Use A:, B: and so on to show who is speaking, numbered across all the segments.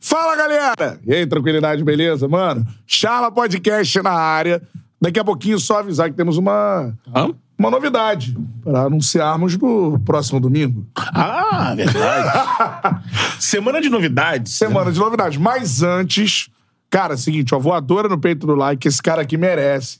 A: Fala, galera! E aí, tranquilidade, beleza? Mano, Charla Podcast na área. Daqui a pouquinho, só avisar que temos uma, uma novidade para anunciarmos no próximo domingo.
B: Ah, verdade. Semana de novidades.
A: Semana de novidades. Mas antes, cara, é seguinte, ó, voadora no peito do like, esse cara aqui merece.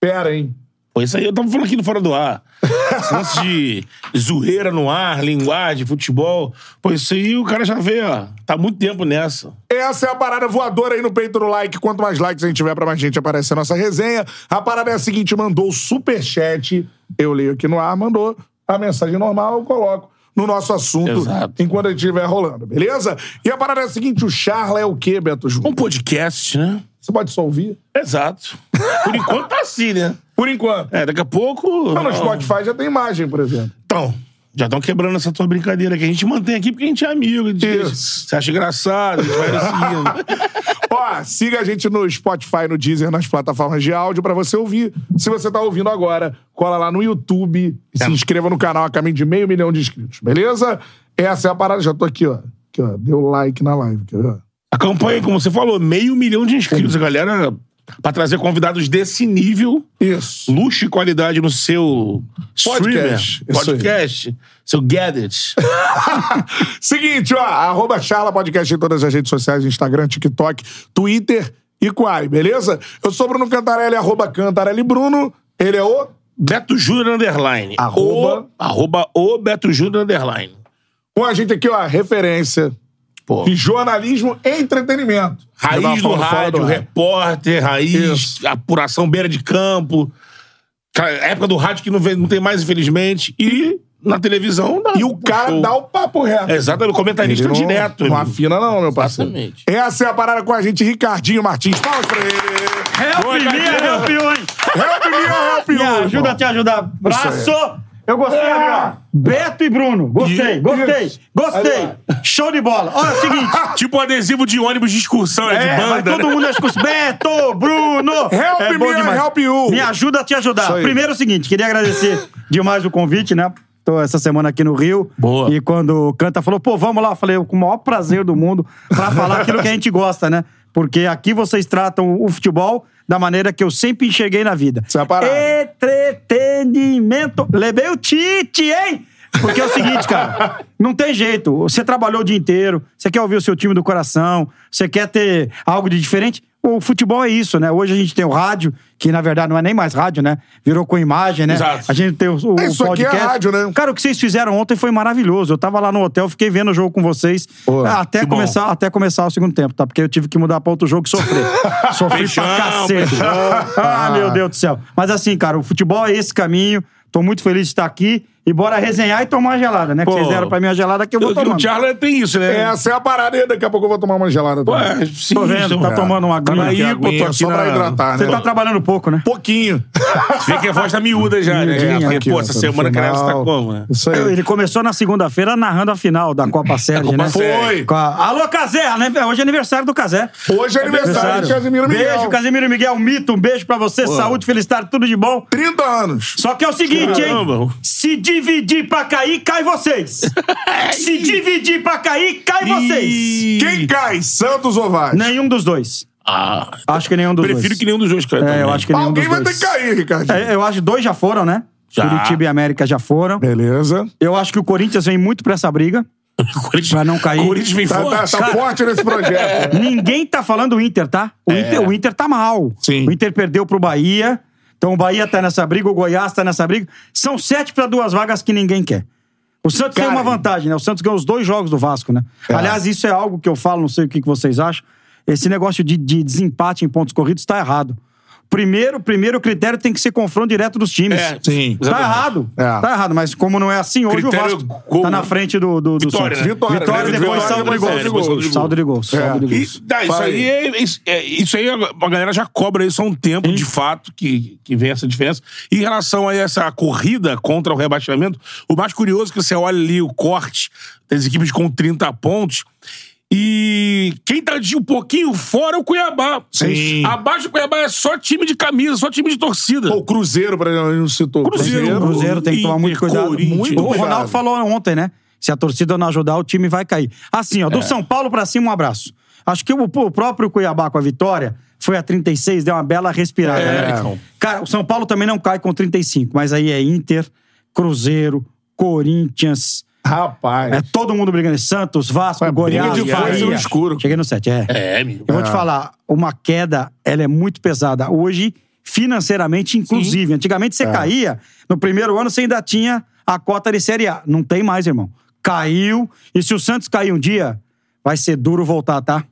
A: Pera, hein?
B: Pô, isso aí eu tava falando aqui no Fora do Ar. Esse lance de zoeira no ar, linguagem, futebol. Pô, isso aí o cara já vê, ó. Tá há muito tempo nessa.
A: Essa é a parada voadora aí no peito do like. Quanto mais likes a gente tiver, pra mais gente aparece a nossa resenha. A parada é a seguinte: mandou o superchat, eu leio aqui no ar, mandou a mensagem normal, eu coloco no nosso assunto
B: Exato.
A: enquanto a gente estiver rolando, beleza? E a parada é a seguinte: o Charla é o quê, Beto Júnior?
B: Um podcast, né?
A: Você pode só ouvir?
B: Exato. Por enquanto tá assim, né?
A: Por enquanto.
B: É, daqui a pouco.
A: Mas no Spotify já tem imagem, por exemplo.
B: Então, já estão quebrando essa tua brincadeira que a gente mantém aqui porque a gente é amigo. a gente-
A: Isso.
B: Você acha engraçado, a gente vai seguindo.
A: Ó, siga a gente no Spotify, no Deezer, nas plataformas de áudio pra você ouvir. Se você tá ouvindo agora, cola lá no YouTube e se inscreva no canal a caminho de meio milhão de inscritos, beleza? Essa é a parada. Já tô aqui, ó. Aqui, ó. Deu like na live, quer ver?
B: A campanha, como você falou, meio milhão de inscritos. A galera, pra trazer convidados desse nível,
A: Isso.
B: luxo e qualidade no seu
A: Podcast,
B: podcast,
A: isso aí.
B: podcast seu gadget.
A: Seguinte, ó. Arroba Charla Podcast em todas as redes sociais, Instagram, TikTok, Twitter e Quai, beleza? Eu sou Bruno Cantarelli, arroba Cantarelli Bruno. Ele é o...
B: Beto Júnior Underline.
A: Arroba.
B: O, arroba o Beto Júnior Underline.
A: Com a gente aqui, ó, referência
B: Pô,
A: de jornalismo e entretenimento.
B: raiz do
A: Fora
B: rádio, né?
A: ar.
B: repórter, raiz,
A: Isso.
B: apuração beira de campo. Cara, Época do rádio que não, vem- não tem mais, infelizmente. E na televisão dá.
A: E o cara
B: show.
A: dá o papo reto.
B: Exato, ele é comentarista
A: Ele não,
B: direto.
A: Não
B: amigo.
A: afina, não, meu parceiro.
B: Exatamente.
A: Essa é a parada com a gente, Ricardinho Martins. Palmas pra ele.
C: Help
B: Boa,
C: me,
B: Cadinho.
C: help you, hein?
A: Help me, help
C: Me
A: you.
C: ajuda a te ajudar. Braço! Eu gostei,
A: É.
C: Adriano. Beto e Bruno. Gostei,
B: E-
C: gostei, gostei.
A: Olha
C: Show de bola. Olha é o seguinte.
B: Tipo adesivo de ônibus de excursão, é,
C: É,
B: de
C: vai
B: banda.
C: todo mundo aos cursos. Beto, Bruno!
A: né? Help
C: é bom
A: me,
C: demais.
A: help you.
C: Me ajuda a te ajudar.
A: Isso aí.
C: Primeiro é o seguinte, queria agradecer demais o convite, né? Tô essa semana aqui no Rio.
B: Boa.
C: E quando o Canta falou, pô, vamos lá, eu falei, com o maior prazer do mundo pra falar aquilo que a gente gosta, né? Porque aqui vocês tratam o futebol da maneira que eu sempre enxerguei na vida.
A: Isso é a parada.
C: Entretenimento. Levei o Tite, hein? Porque é o seguinte, cara, não tem jeito. Você trabalhou o dia inteiro, você quer ouvir o seu time do coração, você quer ter algo de diferente. O futebol é isso, né? Hoje a gente tem o rádio, que na verdade não é nem mais rádio, né? Virou com imagem, né?
B: Exato.
C: A gente tem o, o
A: É, isso aqui é
C: podcast.
A: rádio, né?
C: Cara, o que vocês fizeram ontem foi maravilhoso. Eu tava lá no hotel, fiquei vendo o jogo com vocês ah,
A: Pô,
C: até,
B: que bom.
C: começar, até começar o segundo tempo, tá? Porque eu tive que mudar pra outro jogo e sofrer. Sofri
B: Beijão,
C: pra cacete.
B: beijão.
C: Ah, meu Deus do céu. Mas assim, cara, o futebol é esse caminho. Tô muito feliz de estar aqui. E bora resenhar e tomar uma gelada, né? Que
B: Pô,
C: vocês deram pra mim uma gelada que eu vou tomar.
B: O Charla um tem isso, né?
A: Essa é a parada. E daqui a pouco eu vou tomar uma gelada também. É.
B: Ué, é, sim,
C: Tô vendo, tá
B: cara.
C: tomando uma aguinha.
B: Aí,
C: Você
B: pô, tô aqui
A: só pra
B: na-
A: hidratar, né?
C: tá trabalhando pouco, né?
A: Pouquinho.
B: Vê que a voz tá miúda já, né?
C: Miudinha.
B: Porque,
A: Aqui, ó,
B: pô, essa
A: tá no
B: semana que
A: final.
B: tá como, né?
A: Isso aí.
C: Ele começou na segunda-feira narrando a final da Copa Sérgio,
B: Copa
C: né?
B: Sérgio.
C: Com a- Alô, Cazé! né? Hoje é aniversário do Cazé.
A: Hoje é aniversário de Casimiro Miguel.
C: Beijo, Casimiro Miguel, mito. Um beijo pra você, saúde, felicidade, tudo de bom.
A: 30 anos.
C: Só que é o seguinte, hein?
B: Caramba.
C: Se dividir pra cair, cai vocês. Se dividir pra cair, cai vocês.
B: Ih.
A: Quem cai? Santos ou Vasco?
C: Nenhum dos dois.
B: Ah,
C: Acho que nenhum dos
B: prefiro
C: dois.
B: que nenhum dos dois, cara.
C: É, eu acho que nenhum
A: Alguém
C: dos
A: vai ter
C: dois.
A: que cair, Ricardinho.
C: É, eu acho que dois já foram, né?
B: Já.
C: Curitiba e América já foram.
A: Beleza.
C: Eu acho que o Corinthians vem muito pra essa briga.
B: Corinthians,
C: Pra não cair.
B: Corinthians vem
A: Tá,
B: forte.
A: tá- tá forte nesse projeto.
C: Ninguém tá falando o Inter, tá? O, Inter, o Inter tá mal.
A: É. Sim.
C: O Inter perdeu pro Bahia. Então o Bahia tá nessa briga, o Goiás tá nessa briga. São sete pra duas vagas que ninguém quer. O Santos tem
A: Cara,
C: uma vantagem, né? O Santos ganhou os dois jogos do Vasco, né? Aliás, isso é algo que eu falo, não sei o que que vocês acham. Esse negócio de, de desempate em pontos corridos tá errado. Primeiro, primeiro critério tem que ser confronto direto dos times.
B: É, sim,
C: Tá
B: exatamente.
C: errado.
A: É.
C: Tá errado, mas como não é assim, hoje
B: Critério
C: o Vasco
B: gol-
C: tá na frente do, do, do
B: Vitória,
C: Santos.
B: né?
A: Vitória,
C: Vitória,
A: né?
C: depois
A: Vitória,
C: saldo de
A: depois
C: gols.
A: saldo de É.
B: gols.
C: Saldo de gols. Saldo de gols.
B: E, tá, isso
A: Fala
B: aí,
A: aí.
B: é- isso, é- isso aí a galera já cobra isso há um tempo, de fato, que, que vem essa diferença. Em relação a essa corrida contra o rebaixamento, o mais curioso é que você olha ali o corte das equipes com 30 pontos. E quem tá de um pouquinho fora é o Cuiabá.
A: Sim.
B: Abaixo do Cuiabá é só time de camisa, só time de torcida.
A: Pô, o Cruzeiro, por exemplo, a gente não citou.
B: Cruzeiro,
C: O Cruzeiro tem que tomar muito
B: Inter,
C: cuidado.
B: Corinthians.
C: Muito
A: Muito
C: o
A: cuidado.
C: Ronaldo falou ontem, né? Se a torcida não ajudar, o time vai cair. Assim, ó,
B: É.
C: do São Paulo pra cima, um abraço. Acho que o, pô, o próprio Cuiabá com a vitória foi a 36, deu uma bela respirada.
B: É,
C: né?
B: então.
C: Cara, o São Paulo também não cai com 35, mas aí é Inter, Cruzeiro, Corinthians.
A: Rapaz.
C: É todo mundo brigando. Santos, Vasco,
A: Ué, briga
C: Goiás,
A: de
B: foice
C: Bahia.
B: no
A: escuro.
C: Cheguei no 7, é.
B: É, meu.
C: Eu vou te falar, uma queda, ela é muito pesada. Hoje, financeiramente, inclusive. Antigamente você caía, no primeiro ano você ainda tinha a cota de Série A. Não tem mais, irmão. Caiu. E se o Santos cair um dia, vai ser duro voltar, tá?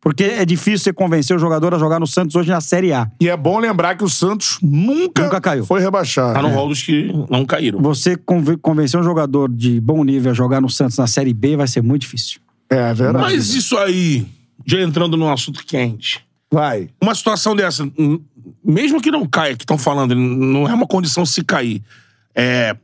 C: Porque é difícil você convencer o jogador a jogar no Santos hoje na Série A.
A: E é bom lembrar que o Santos nunca,
C: Nunca caiu.
A: foi rebaixado.
B: Tá no rol dos que não caíram.
C: Você conven- convencer um jogador de bom nível a jogar no Santos na Série B vai ser muito difícil.
A: É verdade.
B: Mas isso aí, já entrando num assunto quente.
A: Vai.
B: Uma situação dessa, hum, mesmo que não caia, que estão falando, não é uma condição se cair. É.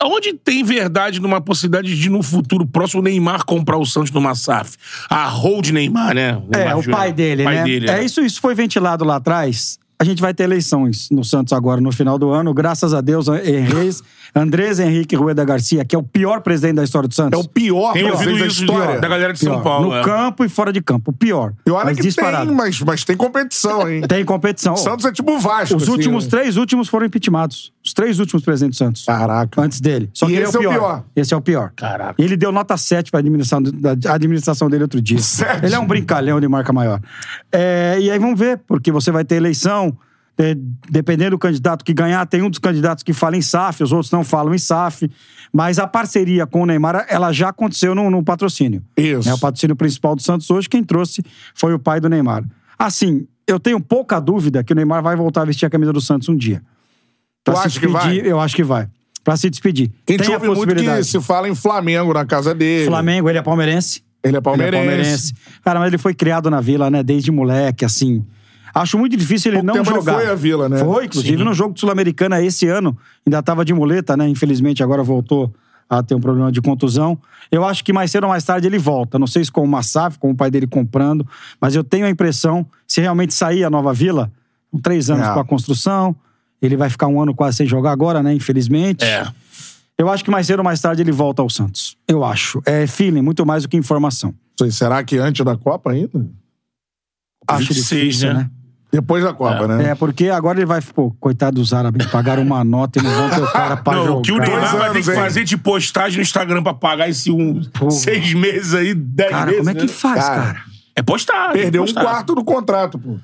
B: Onde tem verdade numa possibilidade de, no futuro próximo, o Neymar comprar o Santos numa SAF? A hold Neymar, né?
C: É,
B: Neymar
C: o
B: Júnior.
C: pai dele,
B: pai
C: né?
B: Dele,
C: é isso, isso foi ventilado lá atrás. A gente vai ter eleições no Santos agora, no final do ano. Graças a Deus, Andrés, Andrés Henrique Rueda Garcia, que é o pior presidente da história do
A: É
C: Santos.
A: o pior
B: Tem
A: presidente
B: ouvido
A: da
B: isso
A: história.
B: da galera de
C: pior.
B: São Paulo.
C: No
B: é.
C: campo e fora de campo. O pior.
A: E olha
C: mas
A: que
C: disparado.
A: tem, mas, mas tem competição, hein?
C: Tem competição.
A: O Santos é tipo o Vasco.
C: Os
A: assim,
C: últimos
A: né?
C: três últimos foram impeachmentados. Os três últimos presidentes do Santos.
A: Caraca.
C: Antes dele. Só
A: E
C: que ele
A: esse
C: é o pior. Esse é o pior.
B: Caraca.
C: E ele deu nota 7 pra administração, da administração dele outro dia.
A: Sete?
C: Ele é um brincalhão de marca maior. É, e aí vamos ver, porque você vai ter eleição. é, dependendo do candidato que ganhar, tem um dos candidatos que fala em SAF, os outros não falam em SAF. Mas a parceria com o Neymar, ela já aconteceu no, no patrocínio.
A: Isso.
C: Né, o patrocínio principal do Santos hoje, quem trouxe foi o pai do Neymar. Assim, eu tenho pouca dúvida que o Neymar vai voltar a vestir a camisa do Santos um dia. Pra
A: Tu
C: se
A: acha que
C: despedir,
A: vai?
C: eu acho que vai. Pra se despedir.
A: A gente
C: tem a
A: ouve muito
C: possibilidade.
A: que se fala em Flamengo na casa dele.
C: Flamengo, ele é palmeirense.
A: Ele é
C: Ele
A: palmeirense.
C: é palmeirense. Cara, mas ele foi criado na vila, né? Desde moleque, assim. Acho muito difícil ele
A: Pouco
C: não
A: tempo ele
C: jogar.
A: foi à Vila, né?
C: Foi, inclusive
A: Sim.
C: no jogo do Sul-Americana esse ano, ainda tava de muleta, né? Infelizmente agora voltou a ter um problema de contusão. Eu acho que mais cedo ou mais tarde ele volta. Não sei se com o Massaf, com o pai dele comprando, mas eu tenho a impressão, se realmente sair a nova vila, com três anos
A: É.
C: com a construção, ele vai ficar um ano quase sem jogar agora, né? Infelizmente.
B: É.
C: Eu acho que mais cedo ou mais tarde ele volta ao Santos. Eu acho. É feeling, muito mais do que informação.
A: Não sei, Será que antes da Copa ainda?
C: Acho
B: 26,
C: difícil,
B: né?
C: né?
A: Depois da Copa, né?
C: É, porque agora ele vai, pô, coitado dos árabes, pagaram uma nota e não vão ter o cara pra
B: Não,
C: jogar.
B: o que o
A: Dois
B: Neymar vai ter
A: anos
B: que
A: aí.
B: fazer de postagem no Instagram pra pagar esse um, seis meses aí, dez
C: Cara,
B: meses.
C: como é que
B: né?
C: faz,
A: Cara,
C: cara?
B: É postagem.
A: Perdeu um
B: postagem.
A: quarto do contrato, pô.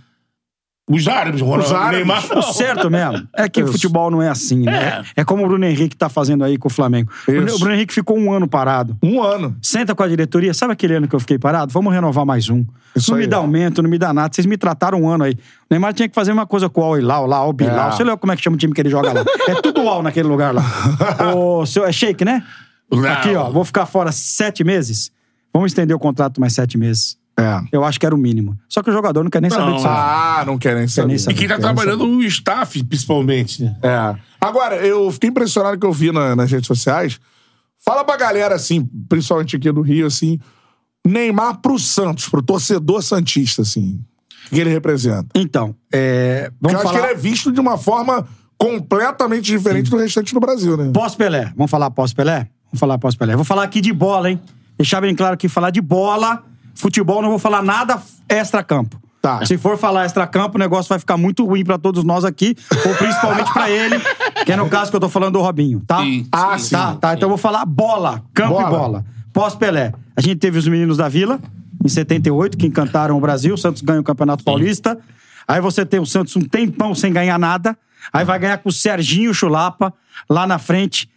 B: Os árabes, Ronaldo.
A: Os árabes.
B: Neymar,
C: O
B: não.
C: certo mesmo é que
A: Isso.
C: futebol não é assim, né? É. como o Bruno Henrique tá fazendo aí com o Flamengo.
A: Isso.
C: O Bruno Henrique ficou um ano parado.
A: Um ano.
C: Senta com a diretoria, sabe aquele ano que eu fiquei parado? Vamos renovar mais um.
A: Isso
C: não
A: aí.
C: me dá aumento, não me dá nada. Vocês me trataram um ano aí. O Neymar tinha que fazer uma coisa com o Al Hilal lá, o Bilal.
A: É.
C: Sei lá como é que chama o time que ele joga lá. É tudo Al naquele lugar lá. o seu, é Sheik, né?
B: Não.
C: Aqui, ó, vou ficar fora sete meses. Vamos estender o contrato mais sete meses.
A: É.
C: Eu acho que era o mínimo. Só que o jogador não quer nem saber
B: Não,
C: disso.
A: Ah, não querem saber.
C: nem
B: E
C: saber.
B: quem tá trabalhando o staff, principalmente. né?
A: É. Agora, eu fiquei impressionado que eu vi na- nas redes sociais. Fala pra galera, assim, principalmente aqui do Rio, assim, Neymar pro Santos, pro torcedor santista, assim. O que ele representa?
C: Então, é,
A: Porque eu
C: vamos
A: acho
C: falar
A: que ele é visto de uma forma completamente diferente do restante do Brasil, né?
C: pós-Pelé. Vamos falar pós-Pelé? Vamos falar pós-Pelé. Vou falar aqui de bola, hein? Deixar bem claro que falar de bola, futebol, não vou falar nada extra-campo.
A: Tá.
C: Se for falar extra-campo, o negócio vai ficar muito ruim pra todos nós aqui, ou principalmente pra ele, que é no caso que eu tô falando do Robinho, tá?
B: Sim,
C: ah,
B: sim,
C: tá,
B: sim,
C: tá. Então eu vou falar bola, campo
A: Bola.
C: e bola. pós-Pelé. A gente teve os meninos da Vila, em 78, que encantaram o Brasil. O Santos ganha o Campeonato Paulista. Aí você tem o Santos um tempão sem ganhar nada. Aí vai ganhar com o Serginho Chulapa lá na frente.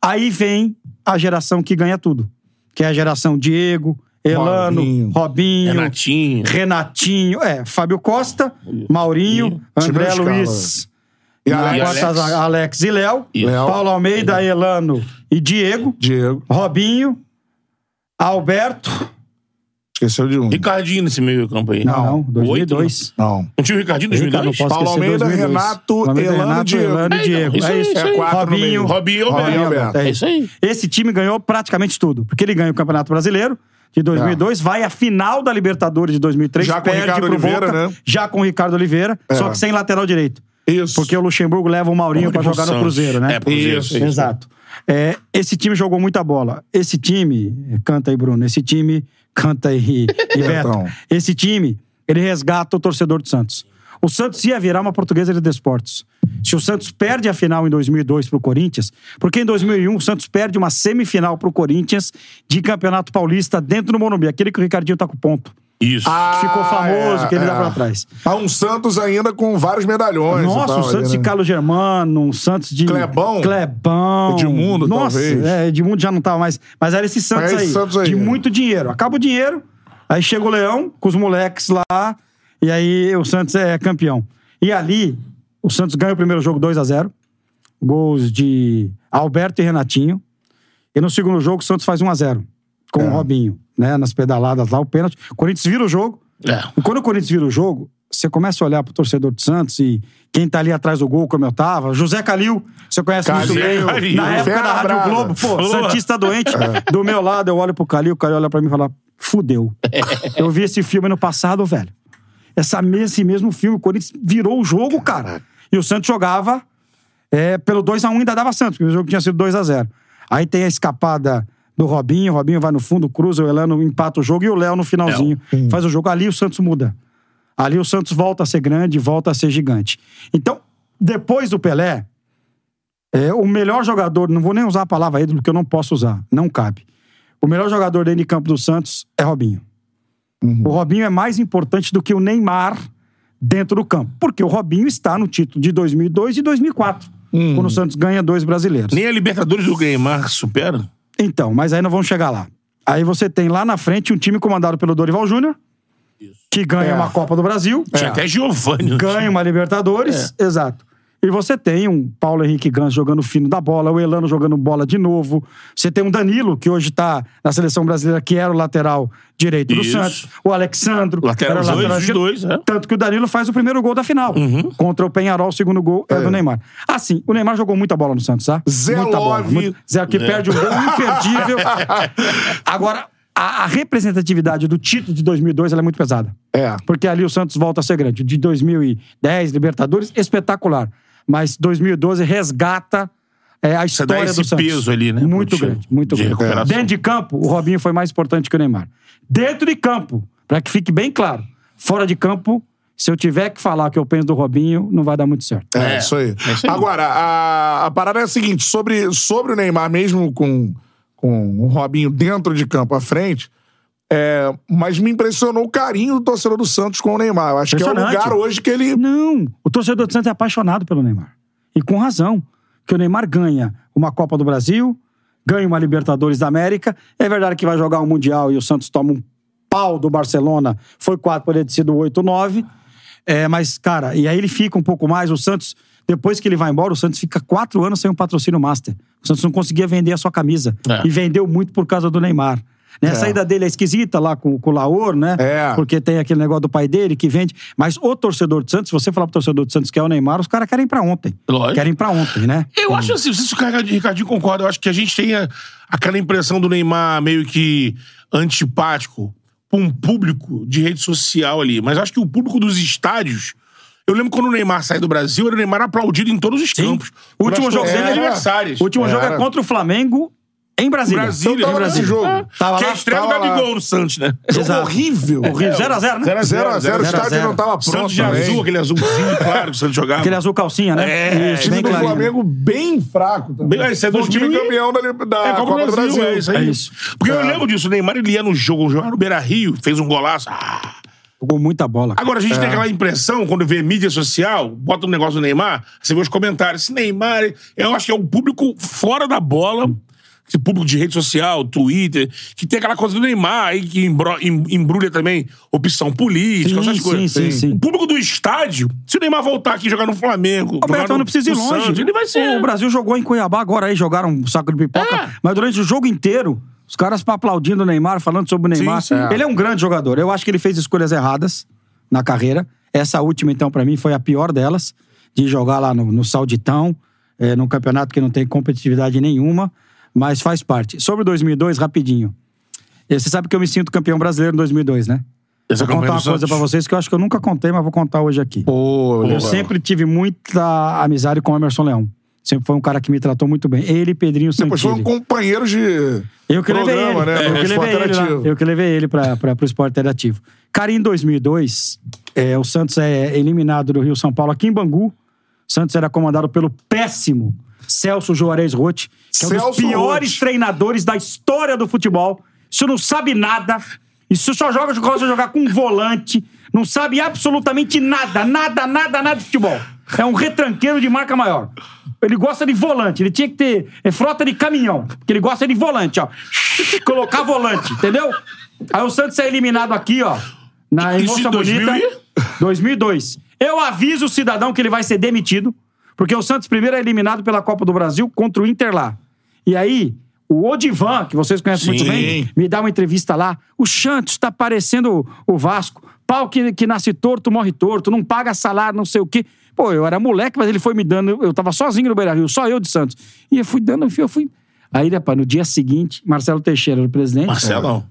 C: Aí vem a geração que ganha tudo. Que é a geração Diego, Elano,
B: Robinho.
C: Robinho,
B: Renatinho.
C: Renatinho, é, Fábio Costa, Maurinho, André
A: Tiberio
C: Luiz,
A: E
C: Alex.
A: Alex.
C: tá Alex. e Léo,
A: Léo. é.
C: Paulo Almeida, Elano e Diego,
A: Diego.
C: Robinho, Alberto.
A: Esqueceu de um.
B: Ricardinho nesse meio campo aí.
C: Não,
B: Oito,
C: 2002.
A: Não.
B: Não tinha o Ricardinho em
C: Eita, não
B: 2002?
C: posso
A: Paulo
C: esquecer
A: Almeida,
C: 2002.
A: Renato,
C: Paulo Almeida,
A: Elano,
C: Renato,
A: Diego.
C: Elano
B: É, então,
C: e Diego.
B: isso
C: É
B: aí,
C: isso.
B: isso aí.
A: Quatro no meio.
C: Robinho.
B: Robinho,
A: Robinho
B: Alberto.
A: Alberto.
B: É isso aí.
C: Esse time ganhou praticamente tudo, porque ele ganha o Campeonato Brasileiro de 2002, vai à final da Libertadores de 2003,
A: Tá. Já com o
C: perde
A: Ricardo
C: pro
A: Oliveira,
C: Boca,
A: né? É.
C: já com o Ricardo Oliveira, só que sem lateral direito.
A: Isso.
C: Porque o Luxemburgo leva o Maurinho pra
B: Maurinho
C: jogar no
B: Santos.
C: Cruzeiro, né?
B: É, Cruzeiro,
C: Isso,
B: é isso.
C: exato. É, esse time jogou muita bola. Esse time, canta aí, Bruno, esse time, canta aí, e
A: Betão.
B: Então.
C: Beto. Esse time, ele resgata o torcedor do Santos. O Santos ia virar uma portuguesa de desportos. Se o Santos perde a final em 2002 pro Corinthians, porque em 2001 o Santos perde uma semifinal pro Corinthians de Campeonato Paulista dentro do Morumbi, aquele que o Ricardinho tá com ponto.
B: Isso.
A: Ah.
C: Que ficou famoso, que ele dá pra trás.
A: é. Tá um Santos ainda com vários medalhões. e
C: Nossa,
A: tal,
C: um Santos
A: ali,
C: de
A: né?
C: Carlos Germano, um Santos de.
A: Clebão?
C: Clebão.
A: Edmundo,
C: Nossa,
A: talvez.
C: É, Edmundo já não tava mais. Mas era esse
A: Mas
C: Santos,
A: é esse
C: aí,
A: Santos aí,
C: De
A: é.
C: muito dinheiro. Acaba o dinheiro, aí chega o Leão com os moleques lá, e aí o Santos é campeão. E ali, o Santos ganha o primeiro jogo 2 a 0 Gols de Alberto e Renatinho. E no segundo jogo, o Santos faz 1 a 0 com
A: É.
C: o Robinho, né? Nas pedaladas lá, o pênalti. O Corinthians vira o jogo.
B: É.
C: E quando o Corinthians vira o jogo, você começa a olhar pro torcedor do Santos e quem tá ali atrás do gol, como eu tava, José Calil, você conhece muito
A: Calil,
C: bem.
B: Calil,
C: Na época
A: fera
C: da Rádio
A: brava.
C: Globo, pô,
B: Falou.
C: Santista tá doente, do meu lado, eu olho pro Calil, o Calil olha pra mim e fala, fudeu. Eu vi esse filme no passado, velho. Essa, me- esse mesmo filme, o Corinthians virou o jogo, cara. E o Santos jogava é, pelo 2x1 ainda dava Santos, porque o jogo tinha sido 2x0. Aí tem a escapada do Robinho, o Robinho vai no fundo, cruza, o Elano empata o jogo e o Léo no finalzinho faz o jogo. Ali o Santos muda. Ali o Santos volta a ser grande, volta a ser gigante. Então, depois do Pelé, é, o melhor jogador, não vou nem usar a palavra ídolo, porque eu não posso usar, não cabe. O melhor jogador dentro de campo do Santos é Robinho. O Robinho é mais importante do que o Neymar dentro do campo, porque o Robinho está no título de 2002 e 2004, quando o Santos ganha dois brasileiros.
B: Nem a Libertadores do Neymar supera?
C: Então, mas aí não vamos chegar lá. Aí você tem lá na frente um time comandado pelo Dorival Júnior, que ganha
A: É.
C: uma Copa do Brasil, É.
B: Tinha até Giovanni.
C: ganha uma Libertadores,
B: É.
C: exato. E você tem um Paulo Henrique Gans jogando fino da bola, o Elano jogando bola de novo. Você tem um Danilo, que hoje tá na seleção brasileira, que era o lateral direito do
B: Isso.
C: Santos. O Alexandro.
B: Lateral
C: era o
B: os dois,
C: lateral
B: os
C: esquerdo.
B: dois, é. Uhum.
C: Tanto que o Danilo faz o primeiro gol da final. Contra o Penharol, o segundo gol é, do Neymar. Assim, o Neymar jogou muita bola no Santos, tá?
A: Zé
C: muita bola.
A: Love.
C: muito- Zé
B: É.
C: que perde um gol imperdível. Agora, a, a representatividade do título de 2002 ela é muito pesada.
A: É.
C: Porque ali o Santos volta a ser grande. O De 2010, Libertadores, espetacular. Mas 2012 resgata é, a
B: dá
C: história
B: esse
C: do Santos.
B: peso ali, né?
C: Muito
B: De-
C: grande, muito
B: de
C: grande.
B: recuperação.
C: Dentro de campo, o Robinho foi mais importante que o Neymar. Dentro de campo, pra que fique bem claro. Fora de campo, se eu tiver que falar o que eu penso do Robinho, não vai dar muito certo.
A: É,
B: É,
A: isso aí.
B: é isso aí.
A: Agora, a, a parada é a seguinte: sobre, sobre o Neymar, mesmo com, com o Robinho dentro de campo à frente, é, mas me impressionou o carinho do torcedor do Santos com o Neymar. Eu acho que é o
C: Impressionante.
A: lugar hoje que ele.
C: Não, o torcedor do Santos é apaixonado pelo Neymar. E com razão. Que o Neymar ganha uma Copa do Brasil, ganha uma Libertadores da América. É verdade que vai jogar um Mundial e o Santos toma um pau do Barcelona. Foi 4, poderia ter sido 8, 9. É, mas, cara, e aí ele fica um pouco mais. O Santos, depois que ele vai embora, o Santos fica quatro anos sem um patrocínio master. O Santos não conseguia vender a sua camisa.
B: É.
C: E vendeu muito por causa do Neymar. Né? A saída dele é esquisita lá com, com o Laor, né?
A: É.
C: Porque tem aquele negócio do pai dele que vende. Mas o torcedor do Santos, se você falar pro torcedor do Santos que é o Neymar, os caras querem ir pra ontem.
B: Lógico.
C: Querem ir pra ontem, né?
B: Eu acho assim, não sei se o Ricardo- Ricardinho concorda, eu acho que a gente tem a- aquela impressão do Neymar meio que antipático pra um público de rede social ali. Mas acho que o público dos estádios. Eu lembro quando o Neymar saiu do Brasil, era o Neymar aplaudido em todos os
C: Sim.
B: campos.
C: O Então, último
B: Pelas
C: jogo
B: torcidas
C: dele é-
B: adversárias.
C: O último jogo é
A: Era.
C: contra o Flamengo Em Brasília.
B: Brasília,
C: Então,
B: em
C: tava
B: Brasília.
C: nesse jogo. Tava
B: que é
C: lá,
B: estreia do
A: tava lá.
B: Gabigol no Santos, né?
C: Exato.
A: Horrível.
B: É.
C: Horrível. 0x0, né?
A: 0x0, o estádio não tava pronto.
B: Santos de
A: também.
B: azul, aquele azulzinho, claro, que o Santos jogava.
C: Aquele azul calcinha, né?
B: É,
A: O time do
C: clarinho.
A: Flamengo bem fraco também.
B: Bem, esse é
A: Foi o time
B: 2000 e-
A: campeão da, Li- da
B: É Copa, do Brasil, É isso aí.
C: É isso.
B: Porque eu
A: É.
B: lembro disso, o Neymar ele ia no jogo, jogava no Beira Rio, fez um golaço. Ah.
C: Jogou muita bola.
B: Agora, a gente tem aquela impressão, quando vê mídia social, bota um negócio do Neymar, você vê os comentários. Esse Neymar, eu acho que é um público fora da bola, esse público de rede social, Twitter, que tem aquela coisa do Neymar aí, que embro- em- embrulha também opção política,
C: Sim,
B: essas coisas.
C: sim, sim, sim.
B: O público do estádio, se o Neymar voltar aqui e jogar no Flamengo, jogar
C: Roberto,
B: no,
C: não precisa ir
B: no
C: longe. É.
B: Santos, ele vai ser. um É.
C: O Brasil jogou em Cuiabá agora aí, jogaram um saco de pipoca. Mas durante o jogo inteiro, os caras aplaudindo o Neymar, falando sobre o Neymar.
B: sim.
C: Ele é um grande jogador. Eu acho que ele fez escolhas erradas na carreira. Essa última, então, pra mim, foi a pior delas. De jogar lá no, no Sauditão, é, num campeonato que não tem competitividade nenhuma. Mas faz parte. Sobre 2002, rapidinho. Eh, Você sabe que eu me sinto campeão brasileiro em 2002, né?
B: Essa
C: Vou
B: campanha
C: contar uma
B: do
C: coisa
B: Santos.
C: pra vocês que eu acho que eu nunca contei, mas vou contar hoje aqui.
A: Pô,
C: Eu sempre tive muita amizade com o Emerson Leão. Sempre foi um cara que me tratou muito bem. Ele e Pedrinho
B: É
A: Depois
C: Santilli.
A: foram companheiros um de
C: Eu que levei
A: programa,
C: ele. É,
A: né? do
C: Eu, que
A: Esporte
C: levei ele lá.
A: Interativo.
C: eu que levei ele pra, pra, pro esporte interativo. Cara, em 2002, é, o Santos é eliminado do Rio São Paulo aqui em Bangu. O Santos era comandado pelo péssimo Celso Juarez Rotti, que é um dos
A: Celso
C: piores
A: Roth.
C: treinadores da história do futebol. Isso não sabe nada. Isso só joga, gosta de jogar com um volante. Não sabe absolutamente nada, nada, nada, nada de futebol. É um retranqueiro de marca maior. Ele gosta de volante. Ele tinha que ter é, frota de caminhão. Porque ele gosta de volante, ó. Colocar volante, entendeu? Aí o Santos é eliminado aqui, ó. Na
B: Isso em
C: Emoção
B: 2000
C: Bonita.
B: e-
C: 2002. Eu aviso o cidadão que ele vai ser demitido, porque o Santos primeiro é eliminado pela Copa do Brasil contra o Inter lá. E aí, o Odivan, que vocês conhecem muito
B: Sim.
C: bem, me dá uma entrevista lá. O Santos tá parecendo o Vasco. Pau que, que nasce torto, morre torto, não paga salário, não sei o quê. Pô, eu era moleque, mas ele foi me dando. Eu tava sozinho no Beira Rio, só eu de Santos. E eu fui dando, eu fui. Aí, rapaz, no dia seguinte, Marcelo Teixeira era o presidente.
B: Marcelão.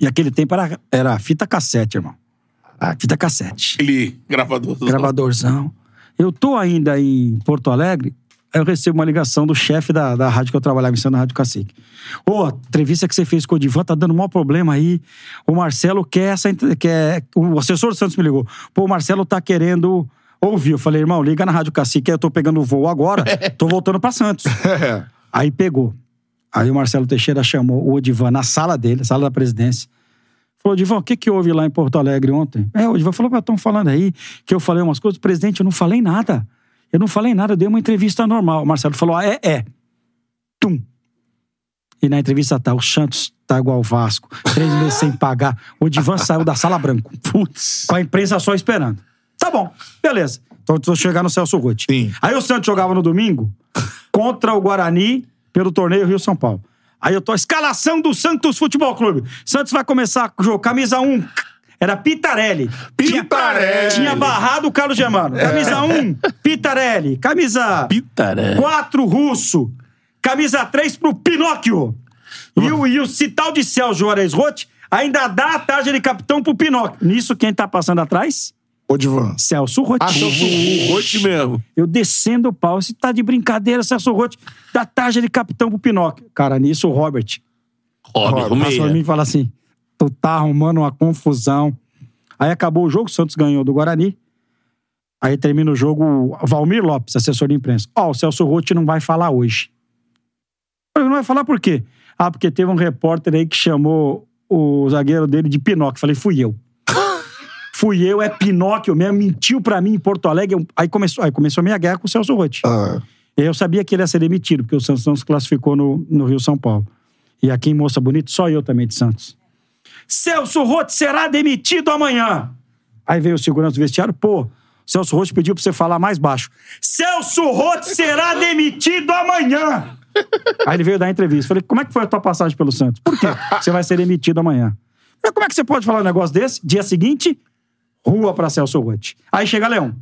C: E aquele tempo era, era fita cassete, irmão. Fita cassete
B: Ele, gravador. do-
C: gravadorzão. Eu tô ainda em Porto Alegre, aí eu recebo uma ligação do chefe da, da rádio que eu trabalhava em Santa Rádio Cacique. Ô, a entrevista que você fez com o Divan tá dando maior problema aí. O Marcelo quer essa. entre- Quer, o assessor do Santos me ligou. Pô, o Marcelo tá querendo ouvir. Eu falei, irmão, liga na Rádio Cacique, eu tô pegando o voo agora, tô voltando pra Santos.
A: É.
C: Aí pegou. Aí o Marcelo Teixeira chamou o Odivan na sala dele, sala da presidência. Falou, Odivan, o que, que houve lá em Porto Alegre ontem? É, o Odivan falou, mas estão falando aí que eu falei umas coisas. Presidente, eu não falei nada. Eu não falei nada, eu dei uma entrevista normal. O Marcelo falou, ah, é, é. Tum. E na entrevista tá, o Santos tá igual o Vasco. Três meses sem pagar. O Odivan saiu da sala branco.
B: Putz.
C: Com a imprensa só esperando. Tá bom, beleza. Então eu chegar no Celso Ruth.
A: Sim.
C: Aí o Santos jogava no domingo contra o Guarani pelo torneio Rio São Paulo. Aí eu tô. Escalação do Santos Futebol Clube. Santos vai começar com o jogo. Camisa 1. Era Pitarelli.
B: Pitarelli.
C: Tinha barrado o Carlos Germano. Camisa 1, Pitarelli. Camisa né?
B: Pitaré.
C: 4, Russo. Camisa 3 pro Pinóquio. E o, e o Cital de Celso Juarez Rote ainda dá a tarja de capitão pro Pinóquio. Nisso, quem tá passando atrás?
A: Ô, Divan.
C: Ah, Celso Rotti.
B: Hoje mesmo.
C: Eu descendo o pau. Se tá de brincadeira, Celso Rotti, dá tarja de capitão pro Pinóquio. Cara, nisso o Robert
B: Ó, o
C: passa pra mim
B: meia.
C: e fala assim: tu tá arrumando uma confusão. Aí acabou o jogo, o Santos ganhou do Guarani. Aí termina o jogo, o Valmir Lopes, assessor de imprensa. Ó, o Celso Rotti não vai falar hoje. Eu falei, não vai falar por quê? Ah, porque teve um repórter aí que chamou o zagueiro dele de Pinóquio. Falei, fui eu. fui eu, é Pinóquio mesmo, mentiu pra mim em Porto Alegre. Aí começou, aí começou a minha guerra com o Celso Rotti.
A: Ah,
C: Eu sabia que ele ia ser demitido, porque o Santos não se classificou no, no Rio São Paulo. E aqui em Moça Bonita, só eu também de Santos. Celso Roth será demitido amanhã. Aí veio o segurança do vestiário, pô, Celso Roth pediu pra você falar mais baixo. Celso Roth será demitido amanhã. Aí ele veio dar entrevista. Falei, como é que foi a tua passagem pelo Santos? Por quê? Você vai ser demitido amanhã. Mas como é que você pode falar um negócio desse? Dia seguinte, rua pra Celso Roth. Aí chega Leão.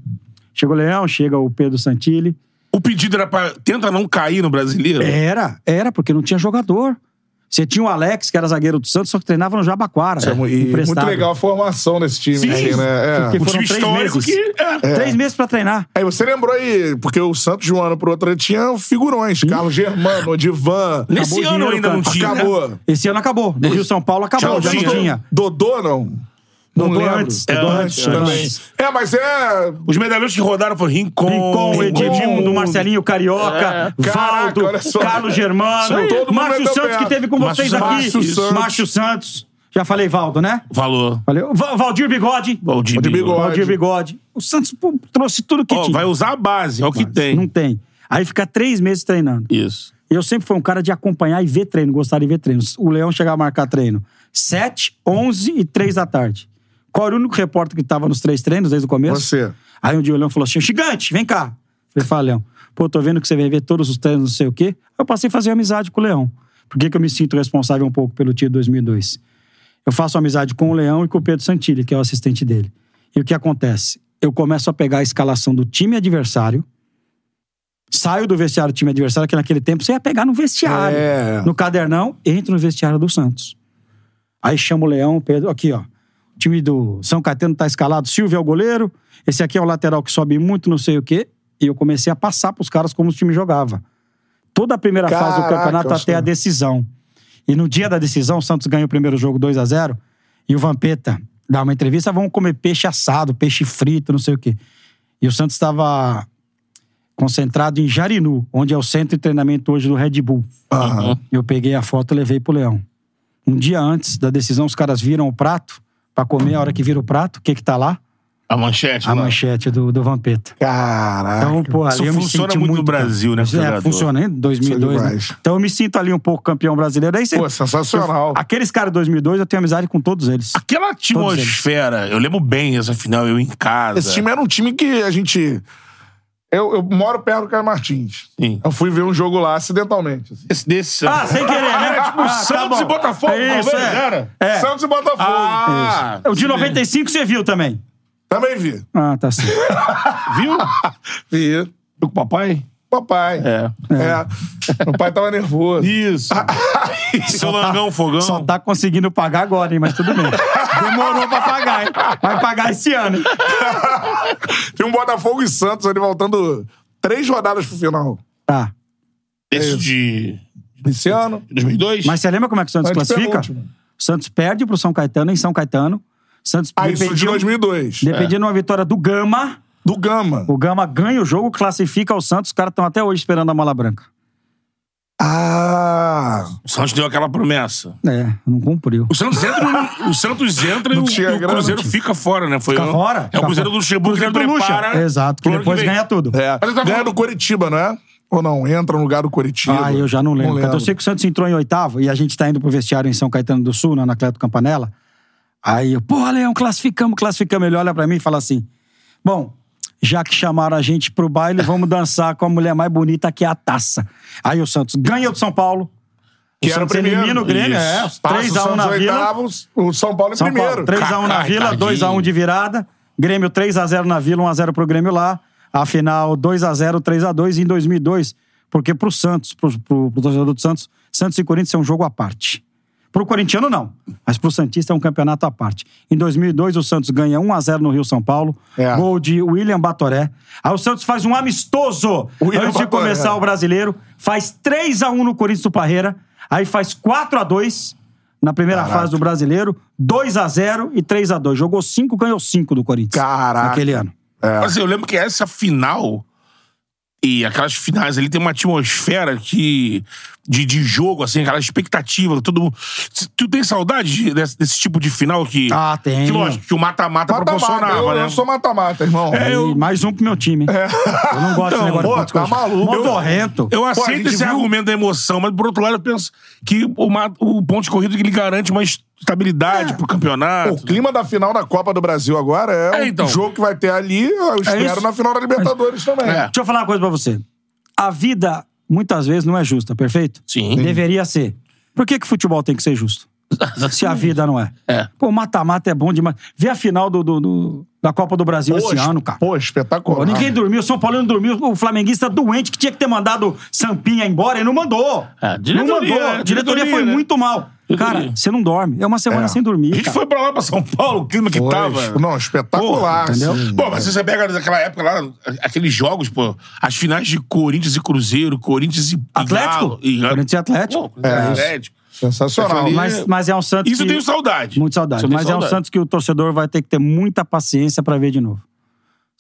C: Chega o Leão, chega o Pedro Santilli. É,
B: O pedido era pra. Tenta não cair no brasileiro.
C: Era, era, porque não tinha jogador. Você tinha o Alex, que era zagueiro do Santos, só que treinava no Jabaquara. É.
A: E é muito
C: emprestado.
A: legal a formação nesse time,
B: É, Sim.
A: assim, né?
C: Porque
A: É.
B: Um
C: foram
B: time
C: três
B: histórico
C: meses.
B: que- é.
C: Três meses pra treinar.
A: Aí você lembrou aí, porque o Santos de um ano pro outro tinha figurões. Carlos Germano, Divan.
B: Nesse
A: Acabou o
B: ano
A: dinheiro,
B: ainda
A: cara.
B: não tinha, né?
A: Acabou.
C: Esse ano acabou. No Rio São Paulo acabou, já não
B: tinha.
C: tinha.
A: Dodô, não. Não
C: Dodô
A: lembro.
C: antes, Dodô antes, Dodô
A: também.
C: antes.
A: É, mas é...
B: Os medalhões que rodaram foram Rincon,
C: Rincon, Edmundo, Marcelinho
A: É.
C: Carioca, Valdo,
A: Caraca, olha só.
C: Carlos
A: Isso aí.
C: Germano,
A: Todo mundo
C: Márcio
A: meteu
C: Santos
A: pé.
C: que teve com
B: Márcio
C: vocês
B: Santos.
C: aqui.
A: Márcio Santos.
C: Márcio Santos. Já falei Valdo, né?
B: Valeu.
C: Falei. Va- Valdir Bigode.
A: Valdir
B: Valdir Bigode.
A: Bigode.
C: Valdir Bigode. O Santos pô, trouxe tudo que
B: Ó,
C: tinha.
B: vai usar a base, é o que tem.
C: Não tem. Aí fica três meses treinando.
B: Isso.
C: Eu sempre fui um cara de acompanhar e ver treino, gostar de ver treino. O Leão chegava a marcar treino 7, 11 e 3 da tarde. Qual era o único repórter que estava nos três treinos desde o começo?
A: Você.
C: Aí um dia o Leão falou assim: Gigante, vem cá. Eu falei, Leão, pô, tô vendo que você vem ver todos os treinos, não sei o quê. Eu passei a fazer amizade com o Leão. Por que, que eu me sinto responsável um pouco pelo título de 2002? Eu faço amizade com o Leão e com o Pedro Santilli, que é o assistente dele. E o que acontece? Eu começo a pegar a escalação do time adversário, saio do vestiário do time adversário, que naquele tempo você ia pegar no vestiário.
A: É.
C: No cadernão, entro no vestiário do Santos. Aí chama o Leão, Pedro, aqui, ó. O time do São Caetano tá escalado, Silvio é o goleiro, esse aqui é o lateral que sobe muito, não sei o quê. E eu comecei a passar pros caras como o time jogava. Toda a primeira fase do
A: Caraca,
C: campeonato
A: eu
C: até
A: sei.
C: a decisão. E no dia da decisão, o Santos ganha o primeiro jogo 2 a 0 e o Vampeta dá uma entrevista, vamos comer peixe assado, peixe frito, não sei o quê. E o Santos estava concentrado em Jarinu, onde é o centro de treinamento hoje do Red Bull.
A: Aham.
C: Eu peguei a foto e levei pro Leão. Um dia antes da decisão, os caras viram o prato pra comer. A hora que vira o prato, o que que tá lá?
B: A manchete,
C: A
B: lá.
C: manchete do, do Vampeta.
A: Caraca.
C: Então, pô, ali
B: Isso
C: eu me
B: funciona
C: senti
B: muito
C: muito
B: no Brasil, né, pro
C: É,
B: jogador.
C: funciona, em
B: é
C: 2002, né?
A: demais.
C: Então eu me sinto ali um pouco campeão brasileiro. Aí você,
A: Pô, sensacional.
C: Aqueles caras de 2002, eu tenho amizade com todos eles.
B: Aquela atmosfera, eu lembro bem essa final, eu em casa.
A: Esse time era um time que a gente... Eu, eu moro perto do Caio Martins.
B: Sim.
A: Eu fui ver um jogo lá acidentalmente. assim.
B: Esse desse
C: Ah, sem querer, né?
B: Era tipo
C: Ah, tá
B: Santos e
C: bom.
B: Botafogo,
C: É
B: talvez,
C: isso, é.
B: era?
C: É.
A: Santos e Botafogo.
B: Ah,
C: O de 95 você viu também.
A: Também vi.
C: Ah, tá certo.
B: Então. viu?
A: Vi.
B: Com o papai?
A: Papai.
B: É. Ah,
A: É. Meu pai tava nervoso.
B: Isso. Seu Langão Fogão.
C: Só tá conseguindo pagar agora, hein? Mas tudo bem. Demorou pra pagar, hein? Vai pagar esse ano. hein?
A: Tinha um Botafogo e Santos ali voltando três rodadas pro final.
C: Tá.
B: Esse de
A: Esse ano.
B: 2002?
C: Mas você lembra como é que o Santos
A: Antes
C: classifica?
A: penúltimo.
C: O Santos perde pro São Caetano em São Caetano. O Santos
A: Ah, isso de
C: dependia,
A: 2002.
B: É.
C: dependia de uma vitória do Gama.
A: Do Gama.
C: O Gama ganha o jogo, classifica o Santos. Os caras estão até hoje esperando a mola branca.
A: Ah.
B: O Santos deu aquela promessa.
C: É, não cumpriu.
B: O Santos entra, no- o, Santos entra e
A: Não
B: o,
A: tinha
B: e o
A: grana,
B: Cruzeiro
A: não tinha.
B: fica fora, né? Foi
C: Fica
B: o-
C: fora,
B: É o
C: fica
B: Cruzeiro
C: fora.
B: do Luxemburgo que
C: Cruzeiro do Lucha.
B: prepara.
C: Exato, que
B: pro ano
C: depois
B: vem.
C: ganha tudo.
A: É.
B: Mas eu tava
A: Ganha
B: falando-
A: do Coritiba, não é? Ou não? Entra no lugar do Coritiba.
C: Ah, eu já não lembro.
A: Não
C: Eu sei que o Santos entrou em oitavo e a gente tá indo pro vestiário em São Caetano do Sul, na Anacleto Campanella. Aí eu, porra, Leão, classificamos, classificamos. Ele olha pra mim e fala assim: Bom, já que chamaram a gente pro baile, vamos dançar com a mulher mais bonita que é a taça. Aí o Santos ganha do São Paulo.
A: Que
C: o
A: era o
C: Santos
A: primeiro.
C: elimina o Grêmio,
B: Isso.
C: é.
A: Passa o
C: 3x1 na
A: Santos
C: vila.
A: oitavos, o São Paulo em
C: São
A: primeiro.
C: Paulo, 3x1 na
B: Kaká,
C: Vila,
B: Ricardinho.
C: 2x1 de virada. Grêmio 3x0 na Vila, 1x0 pro Grêmio lá. A final 2x0, 3x2 em 2002. Porque pro Santos, pro, pro, pro torcedor do Santos, Santos e Corinthians é um jogo à parte. Pro corintiano, não. Mas pro Santista é um campeonato à parte. Em 2002, o Santos ganha 1x0 no Rio-São Paulo.
A: É.
C: Gol de William Batoré. Aí o Santos faz um amistoso
A: William
C: antes de
A: Batoré.
C: começar o Brasileiro. Faz 3x1 no Corinthians do Parreira. Aí faz 4x2 na primeira fase do Brasileiro. 2x0 e 3x2. Jogou 5, ganhou 5 do Corinthians.
A: Caraca.
C: Naquele ano.
B: Mas eu lembro que essa final e aquelas finais ali tem uma atmosfera que, de, de jogo, assim, aquela expectativa, todo mundo. C- Tu tem saudade de- desse, desse tipo de final que.
C: Ah, tenho.
B: Que lógico, que o mata-mata
A: Mata-mata.
B: proporcionava,
A: Eu,
B: né?
A: eu sou mata-mata, irmão.
B: É, eu-
C: E mais um pro meu time. hein? Eu não gosto
A: Então,
C: desse negócio.
A: pô, tá
C: de pontos corridos.
A: maluco.
C: Mó
A: Eu-
C: Borrento.
B: Eu
A: a
B: aceito
A: gente
B: esse
A: viu-
B: argumento da emoção, mas por outro lado eu penso que o, ma- o ponto de corrida que lhe garante uma
C: É.
B: estabilidade pro campeonato.
A: O clima da final da Copa do Brasil agora é,
B: É,
A: um
B: então.
A: jogo que vai ter ali, eu espero,
C: É isso.
A: na final da Libertadores também.
B: É.
C: Deixa eu falar uma coisa pra você. A vida, muitas vezes, não é justa, perfeito?
B: Sim.
C: Deveria ser. Por que, que futebol tem que ser justo? se a vida não é.
B: É.
C: Pô, mata-mata é bom demais. Vê a final do, do- do- da Copa do Brasil esse ano, cara.
A: Pô, ah.
C: Pô,
A: espetacular.
C: ninguém dormiu, o São Paulo não dormiu, o flamenguista doente que tinha que ter mandado Sampinha embora e não mandou.
B: É,
C: não
B: diretoria,
C: mandou.
B: né?
C: A diretoria,
B: Diretoria,
C: foi
B: né?
C: muito mal. Cara, você não dorme. É uma semana
A: É.
C: sem
B: A
C: dormir.
B: gente
C: cara.
B: foi pra lá, pra São Paulo, o clima que
A: Foi,
B: tava.
A: Não, espetacular.
B: Porra,
A: entendeu?
B: Pô, mas você pega daquela época lá, aqueles jogos, pô, as finais de Corinthians e Cruzeiro, Corinthians e e
C: Atlético?
B: Galo, e-
C: Corinthians e Atlético.
B: Pô, Corinthians e
A: É, isso.
B: Atlético.
A: Sensacional.
B: Eu falei-
C: Mas, mas é um Santos.
B: Isso eu
C: que...
B: tenho saudade.
C: Muito saudade.
B: Isso eu tenho
C: Mas é um Santos que o torcedor vai ter que ter muita paciência pra ver de novo.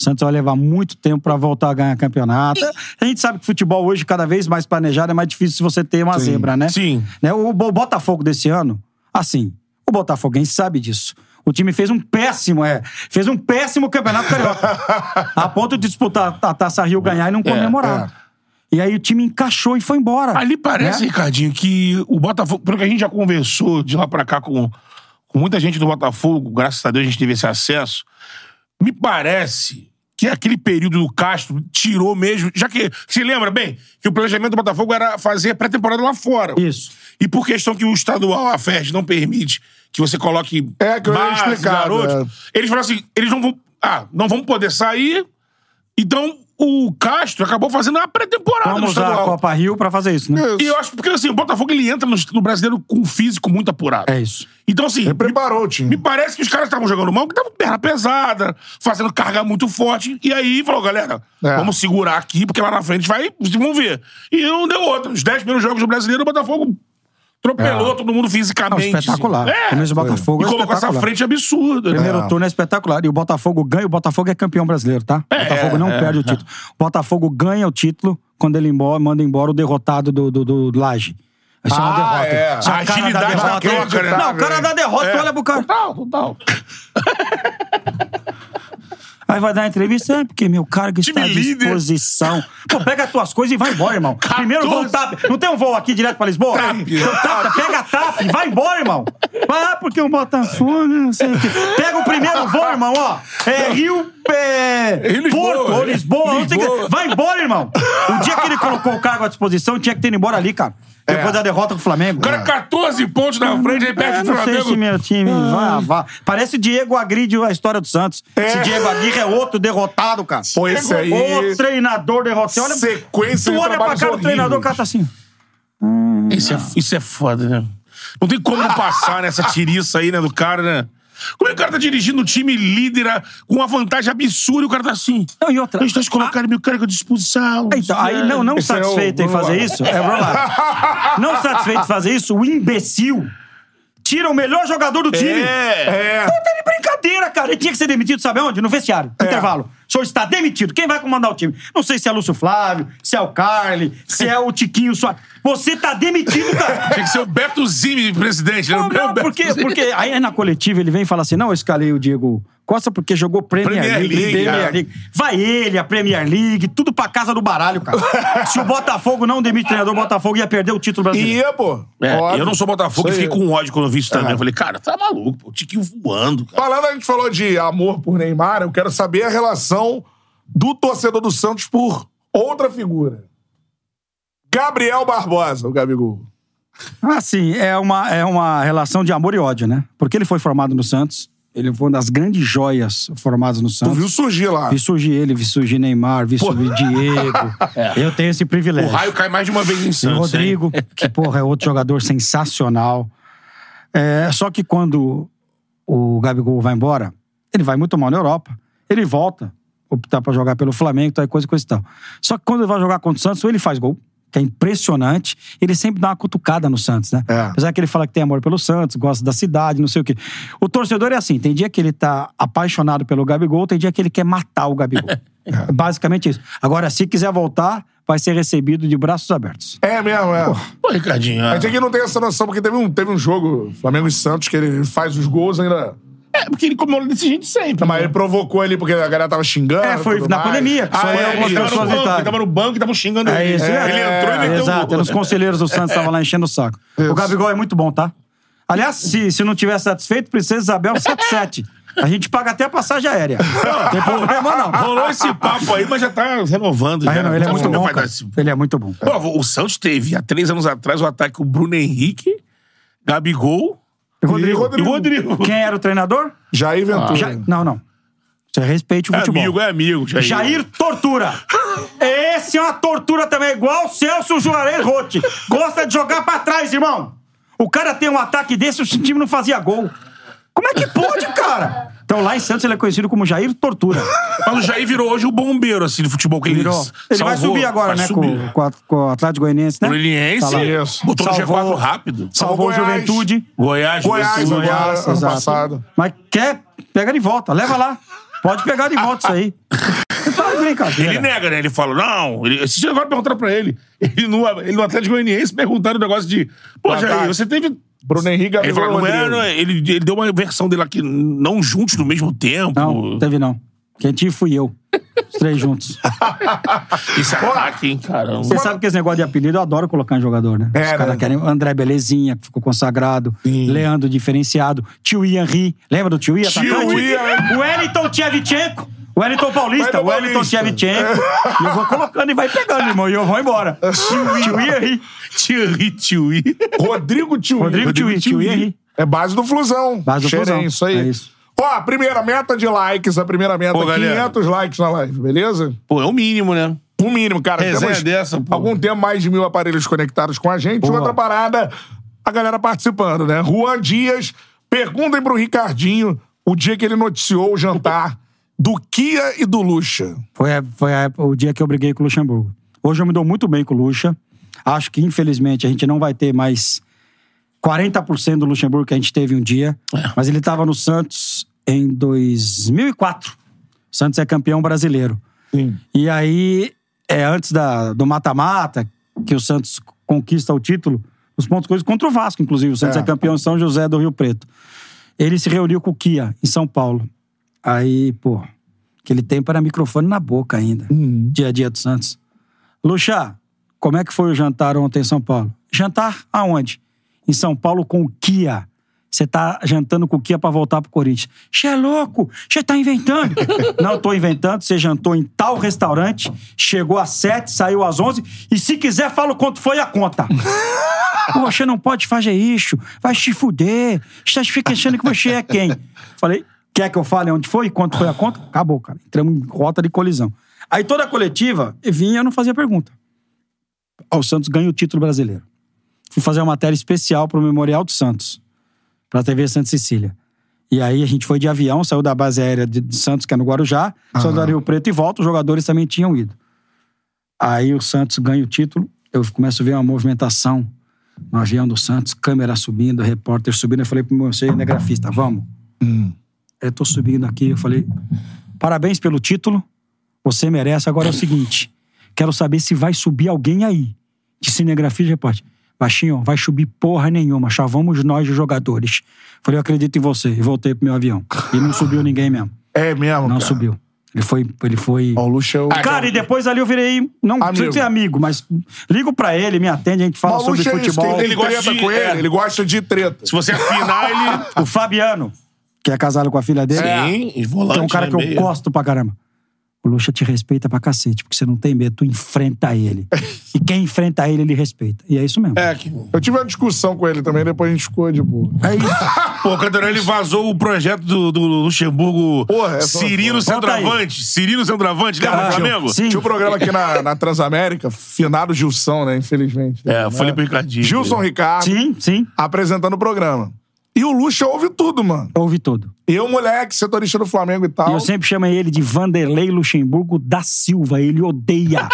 C: O Santos vai levar muito tempo pra voltar a ganhar campeonato. A gente sabe que futebol hoje, cada vez mais planejado, é mais difícil se você ter uma zebra, né?
B: Sim.
C: Né? O Bo- Botafogo desse ano, assim, o Botafoguense sabe disso. O time fez um péssimo, é, fez um péssimo campeonato carioca. a ponto de disputar a Taça Rio, ganhar e
B: É,
C: não comemorar. E aí o time encaixou e foi embora.
B: Ali parece,
C: né?
B: Ricardinho, que o Botafogo, pelo que a gente já conversou de lá pra cá com, com muita gente do Botafogo, graças a Deus a gente teve esse acesso, me parece que aquele período do Castro tirou mesmo, já que, se lembra bem, que o planejamento do Botafogo era fazer pré-temporada lá fora.
C: Isso.
B: E por questão que o estadual, a FERJ, não permite que você coloque
A: É, que eu ia
B: base,
A: explicar,
B: garoto, eles falaram assim, eles não vão... Ah, não vão poder sair, então... O Castro acabou fazendo a pré-temporada no
C: Vamos usar a
B: estadual.
C: Copa Rio pra fazer isso, né?
B: E eu acho que, porque assim, o Botafogo ele entra no, no brasileiro com um físico muito apurado.
C: É isso.
B: Então, assim,
A: Ele preparou o
B: me
A: time.
B: parece que os caras estavam jogando mal, que estavam com perna pesada, fazendo carga muito forte. E aí falou, galera,
A: É.
B: vamos segurar aqui, porque lá na frente vai, vocês vão ver. E não deu outra. Os 10 primeiros jogos do brasileiro, o Botafogo
C: É.
B: atropelou todo mundo
C: Não,
B: fisicamente.
C: espetacular.
B: assim. É.
C: Começo do Botafogo
B: E
C: é
B: colocou essa
C: espetacular.
B: frente absurda. né?
C: Primeiro turno é espetacular. E o Botafogo ganha, o Botafogo é campeão brasileiro, tá? O Botafogo
B: é,
C: não perde o título. O Botafogo ganha o título quando ele embo- manda embora o derrotado do, do, do Laje. Isso é uma
A: Ah,
C: derrota.
A: é.
C: Isso
B: A
C: cara da
B: agilidade
C: derrota.
B: da troca, né? É.
C: Não, o cara da derrota, tu olha pro cara.
B: Total, total.
C: Aí vai dar entrevista, é porque meu cargo está à
B: Time líder.
C: disposição. Pô, pega as tuas coisas e vai embora, irmão.
B: 14.
C: Primeiro voo TAP. Não tem um voo aqui direto pra Lisboa?
B: TAP.
C: Então, TAP, pega a TAP, e vai embora, irmão. Ah, porque o Botafogo, não sei o quê. Pega o primeiro voo, irmão, ó. É Rio, é...
B: Rio, Lisboa.
C: Porto, ou Lisboa, não sei o quê. Vai embora, irmão. O dia que ele colocou o cargo à disposição, tinha que ter ido embora ali, cara. Depois da derrota com o Flamengo.
B: É. O cara é 14 pontos na frente, aí perde
C: É,
B: o
C: não sei se
B: Flamengo.
C: meu time
A: Ah.
C: vá, vá. Parece Diego Agride a história do Santos. Esse Diego Aguirre é outro derrotado, cara. é
A: Pô, esse aí-
C: Outro treinador derrotado. Você Olha,
A: Sequência
C: tu
A: de
C: olha pra cara
A: trabalhos
C: do treinador,
A: horríveis.
C: o cara tá assim.
B: Isso é, isso é foda, né? Não tem como não passar nessa tiriça aí, né, do cara, né? Como é que o cara tá dirigindo o time líder a- com uma vantagem absurda e o cara tá assim?
C: Não, e outra.
B: Eu estou te colocando meu cargo à disposição.
C: Ah. Então, aí não, não
A: é Esse é o-
C: satisfeito em
A: vamos
C: fazer
A: lá.
C: isso, é Ronaldo. Não satisfeito em fazer isso, o imbecil tira o melhor jogador do time.
B: É.
A: É.
C: Tá de brincadeira, cara. Ele tinha que ser demitido, sabe onde? No vestiário.
B: É.
C: Intervalo. O senhor está demitido. Quem vai comandar o time? Não sei se é Lúcio Flávio, se é o Carly, se é o Tiquinho Soares. Você tá demitido, cara.
B: Tinha que ser o Beto Zimi, presidente. né?
C: Não,
B: O meu
C: não,
B: Beto
C: porque,
B: Zimi.
C: porque aí é na coletiva ele vem e fala assim: não, eu escalei o Diego Costa porque jogou Premier,
B: Premier
C: League,
B: League, é. cara.
C: Premier League. Vai ele, a Premier League, tudo pra casa do baralho, cara. Se o Botafogo não demite o treinador, o Botafogo ia perder o título brasileiro.
A: Ia, pô.
B: É,
A: Óbvio.
B: eu não sou Botafogo e um
A: Isso aí.
B: fiquei com ódio quando eu vi
C: Ah.
B: isso também.
A: É.
B: Eu falei, cara, tá maluco, pô, o Tiquinho voando, cara.
A: Falando, a gente falou de amor por Neymar, eu quero saber a relação do torcedor do Santos por outra figura. Gabriel Barbosa, o Gabigol.
C: Assim, é uma, é uma relação de amor e ódio, né? Porque ele foi formado no Santos, ele foi uma das grandes joias formadas no
A: Tu
C: Santos.
A: viu surgir lá.
C: Vi surgir ele, vi surgir Neymar, vi surgir Diego. Eu tenho esse
B: É. O
C: privilégio.
B: raio cai mais de uma vez em
C: E o
B: Santos.
C: É. Rodrigo,
B: hein?
C: que, porra, é outro jogador sensacional. É, só que quando o Gabigol vai embora, ele vai muito mal na Europa. Ele volta, optar pra jogar pelo Flamengo, tal coisa, coisa e tal. Só que quando ele vai jogar contra o Santos, ou ele faz gol, que é impressionante. Ele sempre dá uma cutucada no Santos, né?
A: É.
C: Apesar que ele fala que tem amor pelo Santos, gosta da cidade, não sei o quê. O torcedor é assim, tem dia que ele tá apaixonado pelo Gabigol, tem dia que ele quer matar o Gabigol. É Basicamente isso. Agora, se quiser voltar, vai ser recebido de braços abertos.
A: É mesmo, é.
B: Pô, Ricardinho.
A: A
B: ah,
C: é
A: gente aqui não tem essa noção, porque teve um, teve um jogo, Flamengo e Santos, que ele faz os gols ainda.
B: É, porque ele comemora desse jeito sempre. né?
A: Mas ele provocou ali, porque a galera tava xingando.
C: É, foi
A: tudo
C: na
A: mais.
C: pandemia. que só
B: Ah,
C: foi
B: é,
C: algumas
B: ele, tava no
C: pessoas
B: banco,
C: deitadas.
B: ele tava no banco e estavam xingando
C: É
B: ele.
C: isso, é.
B: Ele entrou e meteu o
C: Exato,
B: gol.
C: eram os conselheiros do Santos estavam lá enchendo o saco. O Gabigol é muito bom, tá? Aliás, se, se não tiver satisfeito, Princesa Isabel 77. A gente paga até a passagem aérea. Não tem problema, não.
B: Rolou esse papo aí, mas já tá renovando.
C: Aí,
B: já.
C: não, ele é
B: Sabe
C: muito
B: como
C: bom,
B: vai dar
C: cara.
B: esse-
C: Ele é muito bom.
B: Pô, o Santos teve há três anos atrás o ataque o Bruno Henrique, Gabigol,
A: E
C: Rodrigo.
A: Rodrigo.
B: E Rodrigo.
C: Quem era o treinador?
A: Jair Ventura.
C: Ja- Não, não. Você respeite o
B: Ah, É
C: futebol.
B: amigo, é amigo, Jair.
C: Jair tortura. Esse é uma tortura também, igual o Celso Juarez Rotti. Gosta de jogar pra trás, irmão. O cara tem um ataque desse, o time não fazia gol. Como é que pode, cara? Então lá em Santos ele é conhecido como Jair Tortura.
B: Mas o Jair virou hoje o bombeiro, assim, do futebol que
C: Virou.
B: ele
C: Ele vai
B: salvou,
C: subir agora,
B: vai
C: né?
B: subir.
C: Com, com a- com o Atlético Goianiense, né?
B: Brasiliense,
A: Tá lá. Isso.
B: botou no
C: Salvou-
B: G4 rápido.
C: Salvou o
A: Goiás.
C: Juventude.
B: Goiás,
A: Goiás,
B: Juventude.
A: agora, ano
C: exato.
A: passado.
C: Mas quer, pega de volta, leva lá. Pode pegar de volta isso aí. Não Tá de brincadeira.
B: Ele nega, né? Ele fala, não. Ele, esse dia agora perguntaram pra ele. Ele no, ele no Atlético Goianiense perguntaram o negócio de. Pô, Jair,
A: Ataque.
B: você teve.
A: Bruno Henrique
B: Ele falou, não
A: Rodrigo.
B: é, não é. Ele, ele deu uma versão dele aqui, não juntos no mesmo tempo.
C: Não, teve não. Quem tinha fui eu. Os três juntos.
B: Esse ataque, hein, caramba.
C: Você sabe que esse negócio de apelido eu adoro colocar em jogador, né?
A: É,
C: Os caras
A: né?
C: querem André Belezinha, que ficou consagrado. Leandro diferenciado. Tio Ian Ri. Lembra do tio Ian?
A: Tio
C: atacante?
A: Ian.
C: O Wellington Tchevchenko. O Wellington
A: Wellington
C: Paulista. O Wellington
A: Paulista.
C: Tchevchenko. E eu vou colocando e vai pegando, irmão. E eu vou embora. Tio Ian Ri.
B: Thierry Tiwi.
A: Rodrigo Tio.
C: Rodrigo Tio Ian. Tio Ian Ri.
A: É base do Flusão.
C: Base do
A: Cheirem,
C: Flusão.
A: isso aí.
C: É isso.
A: Ó, a primeira meta de likes, a primeira meta.
B: Pô,
A: 500
B: galera.
A: likes na live, beleza?
B: Pô, é o mínimo, né?
A: O mínimo, cara.
B: Resenha dessa, pô.
A: Algum tempo, mais de mil aparelhos conectados com a gente. Outra parada, a galera participando, né? Juan Dias, perguntem pro Ricardinho o dia que ele noticiou o jantar do Kia e do Lucha.
C: Foi, a- foi a- o dia que eu briguei com o Luxemburgo. Hoje eu me dou muito bem com o Luxa. Acho que, infelizmente, a gente não vai ter mais 40% do Luxemburgo que a gente teve um dia. Mas ele estava no Santos em 2004. O Santos é campeão brasileiro. E aí, é antes da, do mata-mata, que o Santos conquista o título, os pontos coisas contra o Vasco, inclusive. O Santos
A: É.
C: é, campeão em São José do Rio Preto. Ele se reuniu com o Kia, em São Paulo. Aí, pô, aquele tempo era microfone na boca ainda. Dia a dia do Santos. Luxa, como é que foi o jantar ontem em São Paulo? Jantar aonde? Em São Paulo com o Kia. Você tá jantando com o Kia pra voltar pro Corinthians. Você é louco! Você tá inventando! Não tô inventando, você jantou em tal restaurante, chegou às 7, saiu às 11, e se quiser, fala o quanto foi a conta. Pô, Você não pode fazer isso, vai se fuder, você fica achando que você é quem. Falei, quer que eu fale onde foi, quanto foi a conta? Acabou, cara. Entramos em rota de colisão. Aí toda a coletiva vinha e eu não fazia pergunta. Ó, o Santos ganha o título brasileiro. Fui fazer uma matéria especial pro Memorial do Santos, pra TV Santa Cecília. E aí a gente foi de avião, saiu da base aérea de de Santos, que é no Guarujá, saiu do Rio Preto e volta, os jogadores também tinham ido. Aí o Santos ganha o título, eu começo a ver uma movimentação no avião do Santos, câmera subindo, repórter subindo. Eu falei pro meu cinegrafista, vamos.
A: Hum.
C: Eu tô subindo aqui, eu falei, parabéns pelo título, você merece. Agora é o seguinte, quero saber se vai subir alguém aí, de cinegrafista e repórter. Baixinho, vai subir porra nenhuma, só vamos nós, os jogadores. Falei, eu acredito em você. E voltei pro meu avião. E não subiu ninguém mesmo.
A: É mesmo,
C: Não
A: cara.
C: subiu. Ele foi, ele foi...
A: Ó, o Lucha é o...
C: Cara, e depois ali eu virei. Não
A: Amigo.
C: preciso ser amigo, mas ligo pra ele, me atende, a gente fala
A: Mas o
C: sobre
A: Lucha é isso,
C: futebol.
A: Tem, ele
B: Ele gosta
A: treta
B: de-
A: com ele,
B: é.
A: ele gosta de treta.
B: Se você afinar, ele.
C: O Fabiano, que é casado com a filha dele,
B: Sim, e volante.
C: que é um cara
B: né,
C: que eu
B: meia.
C: gosto pra caramba. O Lucha te respeita pra cacete, porque você não tem medo, tu enfrenta ele. E quem enfrenta ele, ele respeita. E é isso mesmo.
B: É, que...
A: Eu tive uma discussão com ele também, depois a gente ficou de boa.
C: É isso.
B: Pô, o Cantarelli vazou o projeto do, do Luxemburgo
A: Porra, essa
B: Cirino
A: foi
C: foda.
B: Centroavante. Cirino Centroavante, lembra do
C: Caralho.
B: Flamengo?
C: Sim.
A: Tinha um programa aqui na, na Transamérica, finado Gilson, né? Infelizmente.
B: É, Felipe Ricardinho. É.
A: Gilson Ricardo
C: Sim, sim.
A: apresentando o programa. E o Lucha ouve tudo, mano.
C: Ouvi todo.
A: Eu, moleque, setorista do Flamengo e
C: E
A: tal.
C: eu sempre chamo ele de Vanderlei Luxemburgo da Silva. Ele odeia.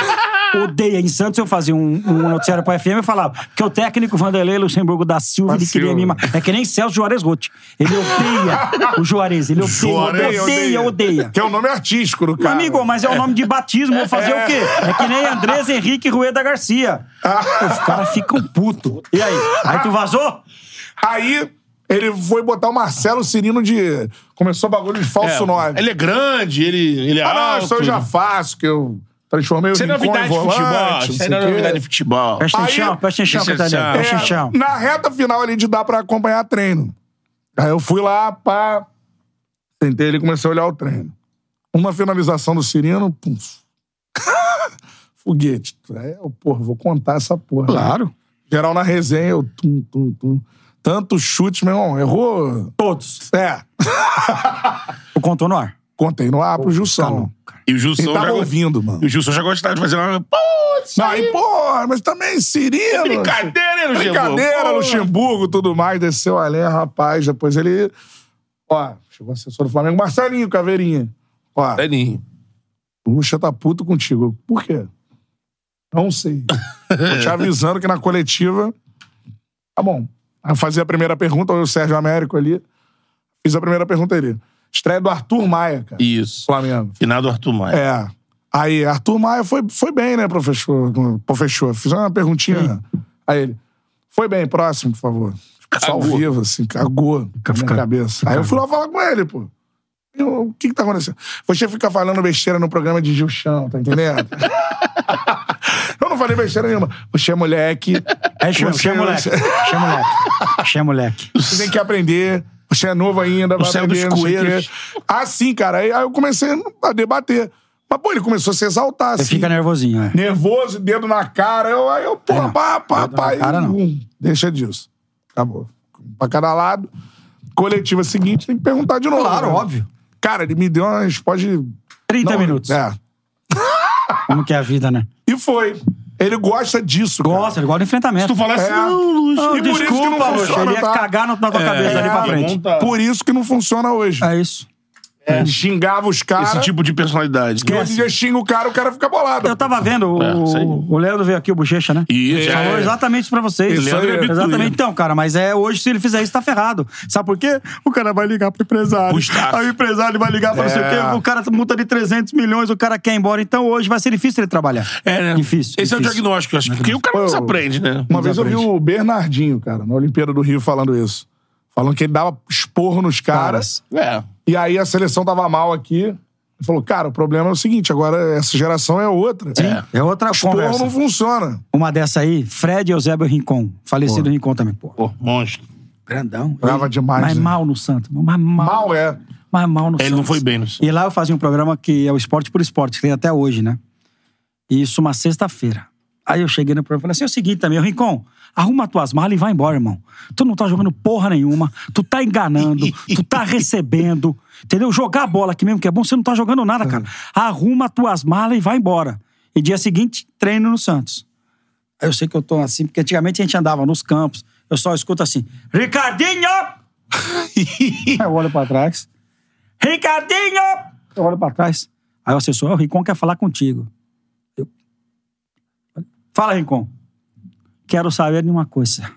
C: Odeia. Em Santos eu fazia um, um noticiário pra FM e eu falava que o técnico Vanderlei Luxemburgo da Silva,
A: Da
C: ele queria
A: Silva.
C: me matar. É que nem Celso Juarez Rotti. Ele odeia o Juarez. Ele odeia,
B: Juarez,
C: odeia, odeia.
A: Que é o nome artístico do
C: Meu
A: cara.
C: amigo, mas é o nome de batismo, vou fazer o quê? É que nem Andrés Henrique Rueda Garcia.
A: Ah.
B: um
C: Os caras ficam puto. E aí? Aí tu vazou?
A: Aí ele foi botar o Marcelo Cirino de. Começou o bagulho de falso nome.
B: Ele é grande, ele, ele é
A: Ah, não,
B: alto.
A: isso eu já faço, que eu transformei o
B: Isso é
A: Rincon
B: novidade
A: em
B: de
A: volante.
B: futebol.
A: não
B: Isso
A: sei
B: é
A: o quê.
B: novidade de futebol.
C: Presta
A: Aí-
C: atenção, presta atenção,
B: Presta
C: Catarina.
B: atenção.
C: Presta
A: É,
C: atenção.
A: na reta final ali de dar pra acompanhar treino. Aí eu fui lá, pá. Sentei ele e comecei a olhar o treino. Uma finalização do Cirino, pum. Foguete. Aí eu, porra, vou contar essa porra. Claro. Geral na resenha, eu tum, tum, tum. Tantos chutes, meu irmão. Errou.
C: Todos.
A: É.
C: Eu conto no ar.
A: Contei no ar pro Jussão.
B: E o Jussão
A: Ele tava
B: já go-
A: ouvindo, mano.
B: E o Jussão já gostava de fazer uma... Pô, isso
A: Não,
B: aí,
A: e porra, mas também Cirilo.
B: Brincadeira, hein, Luxemburgo?
A: Brincadeira,
B: Porra.
A: Luxemburgo, tudo mais. Desceu a lenha, rapaz. Depois ele. Ó, chegou o assessor do Flamengo, Marcelinho, caveirinha. Ó,
B: Daninho.
A: o Luxa tá puto contigo. Por quê? Não sei. Tô te avisando que na coletiva. Tá bom. Aí eu fazia a primeira pergunta, o Sérgio Américo ali. Fiz a primeira pergunta ali. Estreia do Arthur Maia, cara.
B: Isso.
A: Flamengo.
B: Finado Arthur Maia.
A: É. Aí, Arthur Maia foi, foi bem, né, professor? Professor, fiz uma perguntinha a ele. Foi bem, próximo, por favor. Só ao
B: Cagou.
A: vivo, assim, cagou na minha
C: fica-
A: cabeça. Aí eu fui lá falar com ele, pô. Eu, o que que tá acontecendo? Você fica falando besteira no programa de Gil Chão, tá entendendo? eu não falei besteira nenhuma. Você é moleque.
C: É, chama,
A: você-
C: chama o moleque. Chama o moleque. Chama o moleque.
A: você tem que aprender. Você é novo ainda, vai
C: um
B: céu
A: aprender,
B: dos
A: não sei o quê.
B: coelhos.
A: Ah, sim, cara. Aí, aí eu comecei a debater. Mas, pô, ele começou a se exaltar,
C: Você
A: assim.
C: fica nervosinho, é.
A: Nervoso, dedo na cara. Eu, aí eu, pô,
C: É, não.
A: pá, pá,
C: Dedo na
A: pá. e,
C: cara, não.
A: hum, deixa disso. Acabou. Pra cada lado. Coletiva seguinte, tem que perguntar de novo.
C: Claro,
A: né?
C: óbvio.
A: Cara, ele me deu uma resposta de...
C: 30
A: não,
C: minutos.
A: É.
C: Como que é a vida, né?
A: E foi. Ele gosta disso, cara.
C: Gosta, ele gosta do enfrentamento.
B: Se tu falasse,
A: É.
B: não, Luxa...
C: Ah,
A: E por isso que não
C: desculpa,
A: funciona,
C: Ele ia
A: tá?
C: cagar no- na tua cabeça ali pra
B: é,
C: frente.
B: monta-
A: Por isso que não funciona hoje.
C: É isso.
A: Ele Xingava os caras.
B: Esse tipo de personalidade.
A: Porque Esse dia xinga o cara, o cara fica bolado.
C: Eu tava vendo, o,
B: É, isso aí.
C: o Leandro veio aqui, o Bochecha, né?
B: Isso,
C: Falou
B: é.
C: exatamente isso pra vocês.
A: Isso aí, Leandro é
C: exatamente. Então, cara, mas é hoje, se ele fizer isso, tá ferrado. Sabe por quê? O cara vai ligar pro empresário.
B: Pro staff.
C: Aí o empresário vai ligar pra não sei o
A: É.
C: quê. O cara multa de 300 milhões, o cara quer ir embora. Então hoje vai ser difícil ele trabalhar.
B: É, né?
C: Difícil.
B: Esse é o
C: difícil.
B: diagnóstico, eu acho. Porque o cara não se aprende, né?
A: Uma vez eu vi
C: Desaprende.
A: o Bernardinho, cara, na Olimpíada do Rio falando isso. Falando que ele dava esporro nos caras.
B: É.
A: E aí a seleção tava mal aqui. Ele falou, cara, o problema é o seguinte, agora essa geração é outra.
B: É.
C: É outra
A: Esporro
C: conversa.
A: não funciona.
C: Uma dessa aí, Fred Eusébio Rincon. Falecido Rincon também, pô.
B: Pô, monstro.
C: Grandão.
A: Jogava
C: Ele-
A: demais,
C: Mas
A: né?
C: mal no Santos. Mas mal,
A: Mal é.
C: mas mal no
B: Ele
C: Santos.
B: não foi bem no
C: E lá eu fazia um programa que é o Esporte por Esporte, que tem até hoje, né? E Isso uma sexta-feira. Aí eu cheguei no programa e falei assim: é o seguinte também, ô Rincon, arruma tuas malas e vai embora, irmão. Tu não tá jogando porra nenhuma, tu tá enganando, tu tá recebendo. Entendeu? Jogar bola aqui mesmo, que é bom, você não tá jogando nada, cara. Arruma tuas malas e vai embora. E dia seguinte, treino no Santos. Aí Eu sei que eu tô assim, porque antigamente a gente andava nos campos, eu só escuto assim: Ricardinho! Aí eu olho pra trás. Ricardinho! Eu olho pra trás. Aí o assessor, "Ó, o Rincon quer falar contigo. Eu... Fala, Rincon. Quero saber de uma coisa.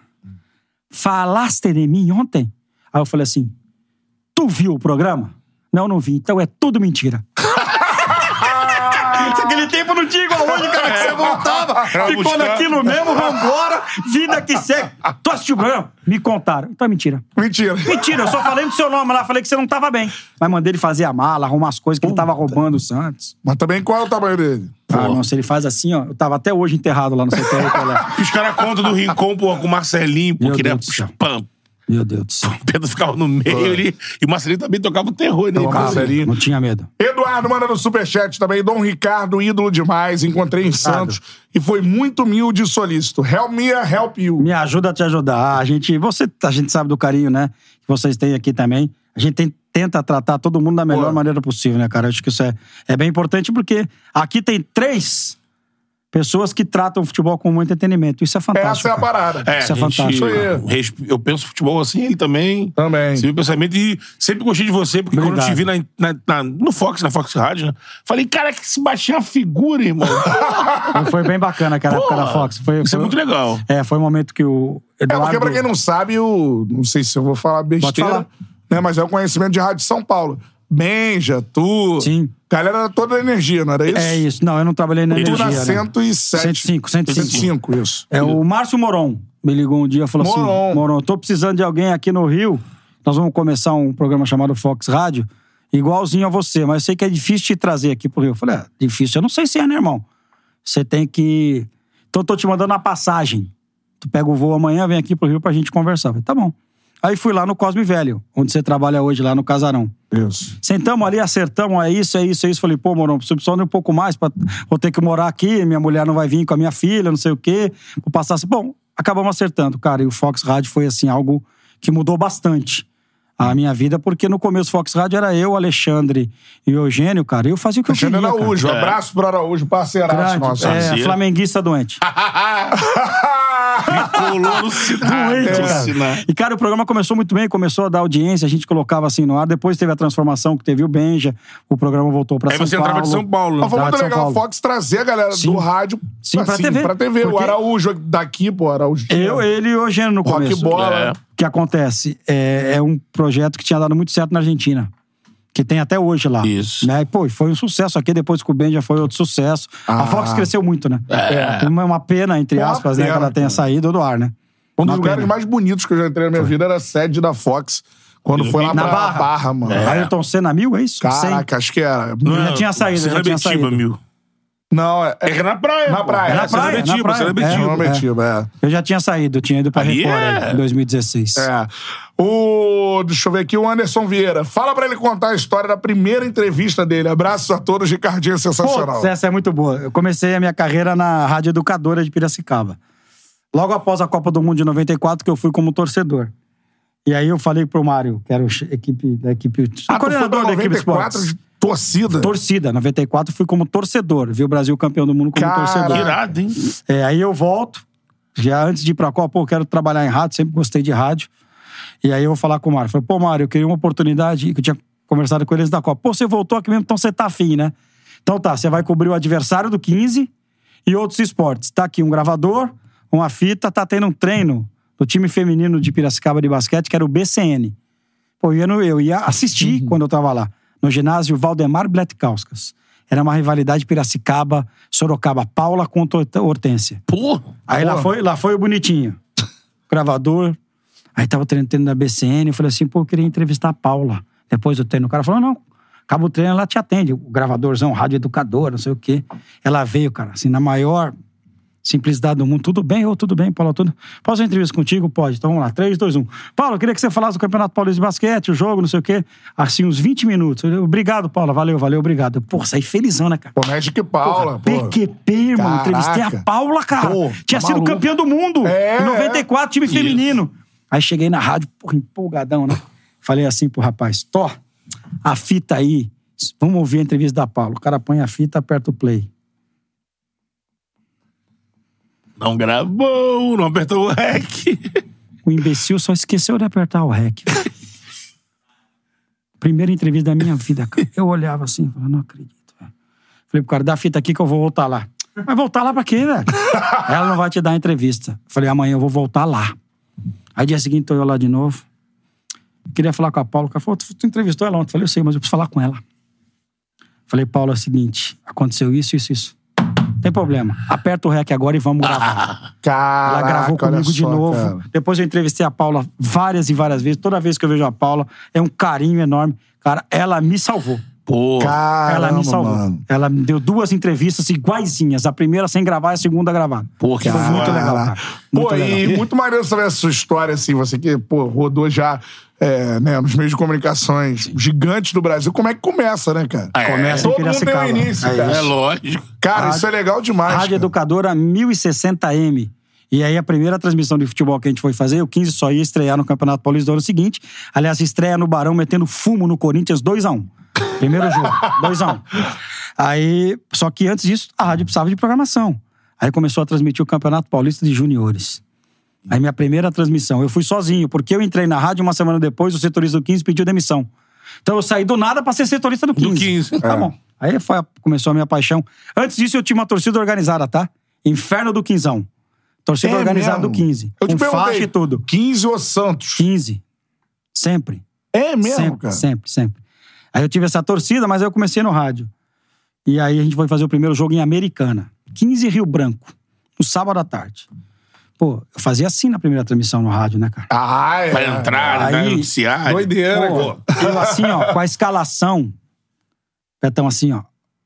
C: Falaste de mim ontem? Aí eu falei assim, tu viu o programa? Não, não vi. Então é tudo mentira. Aquele tempo não tinha igual hoje, cara, que você voltava, ficou naquilo mesmo, vambora, vida que segue. Tu assistiu o programa? Me contaram. Então é mentira.
A: Mentira.
C: Mentira, eu só falei do seu nome lá, falei que você não tava bem. Mas mandei ele fazer a mala, arrumar as coisas que ele tava roubando o Santos.
A: Mas também qual é o tamanho dele?
C: Ah, não, se ele faz assim, ó, eu tava até hoje enterrado lá no CTR. Pelé.
B: Os caras contam do Rincon, porra, com o Marcelinho,
C: Meu
B: porque ele é
C: Deus do céu.
B: pam.
C: Meu Deus do céu.
B: O Pedro ficava no meio ali. E o Marcelinho também tocava o terror, né?
A: Não,
B: Cara,
A: Marcelinho.
C: Ah, Não tinha medo.
A: Eduardo manda no superchat também. Dom Ricardo, ídolo demais. Encontrei em Santos. E foi muito humilde e solícito. Help me, help you.
C: Me ajuda a te ajudar. A gente, você, a gente sabe do carinho, né? Que vocês têm aqui também. A gente tem- tenta tratar todo mundo da melhor
A: Boa.
C: maneira possível, né, cara? Eu acho que isso é, é bem importante porque aqui tem três pessoas que tratam o futebol com muito entretenimento. Isso é fantástico.
A: Essa é a
C: cara.
A: parada.
B: É,
C: Isso é
B: a gente-
C: fantástico.
A: Isso
B: res- Eu penso futebol assim, ele também.
A: Também.
B: Esse meu pensamento. E sempre gostei de você, porque quando eu te vi
C: Obrigado.
B: na, na- na- no Fox, na Fox Rádio, né? falei, cara, que se baixar a figura, irmão.
C: Foi bem bacana aquela época da Fox. Foi,
B: Isso é
C: foi-
B: muito legal.
C: É, foi um momento que o
A: É,
C: Eduardo...
A: porque pra quem não sabe, eu não sei se eu vou falar besteira,
C: falar.
A: né? Mas é o conhecimento de rádio de São Paulo. Benja, tu.
C: Sim.
A: Galera era toda energia, não era isso? tá
C: É isso. Não, eu não trabalhei na
A: Tu
C: energia.
A: na
C: né?
A: 107.
C: 105, 105.
A: 105, isso.
C: É o Márcio Moron. Me ligou um dia e falou
A: Moron.
C: assim: Moron, eu tô precisando de alguém aqui no Rio. Nós vamos começar um programa chamado Fox Rádio, igualzinho a você, mas eu sei que é difícil te trazer aqui pro Rio. Eu falei: é, difícil, eu não sei se é, né, irmão? Você tem que. Então eu tô te mandando a passagem. Tu pega o voo amanhã, vem aqui pro Rio pra gente conversar. Eu falei, tá bom. Aí fui lá no Cosme Velho, onde você trabalha hoje, lá no Casarão.
A: Isso.
C: Sentamos ali, acertamos, é isso, é isso, é isso. Falei, pô, Morão, preciso só de um pouco mais, pra... vou ter que morar aqui, minha mulher não vai vir com a minha filha, não sei o quê. Vou passar assim. Bom, acabamos acertando, cara. E o Fox Rádio foi, assim, algo que mudou bastante a minha vida, porque no começo o Fox Rádio era eu, Alexandre e o Eugênio, cara. Eu fazia o que
A: Alexandre
C: eu queria,
A: Araújo, um abraço pro Araújo,
C: cara.
A: parceiraço nosso.
C: Grande, é, flamenguista doente.
B: Ah,
C: Ah,
B: Colou no sinal.
C: Doente,
B: no
C: cara.
B: sinal.
C: E, cara, o programa começou muito bem, começou a dar audiência, a gente colocava assim no ar. Depois teve a transformação que teve o Benja, o programa voltou pra
B: Aí
C: São
B: você
C: Paulo.
B: entrava de São Paulo.
A: Mas foi
C: Tá,
A: muito
C: de São
A: legal o
C: Paulo.
A: Fox trazer a galera
C: Sim.
A: do rádio
C: Sim, pra
A: assim,
C: TV.
A: O
C: Porque-
A: Araújo daqui, pô, Araújo.
C: Eu, ele e o Eugênio no
A: É. Rock
C: começo.
A: bola.
B: É.
C: O que acontece? É, é um projeto que tinha dado muito certo na Argentina. Que tem até hoje lá.
B: Isso.
C: Né? E, pô, e foi um sucesso aqui, depois com o Ben já foi outro sucesso.
A: Ah.
C: A Fox cresceu muito, né? É. Uma, uma pena, entre
A: Uma
C: aspas, né?
A: pena,
C: Que ela tenha
A: cara.
C: saído do ar, né?
A: Um dos
C: Uma
A: lugares
C: pena.
A: mais bonitos que eu já entrei na minha vida era a sede da Fox. Quando foi lá
C: Na
A: pra
C: Barra.
A: mano.
C: É. Ayrton Senna mil, é isso?
A: Caraca, acho que era.
C: Cem. já tinha saído,
B: Serra
C: já tinha
B: Betiba,
C: saído.
B: mil.
A: é Não, é.
B: É que é na praia.
A: Na
B: pô.
A: praia.
B: É
A: Na
B: na praia.
C: praia,
B: Serra
C: na
B: Betiba,
C: praia.
B: Serra
C: É,
B: Betiba.
A: Não, mentira,
C: Eu já tinha saído, eu tinha ido pra
B: Aí
C: Record
B: é-
C: aí, em 2016.
A: é. é. O. Deixa eu ver aqui, o Anderson Vieira. Fala pra ele contar a história da primeira entrevista dele. Abraços a todos, Ricardinho, sensacional.
C: Putz, essa é muito boa. Eu comecei a minha carreira na Rádio Educadora de Piracicaba. Logo após a Copa do Mundo de 94, que eu fui como torcedor. E aí eu falei pro Mário, que era o che- equipe, da equipe.
A: Ah, tu foi pra
C: coordenador da equipe
A: 94
C: esportes.
A: de torcida.
C: Torcida, 94 fui como torcedor. Vi o Brasil campeão do mundo como
A: Caraca.
C: torcedor.
B: Irado, hein?
C: É, aí eu volto, já antes de ir pra Copa, pô, eu quero trabalhar em rádio, sempre gostei de rádio. E aí eu vou falar com o Mário. Falei, pô, Mário, eu queria uma oportunidade, que eu tinha conversado com eles da Copa. Pô, você voltou aqui mesmo, então você tá afim, né? Então tá, você vai cobrir o adversário do 15 e outros esportes. Tá aqui um gravador, uma fita, tá tendo um treino do time feminino de Piracicaba de basquete, que era o BCN. Pô, eu ia, no- eu ia assistir quando eu tava lá, no ginásio Valdemar Bletkauskas. Era uma rivalidade Piracicaba, Sorocaba, Paula contra Hort- Hortência.
B: Pô.
C: Aí lá foi, lá foi o bonitinho. Gravador. Aí tava treinando treino da BCN, eu falei assim, pô, eu queria entrevistar a Paula. Depois do treino, o cara falou, não, acaba o treino, ela te atende. O gravadorzão, rádio educador, não sei o quê. Ela veio, cara, assim, na maior simplicidade do mundo. Tudo bem, ou tudo bem, Paula, tudo. Posso fazer entrevista contigo? Pode. Então vamos lá, 3, 2, 1. Paulo, eu queria que você falasse do Campeonato Paulista de Basquete, o jogo, não sei o quê. Assim, uns 20 minutos. Eu, obrigado, Paula, valeu, valeu, obrigado. Eu, Pô, saí felizão, né, cara?
A: Pô, Magic Paula, pô.
C: PQP, irmão.
A: Caraca.
C: Entrevistei a Paula, cara.
A: Pô,
C: Tinha
A: tá
C: sido
A: maluco.
C: campeão do mundo.
A: É,
C: em 94, time feminino. Aí cheguei na rádio, porra, empolgadão, né? Falei assim pro rapaz, Tó, a fita aí. Vamos ouvir a entrevista da Paula. O cara põe a fita, aperta o play.
B: Não gravou, não apertou o REC.
C: O imbecil só esqueceu de apertar o REC. Primeira entrevista da minha vida, cara. Eu olhava assim, falava, não acredito, velho. Falei pro cara, dá a fita aqui que eu vou voltar lá. Mas voltar lá pra quê, velho? Ela não vai te dar entrevista. Falei, amanhã eu vou voltar lá. Aí dia seguinte tô eu lá de novo. Queria falar com a Paula. O cara falou, tu, tu entrevistou ela ontem. Falei, eu sei, mas eu preciso falar com ela. Falei, Paula, é o seguinte, aconteceu isso, isso, isso. Tem problema. Aperta o REC agora e vamos gravar.
A: Caraca,
C: Ela gravou
A: olha
C: comigo de
A: só,
C: novo.
A: cara.
C: Depois eu entrevistei a Paula várias e várias vezes. Toda vez que eu vejo a Paula, é um carinho enorme. Cara, ela me salvou.
B: Pô.
A: Caramba,
C: ela me salvou.
A: mano.
C: Ela me deu duas entrevistas iguaizinhas. A primeira sem gravar e a segunda gravada.
B: Pô, que
C: Foi muito
B: foda.
C: legal, cara. Muito
A: pô,
C: legal.
A: e muito maneiro saber essa sua história, assim, você que, pô, rodou já é, né, nos meios de comunicações gigantes do Brasil. Como é que começa, né, cara?
B: É. Começa
C: em
A: Todo mundo tem um
C: Piracicaba.
A: início,
C: É
A: cara.
B: É lógico.
A: Cara,
C: Rádio-
A: isso é legal demais.
C: Rádio
A: cara.
C: Educadora 1060M. E aí, a primeira transmissão de futebol que a gente foi fazer, o 15 só ia estrear no Campeonato Paulista do ano seguinte. Aliás, estreia no Barão metendo fumo no Corinthians 2x1. Primeiro jogo, 2x1. Aí, só que antes disso, a rádio precisava de programação. Aí começou a transmitir o Campeonato Paulista de Juniores. Aí, minha primeira transmissão. Eu fui sozinho, porque eu entrei na rádio uma semana depois, o setorista do 15 pediu demissão. Então, eu saí do nada pra ser setorista do 15.
B: 15.
C: Tá bom. Aí foi a- começou a minha paixão. Antes disso, eu tinha uma torcida organizada, tá? Inferno do Quinzão. Torcida
A: É
C: organizada
A: mesmo?
C: do 15.
A: Eu te
C: com
A: perguntei,
C: faixa e tudo.
A: 15 ou Santos?
C: 15. Sempre.
A: É mesmo,
C: sempre,
A: cara?
C: sempre, sempre. Aí eu tive essa torcida, mas aí eu comecei no rádio. E aí a gente foi fazer o primeiro jogo em Americana. 15 Rio Branco. No sábado à tarde. Pô, eu fazia assim na primeira transmissão no rádio, né, cara?
A: Ah, é.
B: Pra entrar, pra
C: Aí-
B: anunciar.
A: Doideira,
C: Pô,
A: cara.
C: eu assim, ó, com a escalação. Petão assim, ó.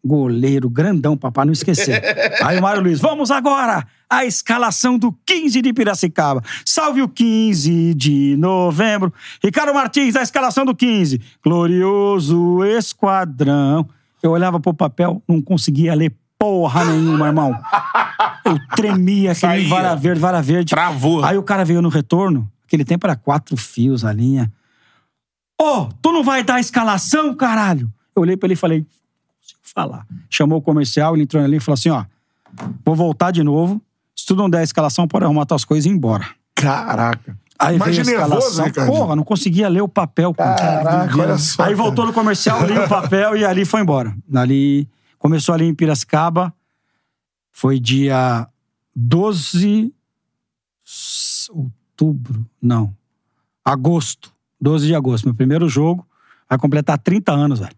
C: Goleiro, grandão, papai, não esquecer. Aí o Mário Luiz, vamos agora! A escalação do 15 de Piracicaba. Salve o 15 de novembro. Ricardo Martins, a escalação do 15. Glorioso esquadrão. Eu olhava pro papel, não conseguia ler porra nenhuma, irmão. Eu tremia, que nem
B: Saía.
C: vara verde, vara verde.
B: Travou.
C: Aí o cara veio no retorno, aquele tempo era quatro fios a linha. Ô, tu não vai dar a escalação, caralho? Eu olhei pra ele e falei, não consigo falar. Chamou o comercial, ele entrou ali e falou assim, ó, vou voltar de novo. Se tu não der a escalação, pode arrumar tuas coisas e ir embora.
A: Caraca.
C: Aí
A: Mas
C: veio
A: de
C: a
A: nervoso, né,
C: escalação.
A: Ricardo?
C: Porra, não conseguia ler o papel. cara.
A: Caraca, olha só,
C: Aí
A: cara.
C: voltou no comercial, li o papel e ali foi embora. Ali começou ali em Piracicaba. Foi dia 12 s- outubro, não. Agosto. 12 de agosto, meu primeiro jogo. Vai completar 30 anos, velho.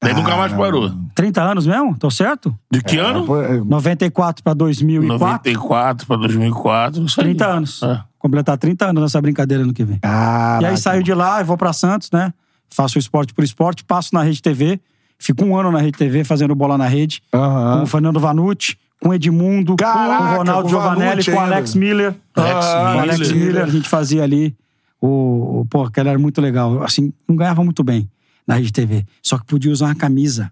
B: Daí nunca mais parou.
C: 30 anos mesmo? Tô certo?
B: De que ano?
A: Pô, é-
C: 94 pra 2004.
B: 94 pra 2004. isso aí.
C: 30 anos.
B: É.
C: Completar 30 anos nessa brincadeira ano que vem. E aí saio de lá, eu vou pra Santos, né? Faço o esporte por esporte, passo na Rede TV, fico um ano na Rede TV fazendo bola na rede, com
A: Aham.
C: o Fernando Vanucci, com o Edmundo,
A: Caraca,
C: com o
A: com
C: Ronaldo
A: o
C: Giovanelli,
A: Vanucci
C: com o
A: ainda. Ah,
C: Alex Miller.
B: Alex
C: Com o Alex
B: Miller.
C: Miller, a gente fazia ali o, o pô, aquela era muito legal. Assim, não ganhava muito bem na Rede TV, só que podia usar uma camisa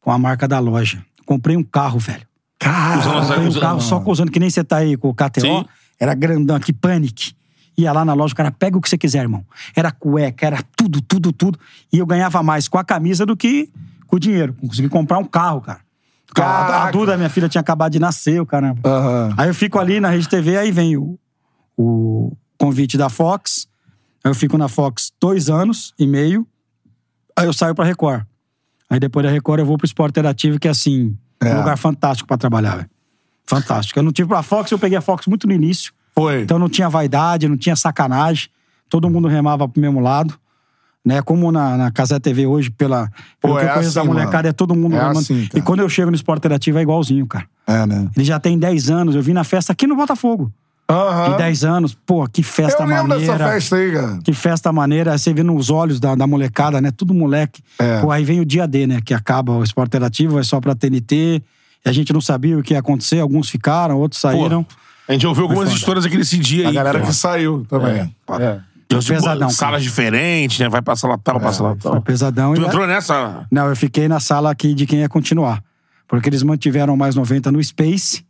C: com a marca da loja. Comprei um carro, velho.
B: Usando-
C: Comprei um
B: usando-
C: carro só com usando que nem você tá aí com o KTO.
B: Sim.
C: Era grandão aqui, panic. Ia lá na loja, o cara pega o que você quiser, irmão. Era cueca, era tudo, tudo, tudo. E eu ganhava mais com a camisa do que com o dinheiro. Consegui comprar um carro, cara. A- A
A: Caraca.
C: Duda, minha filha, tinha acabado de nascer, o caramba.
A: Aham.
C: Aí eu fico ali na Rede TV, aí vem o, o convite da Fox. Aí eu fico na Fox dois anos e meio. Aí eu saio pra Record. Aí depois da Record eu vou pro Esporte Interativo, que é assim, um lugar fantástico pra trabalhar, velho. Fantástico. Eu não tive pra Fox, eu peguei a Fox muito no início.
A: Foi.
C: Então não tinha vaidade, não tinha sacanagem. Todo mundo remava pro mesmo lado. Né? Como na, na Casa TV hoje, pela, pelo
A: Pô,
C: que
A: é
C: eu conheço da
A: assim,
C: molecada,
A: mano.
C: é todo mundo
A: É
C: remando.
A: assim, cara.
C: e quando eu chego no Esporte Interativo é igualzinho, cara.
A: É, né?
C: Ele já tem 10 anos, eu vim na festa aqui no Botafogo.
A: Aham.
C: De 10 anos, pô, que festa
A: Ah. Eu lembro
C: maneira.
A: dessa festa aí, cara.
C: Que festa maneira, você vê nos olhos da, da molecada, né? Tudo moleque.
A: É.
C: Pô, aí vem o dia D, né? Que acaba o esporte interativo, é só pra TNT. E a gente não sabia o que ia acontecer, alguns ficaram, outros saíram.
B: A gente ouviu algumas
C: foda.
B: histórias aqui nesse dia
A: A
B: aí.
A: galera
B: cara.
A: que saiu também. É.
B: Então, tipo,
C: Pesadão, cara. É,
B: Salas diferentes, né? Vai pra sala tal, pra sala
C: Foi
A: Então,
B: tal.
C: pesadão.
B: Tu
C: e-
B: entrou nessa?
C: Não, eu fiquei na sala aqui de quem ia continuar. Porque eles mantiveram mais 90 no Space.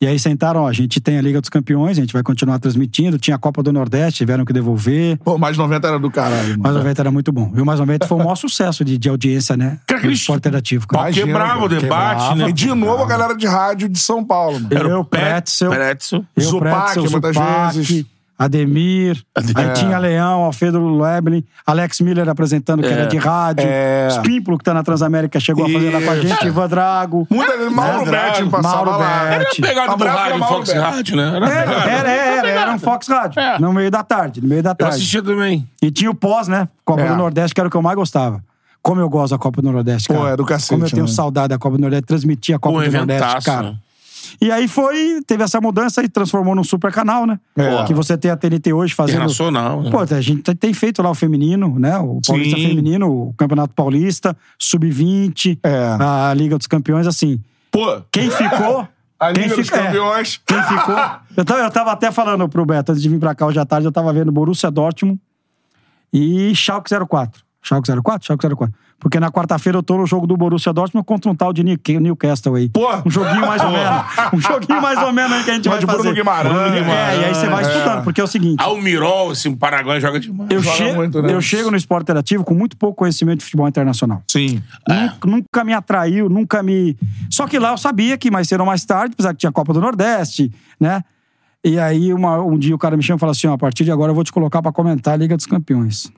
C: E aí sentaram, ó, a gente tem a Liga dos Campeões, a gente vai continuar transmitindo. Tinha a Copa do Nordeste, tiveram que devolver.
A: Pô, mais 90 era do caralho.
C: Mais
A: mano.
C: 90 era muito bom. E o Mais 90 foi o maior sucesso de, de audiência, né?
B: Cara,
C: do
B: aqueles-
C: esporte interativo, cara.
B: Pau quebrava o debate,
C: quebrava.
B: né?
A: E de novo a galera de rádio de São Paulo, mano.
C: Eu, Pretzel.
B: Pretzel.
C: Eu,
A: Zupac,
C: Pretzel,
A: muitas
C: Zupac,
A: vezes.
C: Ademir, aí
B: É.
C: tinha Leão, Alfredo Leblin, Alex Miller apresentando, que era de rádio,
A: É.
C: Spimplo, que tá na Transamérica, chegou a fazer lá com a gente, Ivan Drago.
B: é
A: Muita vezes Mauro
B: Mauro
A: Betti
B: Betti,
A: passava
C: Mauro
A: lá.
C: Betti.
B: Era a pegada do
A: Abraço pra
B: rádio,
A: Mauro
B: Fox
A: Beto.
B: Rádio, né? Era a
C: Era,
B: pegada.
C: era, era, era um Fox Rádio,
B: É.
C: no meio da tarde, no meio da
B: Eu
C: tarde.
B: assistia também.
C: E tinha o pós, né? Copa
A: É.
C: do Nordeste, que era o que eu mais gostava. Como eu gosto da Copa do Nordeste,
A: Pô,
C: cara.
A: é do cacete,
C: Como eu tenho
A: né?
C: saudade da Copa do Nordeste, transmitir a
B: Pô,
C: Copa do Nordeste,
B: inventaço,
C: cara.
B: Um né?
C: E aí foi, teve essa mudança e transformou num super canal, né?
A: É.
C: Que você tem a TNT hoje fazendo.
B: Internacional. né?
C: Pô, a gente tem- tem feito lá o feminino, né? O Paulista
B: Sim.
C: Feminino, o Campeonato Paulista, Sub-20,
A: É.
C: a Liga dos Campeões, assim.
B: Pô,
C: Quem ficou.
A: A
C: quem
A: Liga dos
C: fica- é,
A: Campeões.
C: quem ficou. Eu tava, eu tava até falando pro Beto, antes de vir pra cá hoje à tarde, eu tava vendo Borussia Dortmund e Schalke 04. Schalke 04? Schalke 04. Porque na quarta-feira eu tô no jogo do Borussia Dortmund contra um tal de Nick- Newcastle aí.
A: Pô!
C: Um joguinho mais ou menos. Um joguinho mais ou menos aí que a gente
A: Mas de
C: vai
A: Bruno
C: fazer.
A: Guimarães,
C: É, e aí você vai
A: é.
C: estudando, porque é o seguinte...
B: Almirol, esse Paraguai joga demais.
C: Eu,
A: Joga
C: che-
A: muito, né?
C: eu chego no esporte interativo com muito pouco conhecimento de futebol internacional.
A: Sim.
C: Nunca, nunca me atraiu, nunca me. Só que lá eu sabia que mais cedo ou mais tarde, apesar que tinha Copa do Nordeste, né? E aí uma- um dia o cara me chama e fala assim: ó, a partir de agora eu vou te colocar pra comentar a Liga dos Campeões.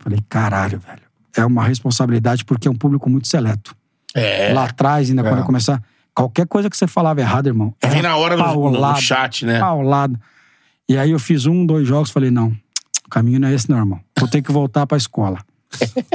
C: Falei, caralho, velho. É uma responsabilidade porque é um público muito seleto.
B: É. É,
C: Lá atrás, ainda quando eu começar. Qualquer coisa que você falava errado, irmão. era
B: Vem na hora do- do, do
C: paulada,
B: chat, né?
C: paulada. E aí eu fiz um, dois jogos, falei, não, o caminho não é esse, não, irmão. Vou ter que voltar pra escola.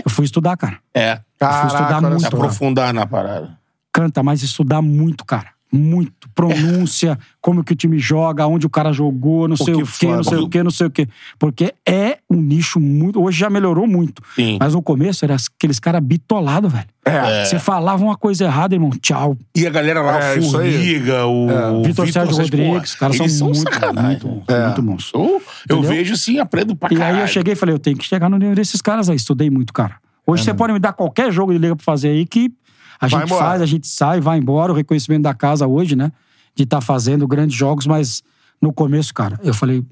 C: Eu fui estudar, cara.
B: É.
C: fui estudar
A: Caraca, olha
C: muito.
B: Se
A: só.
B: aprofundar na parada.
C: Canta, mas estudar muito, cara. Muito. Pronúncia, como que o time joga, onde o cara jogou, não sei
A: que
C: o quê,
A: foda.
C: não sei o quê, não sei o quê. Porque é um nicho muito. Hoje já melhorou muito.
B: Sim.
C: Mas no começo era aqueles caras bitolados, velho.
A: É.
C: Você falava uma coisa errada, irmão. Tchau.
B: E a galera lá,
A: É,
B: o
A: isso aí.
B: Formiga, o o
C: É. Vitor Sérgio
B: essas
C: Rodrigues, os
B: porra,
C: caras são,
B: eles
C: muito,
B: sacanagem.
C: muito, bons,
B: É.
C: muito bons.
B: Eu, eu
C: Entendeu?
B: vejo sim, aprendo pra
C: E
B: caralho.
C: aí eu cheguei e falei, eu tenho que chegar no nível desses caras aí. Estudei muito, cara. Hoje você pode me dar qualquer jogo de liga pra fazer aí que A
A: Uhum. Vai
C: gente
A: embora.
C: faz, a gente sai, vai embora. O reconhecimento da casa hoje, né? De estar fazendo grandes jogos, mas no começo, cara, eu falei,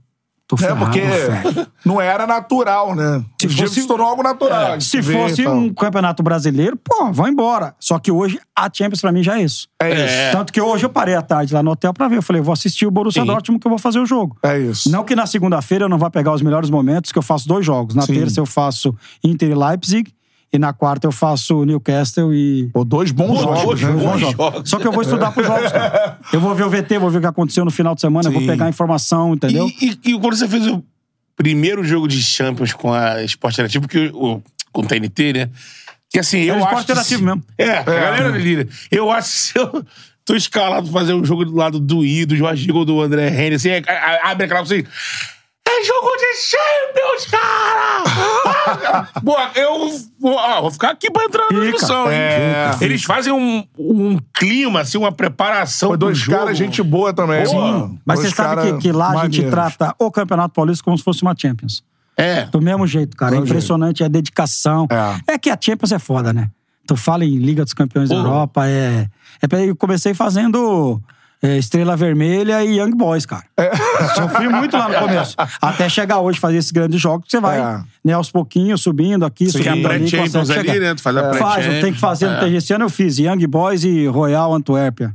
C: tô
A: É,
C: ferrado,
A: porque
C: velho.
A: não era natural, né? Se
C: Se fosse- É,
A: fosse, se tornou algo natural.
C: Se
A: Vê,
C: fosse
A: então.
C: um campeonato brasileiro, pô, vai embora. Só que hoje a Champions pra mim já é isso.
A: É isso.
B: É.
C: Tanto que hoje eu parei à tarde lá no hotel pra ver. Eu falei, vou assistir o Borussia
B: Sim.
C: Dortmund que eu vou fazer o jogo.
A: É isso.
C: Não que na segunda-feira eu não vá pegar os melhores momentos, que eu faço dois jogos. Na
A: Sim.
C: terça eu faço Inter e Leipzig e na quarta eu faço Newcastle e...
A: Pô, dois bons
B: Pô,
A: jogos,
B: dois
A: né?
B: bons
A: Bons
B: jogos.
A: jogos.
C: Só que eu vou estudar pros jogos, cara. Eu vou ver o VT, vou ver o que aconteceu no final de semana, eu vou
B: Sim.
C: pegar informação, entendeu?
B: E, e- e quando você fez o primeiro jogo de Champions com a Esporte Interativo, que o, o- com o TNT, né? Que assim, eu
C: Era
B: acho.
C: Esporte
B: que
C: Interativo
B: se-
C: mesmo.
B: É, a galera delira. Eu acho que se eu tô escalado pra fazer um jogo do lado do Ido, do Jorge Igor, do André Henrique, assim, é- a- a- abre aquela assim. É jogo de Champions, cara! Boa, eu vou, ó, vou ficar aqui pra entrar na
C: Fica.
B: discussão, hein?
A: É.
B: Eles fazem um, um clima, assim, uma preparação.
A: Foi dois
B: pro jogo.
A: caras, gente boa também. Sim,
C: Mas você sabe que, que lá a gente trata o Campeonato Paulista como se fosse uma Champions.
B: É.
C: Do mesmo jeito, cara. É
A: Mesmo
C: impressionante a dedicação. É. que a Champions é foda, né? Tu fala em Liga dos Campeões da
B: Porra.
C: Europa, é... é... pra- Eu comecei fazendo é, Estrela Vermelha e Young Boys, cara.
B: É.
C: Sofri muito lá no começo. Até chegar hoje, fazer esses grandes jogos, que você vai,
A: É.
C: né, aos pouquinhos, subindo aqui,
B: Sim,
C: subindo
B: a
C: ali,
B: pré-Champions
C: consegue
B: ali,
C: chegar. É.
B: né? Tu faz a
C: Faz,
B: pré-Champions.
C: eu tenho que fazer no
B: É.
C: TG. Esse ano eu fiz Young Boys e Royal Antuérpia.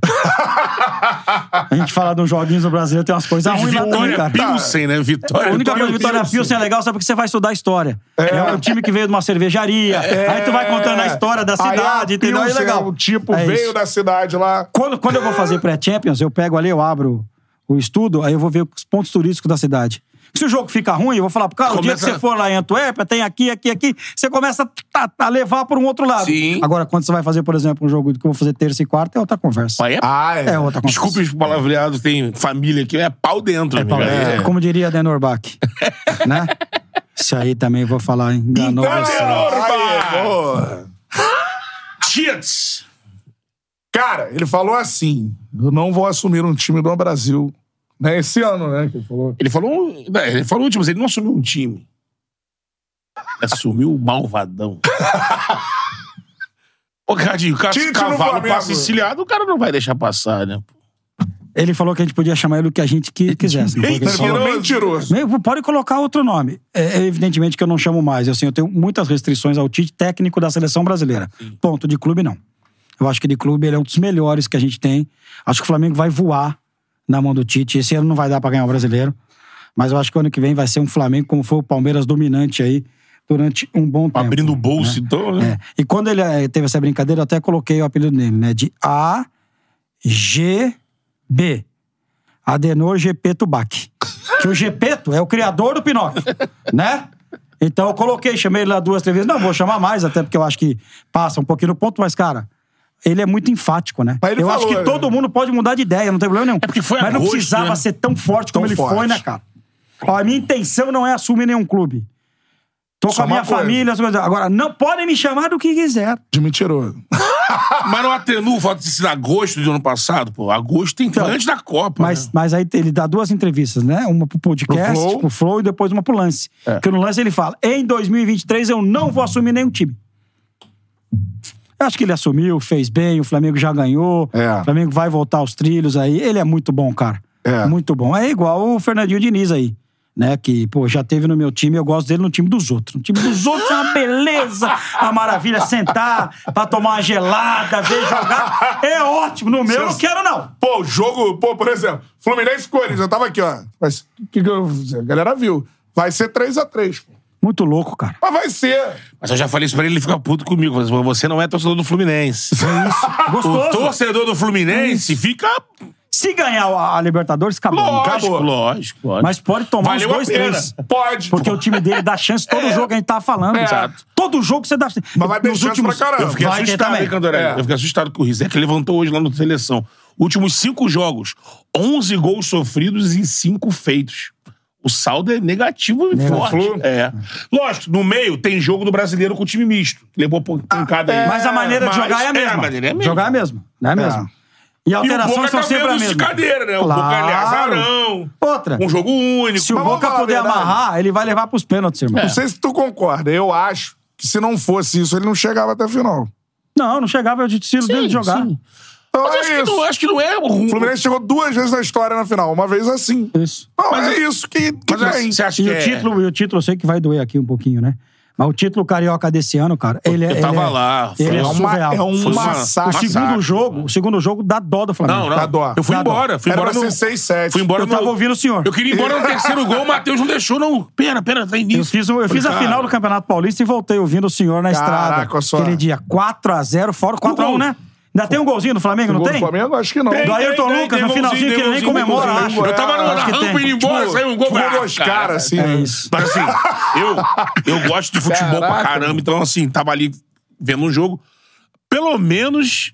C: a gente fala de uns joguinhos no Brasil, tem umas coisas ruins lá também,
B: Vitória
C: cara.
B: Pilsen, né? Vitória
C: A única coisa que Vitória Pilsen é legal, sabe porque você vai estudar história. É, um time que veio de uma cervejaria.
A: É.
C: Aí tu vai contando a história da cidade, entendeu? Aí é legal.
A: O tipo
C: É
A: veio
C: isso.
A: da cidade lá.
C: Quando, quando eu vou fazer pré-Champions, eu pego ali, eu abro o estudo, aí eu vou ver os pontos turísticos da cidade. Se o jogo fica ruim, eu vou falar, cara, o dia que
B: Começa-
C: você for lá em Antuérpia, tem aqui, aqui, aqui, você começa a, a- a levar para um outro lado.
B: Sim.
C: Agora, quando você vai fazer, por exemplo, um jogo que eu vou fazer terça e quarta, é outra conversa.
B: Aí é...
A: Ah, é.
C: É outra conversa.
B: Desculpa os palavreados, tem família aqui, é pau dentro, amigo.
C: É,
B: É.
C: Como diria Denor Bach, né? Isso aí também vou falar, enganou
A: Então,
C: você.
B: Denor!
A: Aí, boa.
B: Cheats!
A: Cara, ele falou assim: eu não vou assumir um time do Brasil. Né? Esse ano, né? Que ele falou.
B: Ele falou, um, ele falou último, mas ele não assumiu um time. Assumiu o malvadão. Ô, Cadinho, o
A: Tite no
B: cavalo
A: Flamengo.
B: passa encilhado, o cara não vai deixar passar, né?
C: Ele falou que a gente podia chamar ele o que a gente que quisesse. Não foi o que ele
A: Ele falou
C: falou.
A: mentiroso.
C: Meio- Pode colocar outro nome. É, é evidentemente que eu não chamo mais. Assim, eu tenho muitas restrições ao Tite técnico da seleção brasileira. Ponto. De clube, não. Eu acho que de clube ele é um dos melhores que a gente tem. Acho que o Flamengo vai voar na mão do Tite. Esse ano não vai dar pra ganhar o brasileiro. Mas eu acho que o ano que vem vai ser um Flamengo, como foi o Palmeiras, dominante aí durante um bom tempo.
B: Abrindo o bolso, então, É,
A: Uhum.
B: né?
C: É. E quando ele eh, teve essa brincadeira, eu até coloquei o apelido dele, né? De A G B. Adenor Gepeto Bac. Que o Gepeto é o criador do Pinóquio, né? Então eu coloquei, chamei ele lá duas, três vezes. Não, vou chamar mais, até porque eu acho que passa um pouquinho no ponto, mas, cara, ele é muito enfático, né?
A: Mas ele
C: eu
A: falou,
C: acho que
A: né?
C: todo mundo pode mudar de ideia, não tem problema nenhum.
B: É porque foi a
C: mas não
B: gosto,
C: precisava
B: né?
C: ser tão forte como
A: Tão
C: ele foi,
A: forte.
C: né, cara? Ó, a minha intenção não é assumir nenhum clube. Tô
A: Só
C: com a
A: uma
C: minha
A: coisa.
C: família, as coisas. Agora, não podem me chamar do que quiser.
A: De mentiroso.
B: Mas não atenua o fato de ser agosto do ano passado, pô. Agosto tem
C: Então,
B: antes da Copa.
C: Mas,
B: né?
C: mas aí ele dá duas entrevistas, né? Uma pro
A: Pro
C: podcast, pro
A: Flow. É.
C: Flow, e depois uma pro Lance. Porque no Lance ele fala: em 2023 eu não vou assumir nenhum time. Eu acho que ele assumiu, fez bem, o Flamengo já ganhou.
A: É.
C: O Flamengo vai voltar aos trilhos aí. Ele é muito bom, cara.
A: É.
C: Muito bom. É igual o Fernandinho Diniz aí. Né, que, pô, já teve no meu time, eu gosto dele no time dos outros. No time dos outros é uma beleza, uma maravilha. Sentar pra tomar uma gelada, ver jogar, é ótimo. No meu, eu não quero, não.
A: Pô, o jogo, pô, por exemplo, Fluminense e Corinthians, eu tava aqui, ó. Mas que, que eu, vou dizer? a galera viu. Vai ser 3x3, pô.
C: Muito louco, cara.
A: Mas vai ser.
B: Mas eu já falei isso pra ele, ele fica puto comigo. Mas você não é torcedor do Fluminense.
C: Gostoso.
B: O torcedor do Fluminense fica.
C: Se ganhar a a Libertadores, acabou.
B: Lógico,
C: Acabou.
B: lógico, lógico.
C: Mas pode tomar
B: Valeu
C: os dois,
B: a pena.
C: três.
A: Pode.
C: Porque o time dele dá chance todo jogo, a gente tava falando.
B: Exato.
C: Todo jogo você dá chance.
A: Mas vai ter
C: Nos
A: chance pra caramba.
B: Eu fiquei
C: vai ter
B: assustado,
C: também.
B: hein, Cantorelli?
A: É.
B: Eu fiquei assustado com o Rizek. levantou hoje lá no Seleção. Últimos cinco jogos, 11 gols sofridos e cinco feitos. O saldo é negativo e forte.
A: Flu?
B: É. Lógico, no meio tem jogo do brasileiro com time misto. que Levou pon- pancada aí.
C: Ah, Mas a maneira de jogar é a mesma.
B: a maneira é a mesma.
C: Jogar é a mesma. Não é mesmo? E a
B: E o
C: alteração
B: Boca
C: são
B: tá
C: sempre a
B: vendo de
C: mesma.
B: cadeira, né? O Boca é
C: Claro.
B: azarão.
C: Outra.
B: Um jogo único.
C: Se o
A: Mas vamos
C: Boca
A: falar a
C: puder
A: verdade.
C: amarrar, ele vai levar pros
B: É.
C: pênaltis, irmão.
A: Não sei se tu concorda. Eu acho que se não fosse isso, ele não chegava até a final.
C: Não, não chegava ao estilo dele de jogar.
B: sim.
A: Então
B: Mas acho,
A: é
B: que não,
A: isso.
B: acho que não é
A: O
B: ruim.
A: Fluminense chegou duas vezes na história na final. Uma vez assim.
C: Isso.
A: Não,
B: Mas
A: mas é
B: é-
A: isso que, que
B: Mas
A: tem.
B: assim, você acha
C: E
B: que
C: o
B: é-
C: título, e o título, eu sei que vai doer aqui um pouquinho, né? Mas o título carioca desse ano, cara, ele é.
B: Eu
C: ele
B: tava
C: é-
B: lá,
C: Ele
B: foi
C: é,
B: uma-
C: surreal.
A: é um
C: Foi uma-
A: massacre.
C: O segundo
B: Massacre.
C: jogo, o segundo jogo dá dó do Flamengo.
B: Não, não.
A: Dá dó.
B: Eu fui
C: Dá dó.
B: embora. Fui
A: Era
B: embora
A: pra
B: no...
A: ser 6, 7.
B: Fui embora
C: Eu tava ouvindo o senhor.
B: Eu queria ir embora no terceiro gol, o Matheus não deixou, não. Pera, pera, tá início.
C: Eu fiz, o- eu fiz a
B: Cara,
C: final do Campeonato Paulista e voltei ouvindo o senhor na
A: Caraca,
C: estrada.
A: olha só.
C: Aquele dia 4x0, fora o 4x1,
B: gol.
C: né? Ainda tem um golzinho do Flamengo, não
A: Gol do
C: tem?
A: Flamengo, acho que não.
B: tem,
C: Do Ayrton
B: tem, tem,
C: Lucas,
B: tem
C: no
B: golzinho,
C: finalzinho,
B: tem
C: que ele nem
B: golzinho,
C: comemora,
B: tem golzinho.
C: acho.
B: Eu tava
A: É,
B: na- na
C: acho que
B: rampa
C: tem.
B: indo embora,
A: Tipo,
B: saiu um gol.
A: tipo
B: Ah,
A: gol dos caras, assim.
C: É
A: né?
C: isso.
B: Mas assim, eu, eu gosto de futebol pra
A: Caraca.
B: caramba, então assim, tava ali vendo um jogo. Pelo menos,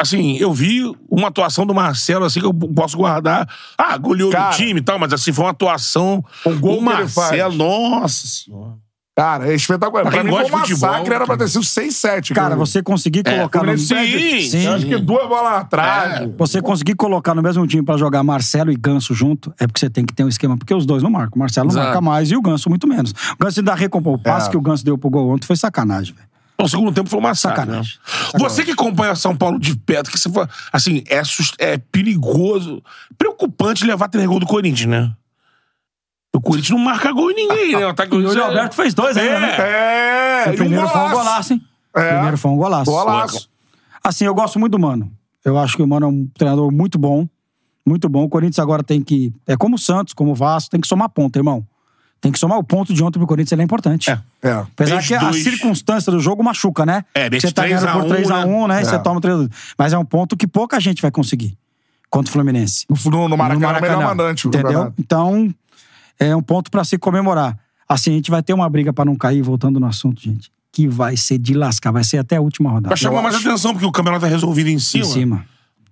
B: assim, eu vi uma atuação do Marcelo, assim, que eu posso guardar. Ah, goleou
A: Cara.
B: do time e tal, mas assim, foi uma atuação.
A: O gol
B: do
A: que ele faz.
B: Marcelo, nossa senhora.
A: Cara, é espetacular. Pra,
B: Pra
A: mim
B: quem
A: foi um
B: gosta de futebol,
A: massacre, era pra
B: cara.
A: ter sido 6, 7.
C: Cara, você conseguir colocar no.
A: Fluminense perde.
B: Sim,
A: Eu acho que duas bolas atrás.
C: Você conseguir colocar no mesmo time pra jogar Marcelo e Ganso junto, é porque você tem que ter um esquema, porque os dois não marcam. O Marcelo não
B: Exato.
C: marca mais e o Ganso muito menos. O Ganso ainda recompõe. O
A: É.
C: passe que o Ganso deu pro gol ontem foi sacanagem, velho.
B: O segundo tempo foi uma sacanagem.
C: Sacanagem.
B: Você que acompanha São Paulo de perto, que você fala, assim, é, sus- é perigoso, preocupante levar três gols do Corinthians, né? O Corinthians não marca gol em ninguém, né? O ataque do
C: E o Zé Alberto fez dois ainda,
B: É.
C: né?
A: É,
C: O
A: e
C: primeiro foi um golaço, hein?
A: É.
C: O primeiro foi um golaço.
A: Golaço.
C: Assim, eu gosto muito do Mano. Eu acho que o Mano é um treinador muito bom. Muito bom. O Corinthians agora tem que. É como o Santos, como o Vasco, tem que somar ponto, irmão. Tem que somar o ponto de ontém pro Corinthians, ele é importante.
B: É.
A: É.
C: Apesar
B: Fez
C: que a
B: dois.
C: circunstância do jogo machuca, né?
B: É, desse
C: Você tá
B: 3 a
C: ganhando por
B: 1,
C: 3x1, né?
A: né?
C: E Você
A: É.
C: toma 3 x Mas é um ponto que pouca gente vai conseguir contra o Fluminense.
A: No, no Maracanã,
C: No Maracanã,
A: é o melhor mandante. o
C: entendeu?
A: campeonato.
C: Então, é um ponto pra se comemorar. Assim, a gente vai ter uma briga pra não cair, voltando no assunto, gente, que vai ser de lascar, vai ser até a última rodada.
B: Pra chamar mais atenção, porque o campeonato é resolvido em
C: em
B: cima.
C: cima.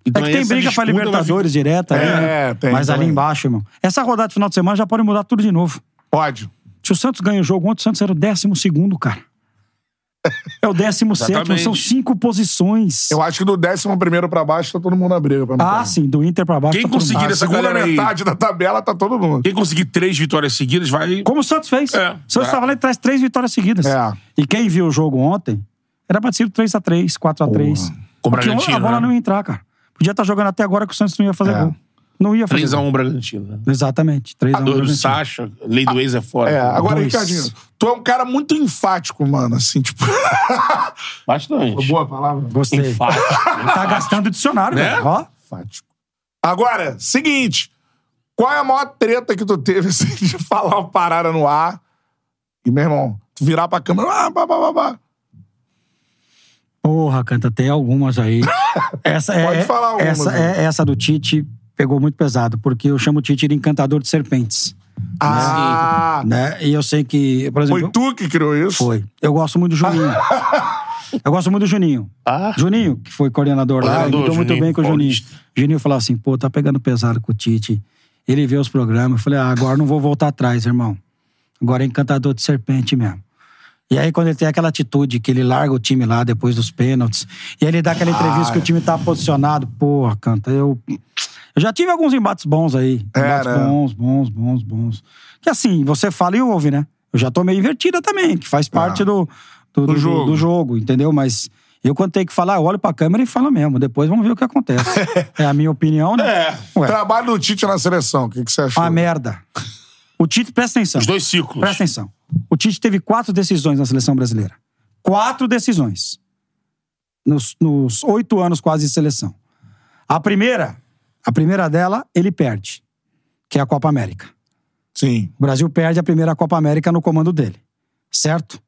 B: Então,
C: é que tem
B: essa
C: briga
B: disputa
C: pra
B: vai
C: Libertadores direta,
A: É,
C: né?
A: tem
C: mas ali
A: também.
C: embaixo, irmão. Essa rodada de final de semana já pode mudar tudo de novo.
A: Pode.
C: Se o Santos ganha o jogo ontem, o Santos era o décimo segundo, cara. É o décimo sétimo,
B: Exatamente.
C: são cinco posições.
A: Eu acho que do 11 pra baixo tá todo mundo na briga. Pra não
C: Ah,
A: cair.
C: sim, do Inter pra baixo.
B: Quem
C: tá todo mundo.
B: conseguir
A: A
B: essa
A: segunda
B: galera aí.
A: metade da tabela tá todo mundo.
B: Quem conseguir três vitórias seguidas vai.
C: Como o Santos fez.
B: É,
C: o Santos
B: é.
C: estava lá e traz três vitórias seguidas.
A: É.
C: E quem viu o jogo ontem, era pra ter sido 3x3, 4x3.
B: Com o
C: Porque
B: Bragantino,
C: a bola
B: né?
C: não ia entrar, cara. Podia estar jogando até agora que o Santos não ia fazer
A: É.
C: gol. Não ia fazer.
B: 3x1
C: gol.
B: Bragantino, né?
C: Exatamente, 3x1.
B: Dois do Sacha, lei do ex é fora.
A: É, agora,
C: Dois.
A: Ricardinho, tu é um cara muito enfático, mano, assim, tipo...
B: Bastante.
A: Boa palavra.
C: Gostei. Tá gastando o dicionário,
B: Né?
C: né? Ó.
A: Enfático. Agora, seguinte, qual é a maior treta que tu teve, assim, de falar uma parada no ar e, meu irmão, tu virar pra câmera, ah, bah, bah, bah, bah.
C: Porra, canta, tem algumas aí. Essa é,
A: Pode falar algumas,
C: Essa,
A: né?
C: é, essa do Tite pegou muito pesado, porque eu chamo o Tite de encantador de serpentes.
A: Ah,
C: Né? E eu sei que, por exemplo.
A: foi tu que criou isso?
C: Foi. Eu gosto muito do Juninho. eu gosto muito do Juninho.
B: Ah.
C: Juninho, que foi coordenador, lá,
B: Coordenador,
C: lidou muito
B: Juninho,
C: bem com o Juninho.
B: Paulista.
C: Juninho falou assim, pô, tá pegando pesado com o Tite. Ele vê os programas. Eu falei, ah, agora não vou voltar atrás, irmão. Agora é encantador de serpente mesmo. E aí, quando ele tem aquela atitude que ele larga o time lá depois dos pênaltis, e aí ele dá aquela
B: Ah,
C: entrevista que o time tá posicionado, porra, canta, eu. Eu já tive alguns embates bons aí.
A: É,
C: Embates
A: né?
C: bons, bons, bons, bons. Que assim, você fala e ouve, né? Eu já tô meio invertida também, que faz parte do, do, do- do
A: jogo.
C: jogo. entendeu? Mas eu quando tenho que falar, eu olho pra câmera e falo mesmo. Depois vamos ver o que acontece. é a minha opinião, né? Ué, Ah,
A: Trabalho do Tite na seleção, o que, que você achou?
C: uma merda. O Tite, presta atenção.
B: Os dois ciclos.
C: Presta atenção. O Tite teve quatro decisões na seleção brasileira. Quatro decisões. Nos, nos oito anos quase de seleção. A primeira, a primeira dela, ele perde, que é a Copa América.
A: Sim.
C: O Brasil perde a primeira Copa América no comando dele. Certo?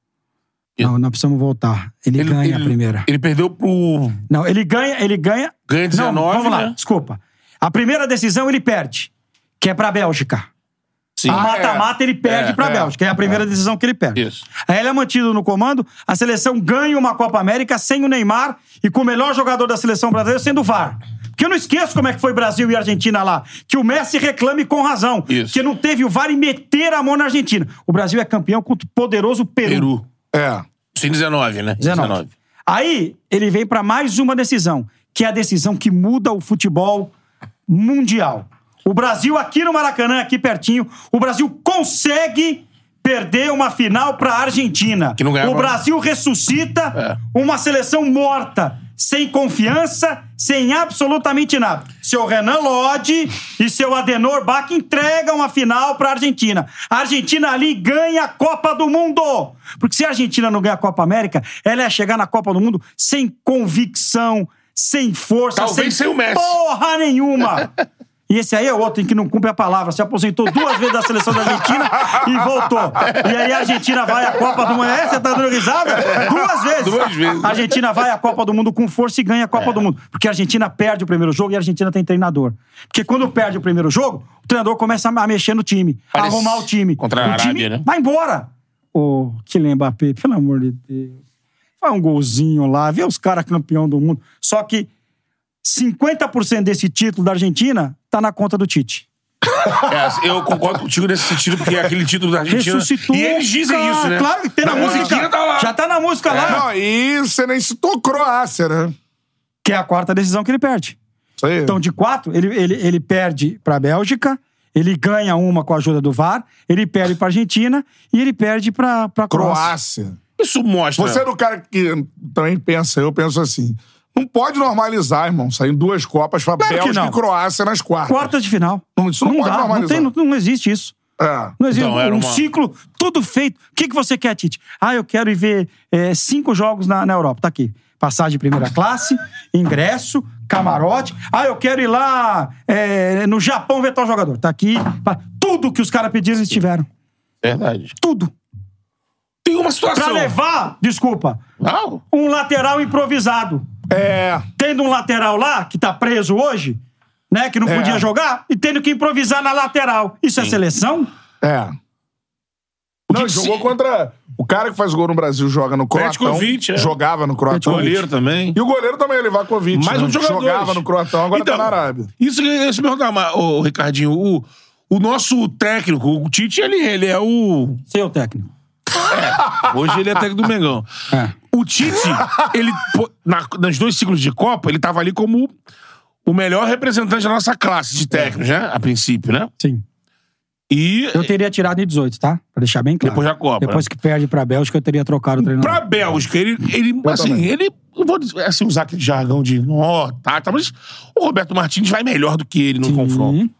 B: Ele-
C: Não, não precisamos voltar. Ele, ganha a primeira.
B: Ele perdeu pro.
C: Não, ele ganha, ele ganha.
B: Ganha 19,
C: não, vamos lá,
B: né?
C: desculpa. A primeira decisão ele perde, que é pra Bélgica.
B: Sim.
C: A mata-mata ele perde
B: É,
C: pra
B: é.
C: Bélgica. É a primeira decisão que ele perde.
B: Isso.
C: Aí ele é mantido no comando, a seleção ganha uma Copa América sem o Neymar e com o melhor jogador da seleção brasileira sendo o VAR. Porque eu não esqueço como é que foi Brasil e Argentina lá. Que o Messi reclame com razão.
B: Isso.
C: Que não teve o VAR e meter a mão na Argentina. O Brasil é campeão contra o poderoso Peru.
B: Peru.
A: É.
B: Sim, 19, né?
C: 19. Aí ele vem pra mais uma decisão, que é a decisão que muda o futebol mundial. O Brasil aqui no Maracanã, aqui pertinho, o Brasil consegue Perder uma final pra Argentina.
B: Que não ganhava.
C: o Brasil ressuscita
B: É.
C: uma seleção morta, sem confiança, sem absolutamente nada. Seu Renan Lodge e seu Adenor Bach entregam a final pra Argentina. A Argentina ali ganha a Copa do Mundo. Porque se a Argentina não ganhar a Copa América, ela ia chegar na Copa do Mundo sem convicção, sem força,
B: Talvez
C: sem
B: sem o Messi.
C: porra nenhuma. E esse aí é outro em que não cumpre a palavra. Se aposentou duas vezes da seleção da Argentina e voltou. E aí a Argentina vai à Copa do Mundo. É, você tá dando risada? Duas vezes.
B: Duas vezes. É.
C: A Argentina vai à Copa do Mundo com força e ganha a Copa do Mundo. Porque a Argentina perde o primeiro jogo e a Argentina tem treinador. Porque quando perde o primeiro jogo, o treinador começa a mexer no time, a
B: Parece
C: arrumar o time.
B: contra a
C: o time
B: Arábia, né?
C: vai embora. Ô, que lembra, pelo amor de Deus. Faz um golzinho lá, vê os caras campeão do mundo. Só que 50% desse título da Argentina tá na conta do Tite.
B: É, eu concordo contigo nesse sentido, porque é aquele título da Argentina.
C: Ressuscitou.
B: E eles dizem
C: cara,
B: isso, né?
C: Claro que tem
B: Na
C: na,
B: musiquinha
C: música.
B: tá lá. é.
C: Já tá na música lá.
A: Não, e você nem citou Croácia, né?
C: Que é a quarta decisão que ele perde.
A: Isso aí.
C: Então, de quatro, ele, ele, ele perde pra Bélgica, ele ganha uma com a ajuda do VAR, ele perde pra Argentina e ele perde pra, pra Croácia.
A: Croácia.
B: Isso mostra.
A: Você é do cara que também pensa, eu penso assim. Não pode normalizar, irmão. Sair em duas Copas pra
C: Claro que
A: Bélgica
C: não.
A: e Croácia nas quartas.
C: Quartas de final.
A: Não, isso não pode
C: dá, não,
A: normalizar.
C: tem, não, não existe isso.
A: É.
C: Não existe
B: Então,
C: um,
B: era
C: um
B: uma-
C: ciclo tudo feito. O que, que você quer, Tite? Ah, eu quero ir ver é, cinco jogos na, na Europa. Tá aqui. Passagem primeira classe, ingresso, camarote. Ah, eu quero ir lá é, no Japão ver tal jogador. Tá aqui. Pa- Tudo que os caras pediram, eles tiveram.
B: Verdade.
C: Tudo.
B: Tem uma situação.
C: Pra levar, desculpa,
B: Não.
C: um lateral improvisado.
A: É.
C: Tendo um lateral lá, que tá preso hoje, né, que não
A: É.
C: podia jogar, e tendo que improvisar na lateral. Isso é seleção?
A: É. não,
B: que
A: jogou
B: se-
A: contra. O cara que faz gol no Brasil joga no Croatão.
B: Petkovic, é.
A: Jogava no Croatão.
B: Goleiro também.
A: E o goleiro também, ele vai Covid.
B: Mais
A: né?
B: um jogador.
A: Jogava no Croatão, agora
B: então,
A: tá na Arábia.
B: Isso que eu ia se perguntar, mas, ô, Ricardinho, o, o nosso técnico, o Tite, ele, ele é o.
C: Seu técnico.
B: Hoje ele é técnico do Mengão. O Tite, ele, pô, na, nos dois ciclos de Copa, ele tava ali como o melhor representante da nossa classe de técnicos, né? A princípio, né?
C: Sim.
B: E
C: Eu teria tirado em 18, tá? Pra deixar bem claro.
B: Depois da Copa, né?
C: Depois que perde pra Bélgica, eu teria trocado o treinador.
B: pra Bélgica, ele, ele assim,
A: também.
B: ele. Não vou dizer, assim, usar aquele jargão de. Ó, tá, tá, mas o Roberto Martins vai melhor do que ele no confronto.
C: Hum.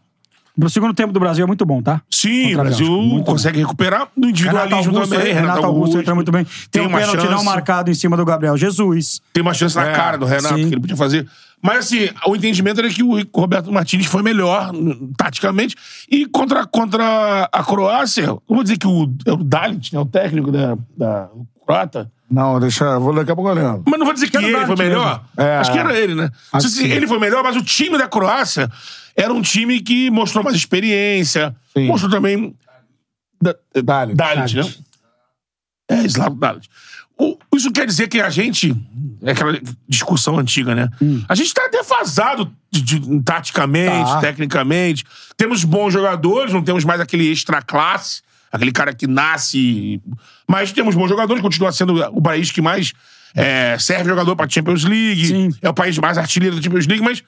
C: Pro segundo tempo do Brasil é muito bom, tá?
B: Sim, o
C: Contra a
B: Brasil
C: Bélgica, muito
B: consegue recuperar no
C: Renato
B: individualismo
C: Augusto,
B: também.
C: Renato Augusto, entra muito bem. Tem,
B: Tem
C: um
B: uma
C: pênalti não
B: chance.
C: marcado em cima do Gabriel Jesus.
B: Tem uma chance na
A: É,
B: cara do Renato
C: sim.
B: que ele podia fazer. Mas assim, o entendimento era que o Roberto Martins foi melhor n- taticamente. E contra, contra a Croácia, eu vou dizer que o, é o Dalit, né, o técnico da, da croata.
A: Não, deixa. eu Vou daqui a pouco eu lembro.
B: Mas não vou dizer que
C: Era o
B: ele foi
C: Dalit
B: melhor.
A: mesmo. É. Assim.
B: Acho que era ele, né? Não sei se ele foi melhor, mas o time da Croácia era um time que mostrou mais experiência.
A: Sim.
B: Mostrou também
A: Dali.
B: Dalit, né? É, Slavo Dalit. O- Isso quer dizer que a gente. É aquela discussão antiga, né? A gente tá defasado de- de- taticamente,
C: Hum. Tá.
B: tecnicamente. Temos bons jogadores, não temos mais aquele extra classe, aquele cara que nasce. Mas temos bons jogadores, continua sendo o país que mais é, serve jogador pra Champions League.
C: Sim.
B: É o país mais artilheiro da Champions League, mas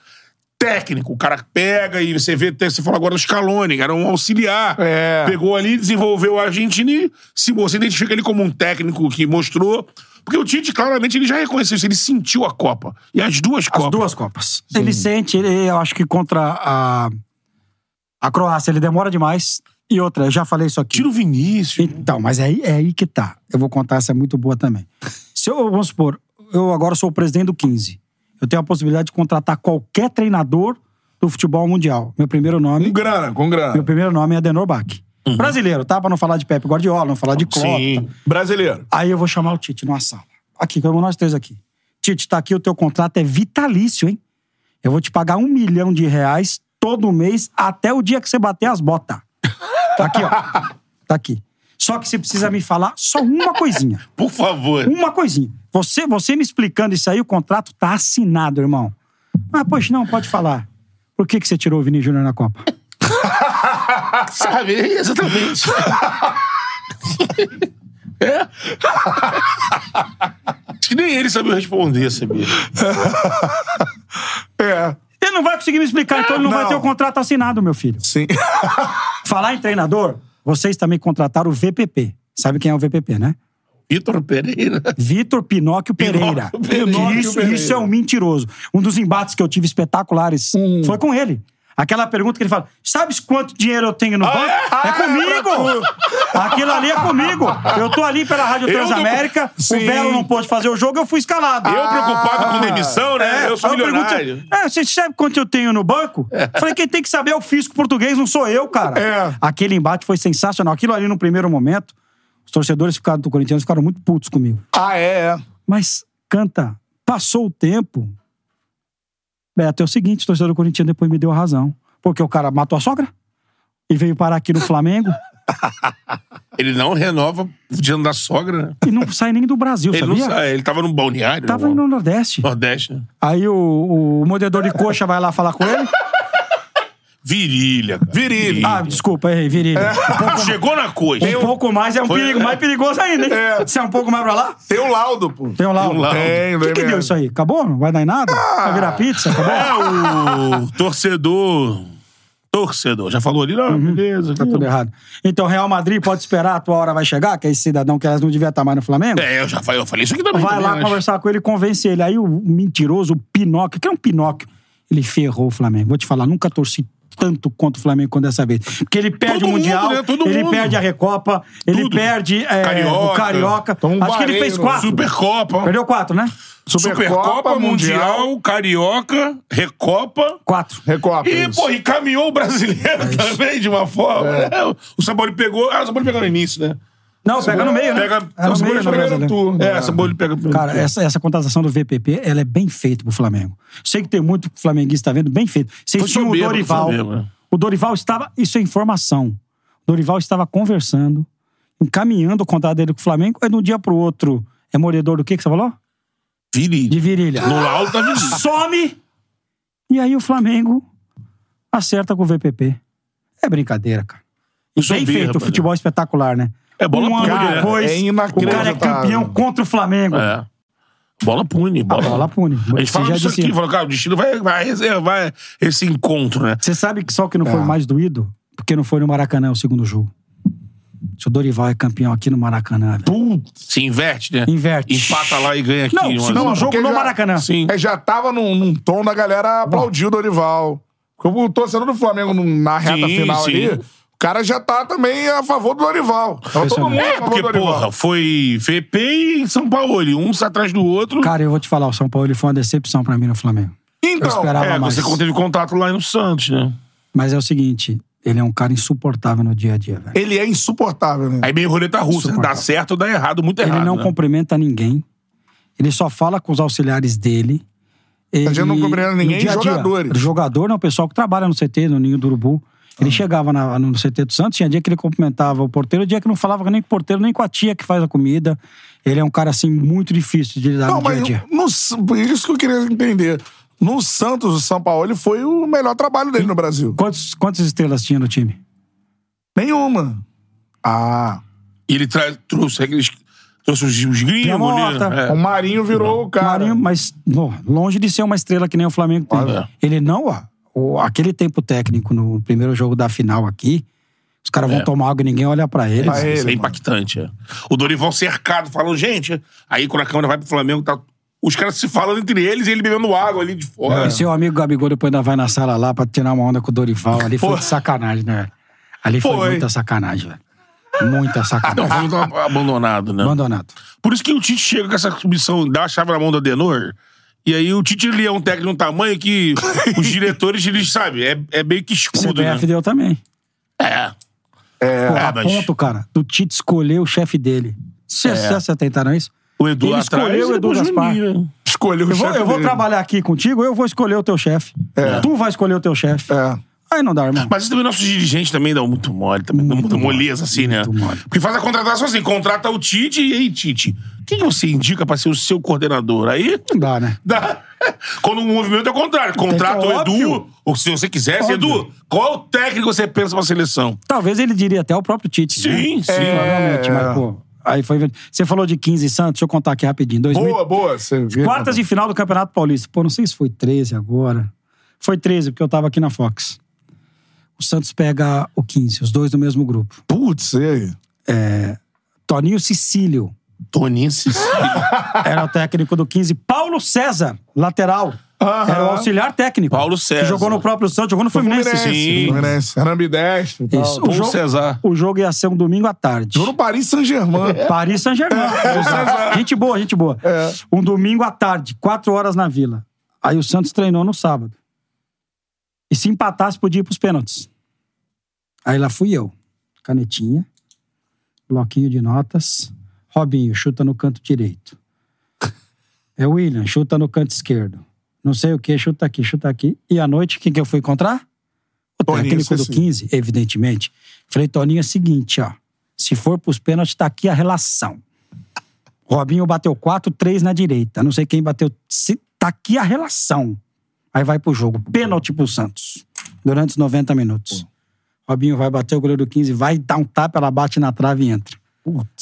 B: técnico. O cara pega e você vê, até- você falou agora do Scaloni, que era um auxiliar.
A: É.
B: Pegou ali, desenvolveu a Argentina e se você identifica ele como um técnico que mostrou. Porque o Tite, claramente, ele já reconheceu isso, ele sentiu a Copa. E as duas
C: As
B: Copas.
C: duas Copas. Ele sente, ele, eu acho que contra a, a Croácia, ele demora demais. E outra, eu já falei isso aqui.
B: Tira o Vinícius.
C: Então, mas é, aí- é aí que tá. Eu vou contar essa muito boa também. Se eu, vamos supor, eu agora sou o presidente do 15. Eu tenho a possibilidade de contratar qualquer treinador do futebol mundial. Meu primeiro nome,
A: Com grana, com
C: meu
A: grana.
C: primeiro nome é Adenor Bach. Brasileiro, tá? Pra não falar de Pepe Guardiola, não falar de Klopp.
B: Sim.
A: Brasileiro.
C: Aí eu vou chamar o Tite numa sala. Aqui, como nós três aqui. Tite, tá aqui, o teu contrato é vitalício, hein? Eu vou te pagar um milhão de reais todo mês até o dia que você bater as botas. Tá aqui, ó. Tá aqui. Só que você precisa me falar só uma coisinha.
B: Por favor.
C: Uma coisinha. Você, você me explicando isso aí, o contrato tá assinado, irmão. Ah, pois não, pode falar. Por que, que você tirou o Vini Júnior na Copa?
B: Sabe? Exatamente. é. Acho que nem ele sabia responder, sabia?
A: É.
C: Ele não vai conseguir me explicar, então ele não, vai
A: Não.
C: ter o contrato assinado, meu filho.
A: Sim.
C: Falar em treinador, Vocês também contrataram o VPP. Sabe quem é o VPP, né?
B: Vitor Pereira.
C: Vitor Pinóquio Pereira.
B: Pinóquio Pereira.
C: isso, isso é um mentiroso. Um dos embates que eu tive espetaculares
B: Hum.
C: foi com ele. Aquela pergunta que ele fala: Sabes quanto dinheiro eu tenho no
B: Ah,
C: banco? É, comigo! Aquilo ali é comigo! Eu tô ali pela Rádio
B: Eu
C: Transamérica,
B: tô- Sim.
C: o Belo não pôde fazer o jogo, eu fui escalado.
B: Eu preocupado com demissão, né? eu sou
C: É, Aí pergunto,
B: milionário.
C: Ah. é, você sabe quanto eu tenho no banco? Falei, quem tem que saber é o fisco português, não sou eu, cara.
A: É.
C: Aquele embate foi sensacional. Aquilo ali no primeiro momento, os torcedores ficaram, do Corinthians ficaram muito putos comigo.
A: Ah, é, é.
C: Mas, canta, passou o tempo. Beto, é o seguinte, o torcedor corintiano depois me deu a razão. Porque o cara matou a sogra e veio parar aqui no Flamengo
B: Ele não renova diante da sogra, né?
C: e não sai nem do Brasil,
B: Ele, não
C: sabia?
B: sai, ele tava no balneário.
C: Tava
B: no
C: indo no Nordeste.
B: Nordeste, né?
C: Aí o, o moedor de coxa vai lá falar com ele.
B: Virilha. cara. Virilha.
C: Ah, desculpa, errei, virilha.
B: É.
C: Um pouco
B: Chegou na coxa.
C: Um pouco mais é um
B: Foi-
C: perigo, mais perigoso ainda, hein?
A: É.
C: Se é um pouco mais pra lá,
A: Tem o laudo, pô.
C: tem um laudo.
B: Tem um laudo.
A: Tem,
C: O
A: tem
C: que, que
A: mesmo.
C: deu isso aí? Acabou? Não vai dar em nada? Vai virar pizza? Acabou?
B: É, o torcedor. Torcedor. Já falou ali, não, beleza.
C: Tá
B: viu?
C: tudo errado. Então, Real Madrid pode esperar, a tua hora vai chegar, que é esse cidadão que elas não devia estar mais no Flamengo?
B: É, eu já falei, eu falei isso aqui também.
C: Vai
B: também,
C: lá
B: acho.
C: conversar com ele e convence ele. Aí o mentiroso, o Pinóquio, que é um Pinóquio, ele ferrou o Flamengo. Vou te falar, nunca torci tanto quanto o Flamengo quanto dessa vez. Porque ele perde
B: Todo
C: o
B: mundo,
C: Mundial,
B: né? Todo
C: ele
B: mundo.
C: perde a Recopa, ele
B: Tudo.
C: perde é,
B: Carioca. Então
C: o Carioca.
A: Toma um
C: Acho que ele fez
A: vareiro.
C: quatro.
B: Supercopa.
C: Perdeu quatro, né?
B: Supercopa, Mundial, Carioca, Recopa.
C: Quatro.
A: Recopa.
B: E,
A: isso.
B: pô, e caminhou o brasileiro também de uma forma.
C: É.
B: né? O Sampaoli pegou. Ah, o Sampaoli pegou no início, né?
C: Não, pega no meio, né?
B: Pega,
C: É no
B: o Sampaoli
C: meio,
B: pega
C: no
B: no
C: Brasileiro.
B: primeiro turno. É, o Sampaoli pega no primeiro
C: Cara,
B: turno.
C: essa, essa contratação do VPP, ela é bem feita pro Flamengo. Sei que tem muito flamenguista vendo, bem feito. Vocês
B: Foi
C: tinham o
B: soberbo do
C: Dorival.
B: Flamengo, né?
C: O Dorival estava... Isso é informação. O Dorival estava conversando, encaminhando o contrato dele com o Flamengo, aí de um dia pro outro é moredor do que que você falou? De
B: Virilha.
C: virilha.
B: No laudo tá virilha.
C: Some! E aí o Flamengo acerta com o VPP. É brincadeira, cara. E
B: Isso é
C: bem
B: birra,
C: feito, o
B: rapaz.
C: futebol espetacular, né?
B: É bola
C: um ano
B: pura, né?
C: depois,
A: É
C: o cara é
A: inacreditável.
C: campeão contra o Flamengo.
B: É. Bola pune. Bola,
C: bola pune.
B: A gente
C: Você
B: fala
C: já
B: disso
C: disse.
B: aqui. Fala, cara, o destino vai, vai reservar esse encontro, né?
C: Você sabe que só que não foi
A: É.
C: mais doído? Porque não foi no Maracanã o segundo jogo. Se o Dorival é campeão aqui no Maracanã, velho.
B: Se inverte, né?
C: Inverte.
B: Empata lá e ganha aqui.
C: Não,
B: um a
C: se não,
B: zero.
C: o jogo né?
A: porque
C: no
A: já-
C: Maracanã.
B: Sim.
A: É, já tava num, num tom da galera aplaudir o Dorival. Porque o torcedor do Flamengo num- na reta
B: Sim,
A: final
B: sim.
A: ali, o cara já tá também a favor do Dorival. Então todo mundo a
B: É,
A: favor
B: porque,
A: do Dorival.
B: porra, foi VP e São Paulo. e Um atrás do outro.
C: Cara, eu vou te falar, o São Paulo ele foi uma decepção pra mim no Flamengo. eu
A: então,
C: esperava
B: é,
C: mais.
B: você teve contato lá no Santos, né?
C: Mas é o seguinte, ele é um cara insuportável no dia a dia, velho.
A: ele é insuportável, né?
B: Aí meio roleta russa.
C: Insuportável.
B: Dá certo ou dá errado, muito errado.
C: Ele não
B: né?
C: cumprimenta ninguém. Ele só fala com os auxiliares dele. Ele
A: gente não cumprimenta ninguém,
C: no dia a dia,
A: jogadores.
C: Jogador não, o pessoal que trabalha no CT, no Ninho do Urubu. Ele
A: Ah.
C: chegava na- no CT do Santos, tinha dia que ele cumprimentava o porteiro, dia que não falava nem com o porteiro, nem com a tia que faz a comida. Ele é um cara, assim, muito difícil de lidar
A: Não,
C: no dia a
A: mas
C: dia.
A: no, isso que eu queria entender. No Santos, o São Paulo ele foi o melhor trabalho dele no Brasil.
C: Quantos, quantas estrelas tinha no time?
A: Nenhuma. Ah.
B: E ele tra- trouxe aqueles. Trouxe os, os
C: Pia
B: gringos,
C: Morta.
B: né? É.
A: O Marinho virou o cara.
C: Marinho, mas pô, longe de ser uma estrela que nem o Flamengo tem.
B: Olha.
C: Ele não, ó. o- aquele tempo técnico no primeiro jogo da final aqui, os caras vão
B: É.
C: tomar água e ninguém olha pra eles.
A: Pra ele,
B: Isso é
A: mano.
B: impactante. é. O Dorival cercado, falando, gente. Aí quando a câmera vai pro Flamengo, tá os caras se falando entre eles e ele bebendo água ali de fora.
C: E seu é amigo Gabigol depois ainda vai na sala lá pra tirar uma onda com o Dorival. Ali foi de sacanagem, né? Ali foi,
B: Foi.
C: muita sacanagem, velho. Muita
B: Ah, Não, um o
C: sacanagem.
B: Flamengo tava abandonado, né?
C: Abandonado.
B: Por isso que o Tite chega com essa submissão, dá a chave na mão do Adenor. E aí o Tite ele é um técnico de um tamanho que os diretores, eles, sabe, é, é meio que
C: O
B: escudo, né?
C: CBF deu também.
B: É.
C: Pô,
B: É,
C: a
B: mas-
C: ponto, cara, do Tite escolher o chefe dele. Vocês
B: É.
C: vocês tentaram isso?
B: O Edu
C: Ele
B: lá atrás
C: escolheu o
B: e
C: Edu
B: depois o
C: Gaspar.
B: Juninho, né?
A: Escolheu o
C: Eu vou,
A: chefe
C: eu vou
A: dele.
C: trabalhar aqui contigo, eu vou escolher o teu chefe. Tu vai escolher o teu chefe.
A: É.
C: Aí não dá, irmão.
B: É. Mas isso também nossos dirigentes também dão muito mole, também dão muita moleza, assim, né?
C: muito mole.
B: Porque faz a contratação assim, contrata o Tite e aí, Tite, quem que você indica pra ser o seu coordenador? Aí
C: Não dá, né?
B: dá. Quando o movimento é o contrário, contrata o Edu,
C: óbvio.
B: ou se você quisesse,
C: Óbvio.
B: Edu, qual técnico você pensa pra seleção?
C: Talvez ele diria até o próprio Tite.
B: Sim,
C: né?
B: sim. É.
C: Provavelmente, mas, pô. Aí foi. Você falou de 15 e Santos, deixa eu contar aqui rapidinho. 2000,
A: Boa, boa. Você vê,
C: quartas de final do Campeonato Paulista. Pô, não sei se foi 13 agora. Foi 13, porque eu tava aqui na Fox. O o Santos pega o 15, os dois do mesmo grupo.
A: Putz, e aí?
C: Toninho Sicílio
B: Tonice.
C: era o técnico do 15. Paulo César, lateral.
A: Aham.
C: Era o auxiliar técnico.
B: Paulo César.
C: Que jogou no próprio Santos, jogou no Fluminense.
B: Sim.
A: Fluminense. Era ambidestro. e tal.
C: Isso.
B: Paulo
C: o, jogo,
B: César.
C: o jogo ia ser um domingo à tarde.
A: Jogou no Paris Saint-Germain.
C: Paris Saint-Germain. gente boa, gente boa. Um domingo à tarde, quatro horas na Vila. Aí o Santos treinou no sábado. E se empatasse, podia ir pros pênaltis. Aí lá fui eu. Canetinha, bloquinho de notas. Robinho, chuta no canto direito. É William, chuta no canto esquerdo. Não sei o que, chuta aqui, chuta aqui. E à noite, quem que eu fui encontrar? O
A: Toninho,
C: técnico do
A: sim.
C: 15, evidentemente. Falei, Toninho, é o seguinte, ó. Se for pros pênaltis, tá aqui a relação. Robinho bateu 4, 3 na direita. Não sei quem bateu. Se- Tá aqui a relação. Aí vai pro jogo. Pênalti pro Santos. Durante os 90 minutos. Robinho vai bater o goleiro do 15, vai dar um tapa, ela bate na trave e entra.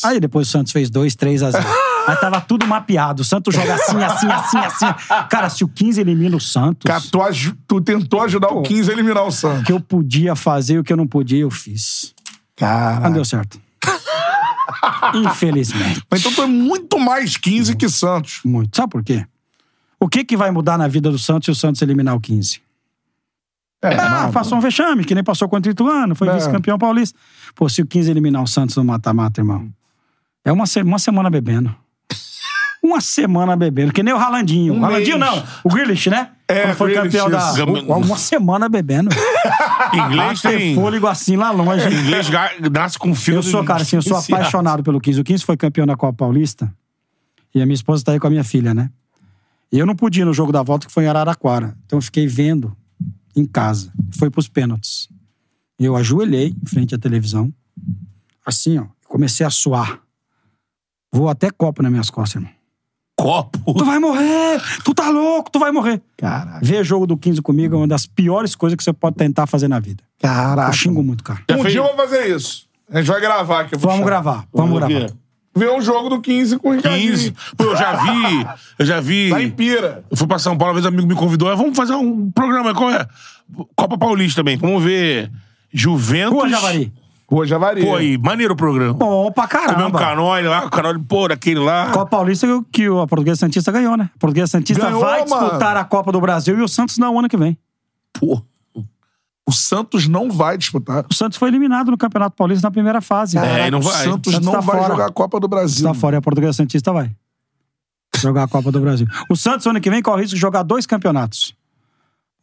C: Aí depois o Santos fez 2, 3 a 0. Aí tava tudo mapeado. O Santos joga assim, assim, assim, assim. Cara, se o 15 elimina o Santos,
A: Cara, tu, aju- tu tentou ajudar o 15 a eliminar o
C: o
A: Santos.
C: que eu podia fazer e o que eu não podia, eu fiz. Não
A: Cara.
C: deu certo. Infelizmente.
A: Então tu é muito mais 15 que Santos.
C: Muito. Sabe por quê? O que, que vai mudar na vida do Santos se o Santos eliminar o 15?
A: É,
C: ah, passou um vexame, que nem passou contra o Ituano, foi
A: É.
C: vice-campeão paulista. Pô, se o 15 eliminar o Santos no mata-mata,
A: Hum.
C: irmão, é uma, se- uma semana bebendo. Uma semana bebendo, que nem o Ralandinho.
A: Um
C: o Ralandinho
A: mês.
C: não, o Grealish, né?
A: É,
C: Quando foi
A: Grealish,
C: campeão da...
A: isso.
C: Uma, uma semana bebendo.
B: Inglês
C: Tem
B: tem.
C: fôlego assim lá longe.
B: Inglês ga- nasce com fio
C: Eu sou, cara, assim, eu sou apaixonado pelo 15. O 15 foi campeão da Copa Paulista. E a minha esposa tá aí com a minha filha, né? E eu não podia ir no jogo da volta, que foi em Araraquara. Então eu fiquei vendo em casa. Foi pros pênaltis. Eu ajoelhei em frente à televisão. Assim, ó. Comecei a suar. Vou até copo nas minhas costas, irmão. Tu
B: Copo.
C: vai morrer! Tu tá louco! Tu vai morrer!
A: Caraca.
C: Ver jogo do 15 comigo é uma das piores coisas que você pode tentar fazer na vida. Eu
A: Caraca.
C: xingo muito, cara.
A: Um dia eu vou fazer isso. A gente vai gravar aqui. eu vou
C: Vamos
A: chamar.
C: gravar, vamos gravar.
A: Ver um jogo do 15 com o Ricardinho.
B: 15. Pô, eu já vi. Eu já vi.
A: Lá em Pira.
B: Eu fui pra São Paulo, uma vez um amigo me convidou. "Ah, Vamos fazer um programa. Qual é? Copa Paulista também. Vamos ver. Juventus.
C: Rua Javari.
A: Rua Javari.
B: Pô, aí, maneiro o programa.
C: Bom pra
B: Comeu um
C: caramba.
B: canole lá, o canole, pô, daquele lá.
C: Copa Paulista que o- a Portuguesa Santista ganhou, né? A Portuguesa Santista
A: Ganhou,
C: vai
A: mano.
C: disputar a Copa do Brasil e o Santos não ano que vem.
B: Pô.
A: O Santos não vai disputar.
C: O Santos foi eliminado no Campeonato Paulista na primeira fase.
B: É, e não vai.
A: O Santos
C: Santos
A: não
C: tá
A: vai
C: fora.
A: jogar a Copa do Brasil.
C: Está fora e a Portuguesa Santista vai jogar a Copa do Brasil. O Santos ano que vem corre o risco de jogar dois campeonatos.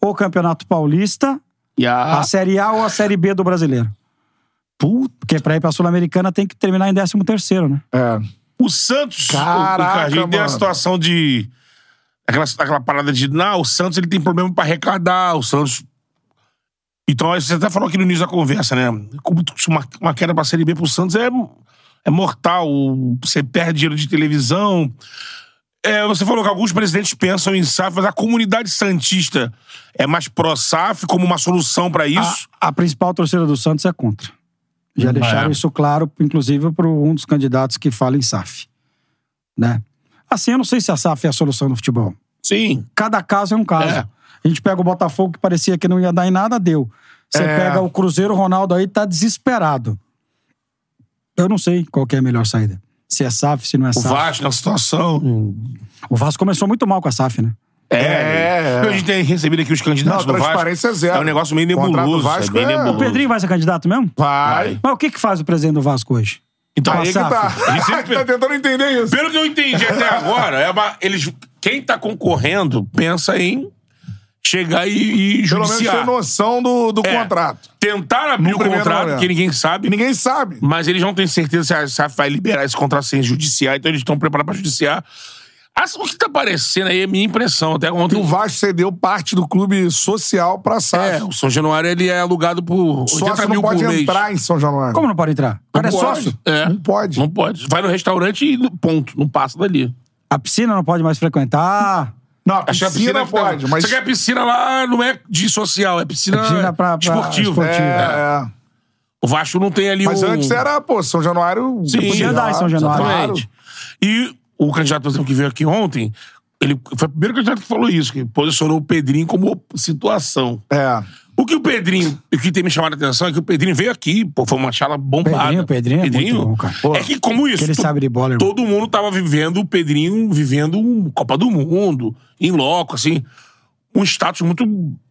C: Ou o Campeonato Paulista,
B: E a.
A: Ah.
C: a Série A ou a Série B do Brasileiro. Puta. Porque pra ir pra Sul-Americana tem que terminar em 13 terceiro, né?
A: É.
B: O Santos,
A: Caraca,
B: o Ricardinho, tem a
A: mano.
B: situação de. Aquela, aquela parada de. Não, o Santos ele tem problema pra arrecadar. O Santos. Então, aí você até falou aqui no início da conversa, né? Como tu- se uma, uma queda pra Série B pro Santos é, é mortal. O- Você perde dinheiro de televisão. É, você falou que alguns presidentes pensam em SAF, mas a comunidade Santista é mais pró-SAF como uma solução pra
A: Ah,
B: isso.
C: A, a principal torcida do Santos é contra. Já deixaram isso claro, inclusive, para um dos candidatos que fala em SAF. Né? Assim, eu não sei se a SAF é a solução no futebol.
B: Sim.
C: Cada caso é um caso.
B: É.
C: A gente pega o Botafogo, que parecia que não ia dar em nada, deu. Você
A: É.
C: pega o Cruzeiro, o Ronaldo aí tá desesperado. Eu não sei qual que é a melhor saída. Se é SAF, se não é
B: O
C: SAF.
B: Vasco na
A: Hum.
B: situação.
C: O Vasco começou muito mal com a SAF, né?
A: É, é.
B: A gente tem recebido aqui os candidatos
A: Não,
B: do Vasco.
A: transparência é zero.
B: É um negócio meio
A: Contrato
B: nebuloso.
A: do Vasco
B: é bem
A: é-
B: nebuloso.
C: O Pedrinho vai ser candidato mesmo?
A: Vai.
C: Mas o que, que faz o presidente do Vasco hoje?
B: Então,
C: Com a
A: Aí que
C: SAF.
A: tá.
B: Ele sempre-
A: tá tentando entender isso.
B: Pelo que eu entendi até agora, é uma- eles, quem tá concorrendo pensa em chegar e, e
A: Pelo menos tem
B: judiciar.
A: noção do, do
B: É,
A: contrato.
B: Tentar abrir
A: No
B: o
A: primeiro
B: contrato,
A: momento.
B: que ninguém sabe.
A: E ninguém sabe.
B: Mas eles não têm certeza se a SAF vai liberar esse contrato sem judiciar, então eles estão preparados pra judiciar. Ah, O que tá parecendo aí é minha impressão. Até ontem.
A: O Vasco cedeu parte do clube social pra
B: É,
A: SAF.
B: o São Januário ele é alugado por 80
A: Sócio
B: mil
A: não pode
B: por mês.
A: entrar em São Januário.
C: Como não pode entrar? O cara é
A: Não pode.
C: sócio.
B: É.
A: Não pode.
B: Não pode. Vai no restaurante e no ponto, não passa dali.
C: A piscina não pode mais frequentar.
A: Não, a
B: Acho que
A: piscina,
B: que tá-
A: pode, mas...
B: Só que a piscina lá não é de social, é piscina,
C: A piscina pra- pra
B: esportiva.
C: esportiva.
B: É.
A: É, é.
B: O Vasco não tem ali
A: Mas
B: um...
A: antes era, pô, São Januário...
B: Sim,
C: Podia andar em São Januário.
A: Claro.
B: Exatamente. E o candidato, por exemplo, que veio aqui ontem, ele foi o primeiro candidato que falou isso, que posicionou o Pedrinho como op- situação.
A: É.
B: O que o Pedrinho, o que tem me chamado a atenção é que o Pedrinho veio aqui, pô, foi uma chala bombada.
C: Pedrinho, Pedrinho é muito bom, cara. Pô,
B: é que como isso,
C: que ele
B: tu-
C: sabe de bola, irmão.
B: todo mundo tava vivendo, o Pedrinho vivendo um Copa do Mundo, em loco, assim, um status muito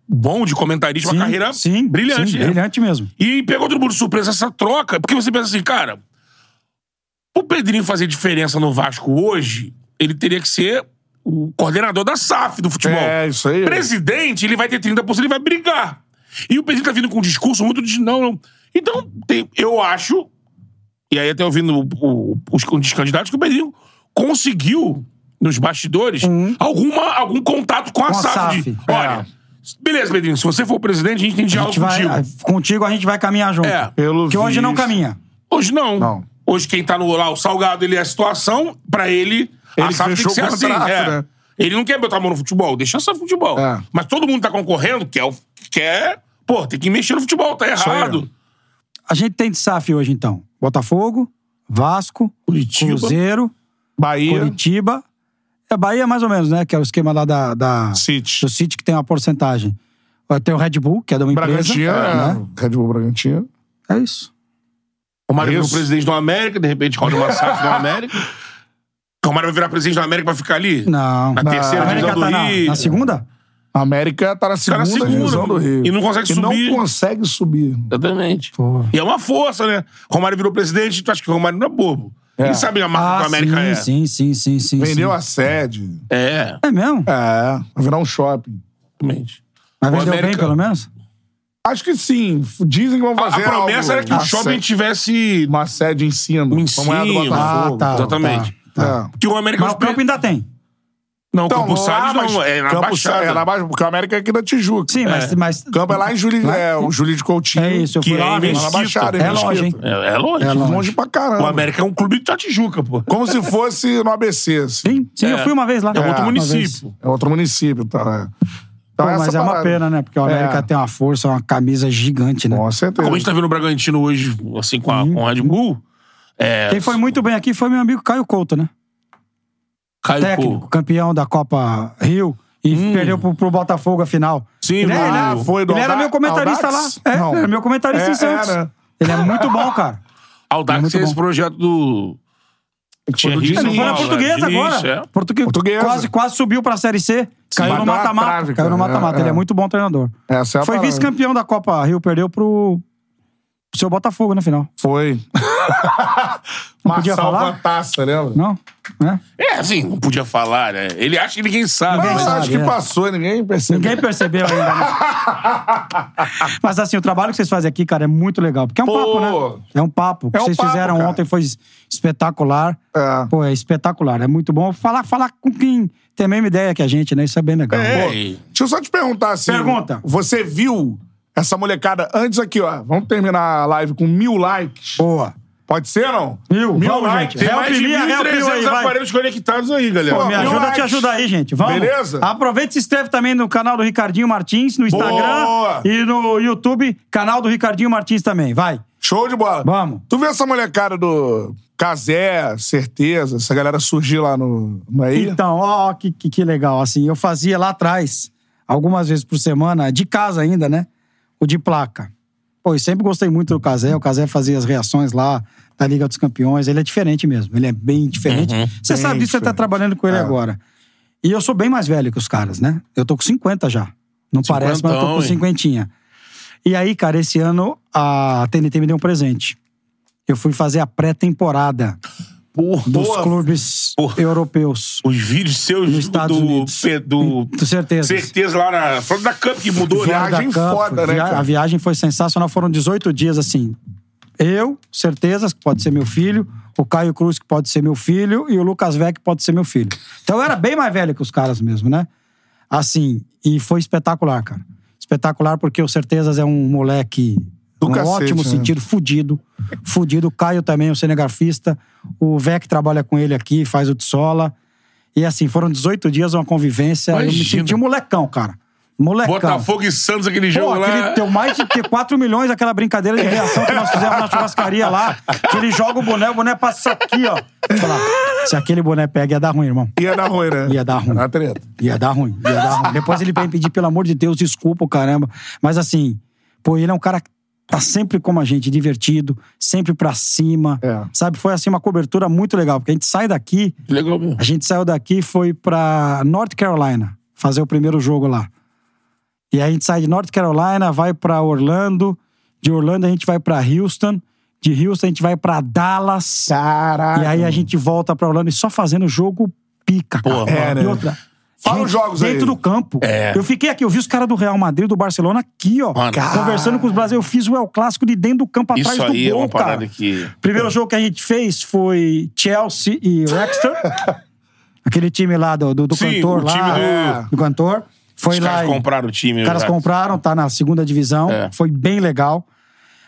B: bom de comentarista,
C: Sim,
B: uma carreira
C: sim,
B: brilhante.
C: sim,
B: né?
C: Brilhante mesmo.
B: E pegou todo mundo de surpresa essa troca, porque você pensa assim, cara, o Pedrinho fazer diferença no Vasco hoje, ele teria que ser o coordenador da SAF do futebol.
A: É, isso
C: né?
A: aí.
B: Presidente, ele vai ter 30%, ele vai brigar. E o Pedrinho tá vindo com um discurso muito de não, não. Então, tem- eu acho, e aí até ouvindo o- o- os, os candidatos, que o Pedrinho conseguiu, nos bastidores, alguma, algum contato com a
C: Com a
B: SAF. de,
C: SAF, é.
B: Olha, beleza, Pedrinho, se você for o presidente, a gente tem
C: A
B: diálogo
C: gente vai,
B: contigo.
C: contigo. a gente vai caminhar junto.
B: É.
A: Pelo
C: que hoje não
A: visto.
C: caminha.
B: Hoje não.
A: Não.
B: Hoje quem tá no lá, o Salgado, ele é a situação, pra ele,
A: Ele
B: a SAF tem
A: fechou
B: que ser
A: o contrato,
B: assim. é.
A: né?
B: Ele não quer botar a mão no futebol, deixa só o futebol.
A: É.
B: Mas todo mundo tá concorrendo, quer, o- quer. Pô, tem que mexer no futebol, tá
A: aí,
B: errado.
C: A gente tem de SAF hoje, então. Botafogo, Vasco,
B: Curitiba.
C: Cruzeiro,
A: Bahia,
C: Curitiba. É Bahia, mais ou menos, né? Que é o esquema lá da, da-
A: City.
C: do City, que tem uma porcentagem. Ó, Tem o Red Bull, que é de uma empresa.
A: Bragantino,
C: né?
A: é, Red Bull Bragantino.
C: É isso.
B: O Mário
A: Isso.
B: virou presidente do América, de repente roda uma SAF do América. Então, O Mário vai virar presidente do América pra ficar ali?
C: Não.
B: Na
C: Não.
B: terceira
C: A América
B: divisão
C: tá
B: do
C: na,
B: Rio.
C: na segunda?
A: A América tá na
B: Tá
A: segunda,
B: na segunda.
A: divisão do Rio.
B: E não consegue
A: E
B: subir. Tá
A: não consegue subir.
B: Exatamente. E é uma força, né? O Romário virou presidente, tu acha que o Romário não é bobo. Ele sabe a marca que o América é.
C: Ah, sim, sim, sim, sim, sim.
A: Vendeu
B: assim.
C: sim.
A: a sede.
B: É,
C: É mesmo?
A: É, vai virar um shopping.
B: exatamente.
C: Mas
B: O
C: vendeu bem,
B: América-
C: pelo menos?
A: Acho É que sim. f- Dizem que vão
B: A, a
A: fazer algo,
B: promessa era que o
A: uma
B: shopping
A: sede-
B: tivesse
A: Uma sede em cima.
B: Em
A: como é a do
B: cima.
A: Botafogo.
C: Ah, tá.
B: Exatamente.
A: É.
B: Que o América
C: Mas o
B: Hoje
C: campo
B: pe-
C: ainda tem.
B: Não,
A: Então, lá,
B: Campos Salles
A: mas
B: não, é na
A: Campos-
B: Baixada.
A: É na Baixada, porque a América é aqui da Tijuca.
C: Sim, mas, mas.
A: O campo é lá em Júlio,
C: Lá-
A: é, o Júlio de Coutinho.
C: É isso, eu
B: que
C: fui lá.
B: é
C: uma vez.
A: lá na Baixada,
C: É
A: em Mesquita.
C: longe, hein?
B: É, é longe.
C: É
A: Longe.
C: longe.
A: pra caramba.
B: O América é um clube de Tijuca, pô.
A: Como se fosse no ABC, assim.
C: Sim, sim, eu fui uma vez lá.
B: É outro
C: Uma vez.
B: município.
A: É outro município, tá? É. Então,
C: Pô, mas
A: essa
C: é uma
A: parada.
C: pena, né? Porque o América
A: É.
C: tem uma força, uma camisa gigante, né?
A: Com certeza.
B: Como a gente tá vendo o Bragantino hoje, assim, com, a, com o Red Bull, é,
C: Quem foi muito bem aqui foi meu amigo Caio Couto, né?
B: Caio
C: Técnico,
B: Couto.
C: campeão da Copa Rio e perdeu pro, pro Botafogo a final.
B: Sim,
C: ele, é,
B: mano.
C: ele,
A: Ah, Hum. foi do
C: ele era
A: Alda-
C: meu comentarista
A: Aldax?
C: lá. É,
A: Não.
C: ele era meu comentarista
A: É,
C: em Santos.
A: era.
C: Ele é muito bom, cara.
B: Aldax
C: Muito
B: tem esse
C: bom.
B: projeto do... Tinha
A: do
B: Rizzo
A: Diniz.
C: Ele É, foi na
B: Paulo, né?
C: portuguesa
B: Diniz,
C: agora.
B: é.
C: Portugue-
A: Portuguesa.
C: Quase, quase subiu pra Série C. Caiu
A: bateu
C: no
A: na
C: mata-mata.
A: trave,
C: Caiu no
A: cara.
C: mata-mata.
A: É,
C: Ele é
A: é.
C: muito bom treinador.
A: Essa é a
C: Foi
A: parada.
C: vice-campeão da Copa Rio, perdeu pro pro seu Botafogo na final.
A: Foi.
C: podia
A: Marçal
C: falar?
A: com a taça, lembra?
C: Não? Né?
B: É, assim, não podia falar, né? Ele acha que ninguém sabe.
C: Ninguém
B: mas-
A: Mas acho
C: sabe,
A: que
C: é.
A: passou, ninguém percebeu.
C: Ninguém percebeu ainda. Né? Mas assim, o trabalho que vocês fazem aqui, cara, é muito legal. Porque é um
A: Pô!
C: papo, né? É um papo. O que
A: É um
C: vocês
A: papo,
C: fizeram
A: cara.
C: ontem foi es- espetacular.
A: É.
C: Pô, é espetacular. É muito bom falar, falar com quem tem a mesma ideia que a gente, né? Isso é bem legal.
B: É,
C: Pô,
B: e-
A: Deixa eu só te perguntar assim.
C: Pergunta.
A: Você viu essa molecada antes aqui, ó? Vamos terminar a live com mil likes.
C: Boa.
A: Pode ser, não?
C: Mil,
A: mil
C: vamos,
A: likes.
C: gente.
B: Tem mais de
C: Help me, help me
B: 1.300
C: aí, vai.
B: aparelhos conectados aí, galera.
A: Pô,
C: Me
A: Mil
C: ajuda
A: likes.
C: te ajudar aí, gente. Vamos.
A: Beleza?
C: Aproveita e se inscreve também no canal do Ricardinho Martins, no Instagram
A: Boa!
C: e no YouTube, canal do Ricardinho Martins também. Vai.
A: Show de bola.
C: Vamos.
A: Tu viu essa molecada do Casé, certeza, essa galera surgir lá no. Não é aí?
C: Então, ó, ó, que, que, que legal. Assim, eu fazia lá atrás, algumas vezes por semana, de casa ainda, né? O de placa. Pô, eu sempre gostei muito do Casé. O Casé fazia as reações lá da Liga dos Campeões. Ele é diferente mesmo. Ele é bem diferente. Você
A: Bem
C: sabe disso, você tá
A: diferente.
C: trabalhando com ele agora. E eu sou bem mais velho que os caras, né? Eu tô com 50 já. Não parece, mas eu tô
B: Cinquentão,
C: com
B: hein?
C: cinquentinha. E aí, cara, esse ano a TNT me deu um presente. Eu fui fazer a pré-temporada
B: Porra.
C: dos clubes
B: Porra.
C: europeus.
B: Os vídeos seus
C: Nos Estados
B: do,
C: Unidos.
B: pe- do-
C: Com certeza.
B: certeza lá na frente da Cup que mudou, né?
A: Viagem
C: da Cup,
A: foda, né,
C: via-
A: cara?
C: A viagem foi sensacional. Foram 18 dias, assim. Eu, certezas, que pode ser meu filho. O Caio Cruz, que pode ser meu filho. E o Lucas Vec, que pode ser meu filho. Então eu era bem mais velho que os caras mesmo, né? Assim, e foi espetacular, cara. Espetacular porque o Certezas é um moleque
A: Do
C: no
A: cacete,
C: ótimo
A: né?
C: sentido, fudido. Fudido. O Caio também, é um cinegrafista. O Vec trabalha com ele aqui, faz o de sola. E assim, foram 18 dias, uma convivência. Eu me
B: Imagina.
C: senti um molecão, cara. Molecão.
B: Botafogo e Santos, aquele
C: Pô,
B: jogo lá.
C: aquele, deu mais de 4 milhões aquela brincadeira de reação que nós fizemos na churrascaria lá. Que ele joga o boné, o boné passa aqui, ó. Fala, se aquele boné pega, ia dar ruim, irmão.
A: Ia dar ruim, né?
C: Ia dar ruim.
A: Era uma treta.
C: Ia dar ruim, ia dar ruim. Depois ele vem pedir, pelo amor de Deus, desculpa, o caramba. Mas assim, pô, ele é um cara que tá sempre como a gente, divertido, sempre pra cima.
A: É.
C: Sabe, foi assim uma cobertura muito legal, porque a gente sai daqui,
B: Legal mesmo.
C: a gente saiu daqui e foi pra North Carolina fazer o primeiro jogo lá. E aí a gente sai de North Carolina, vai pra Orlando, de Orlando a gente vai pra Houston, de Houston a gente vai pra Dallas.
A: Caralho.
C: E aí a gente volta pra Orlando e só fazendo jogo pica, cara.
A: É, né?
C: E outra.
A: Fala
C: gente,
A: os jogos aí.
C: dentro do campo. Eu fiquei aqui, eu vi os caras do Real Madrid, do Barcelona aqui, ó.
B: É. Mano.
C: Conversando com os brasileiros. Eu fiz o El Clássico de dentro do campo atrás
B: Isso
C: do
B: aí é
C: gol,
B: uma
C: cara.
B: parada que.
C: Primeiro jogo que a gente fez foi Chelsea e Wrexham. Aquele time lá do, do, do
B: Sim,
C: cantor
B: o time
C: lá.
B: do-
C: cantor. Foi
B: Os
C: lá
B: caras
C: e-
B: compraram o time. né?
C: os caras
B: exato.
C: compraram, tá na segunda divisão.
B: É.
C: Foi bem legal.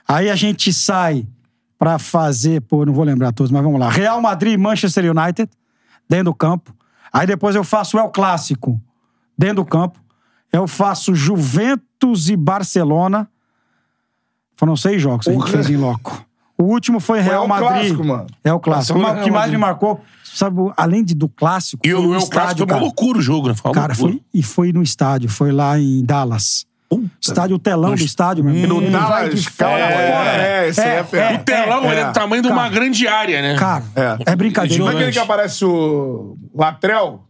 C: Aí a gente sai pra fazer, pô, não vou lembrar todos, mas vamos lá. Real Madrid e Manchester United, dentro do campo. Aí depois eu faço o El Clássico, dentro do campo. Eu faço Juventus e Barcelona. Foram seis jogos que a gente
A: Porra.
C: fez em loco. O último foi Real
A: El
C: Madrid.
A: Clássico, mano.
C: É o clássico.
B: Barcelona
C: Mas O que
B: e Real
C: mais me marcou, sabe, além de, do clássico,
B: E
C: foi
B: o El
C: no
B: Clássico
C: estádio,
B: é uma
C: cara.
B: loucura o jogo, né?
A: É
B: Foi uma
C: Cara,
B: loucura.
C: foi, e foi no estádio, foi lá em Dallas. estádio, o telão do estádio, meu irmão. Ele
A: Dallas,
C: vai de fora
A: cara,
C: a fora.
A: é, esse aí é ferro.
B: O telão
A: É,
B: ele é
A: é.
B: do tamanho de uma
C: Cara.
B: grande área, né?
C: Cara,
A: É.
C: é, brincadeira.
A: Não é aquele
B: Gigante.
A: que aparece o Latrel?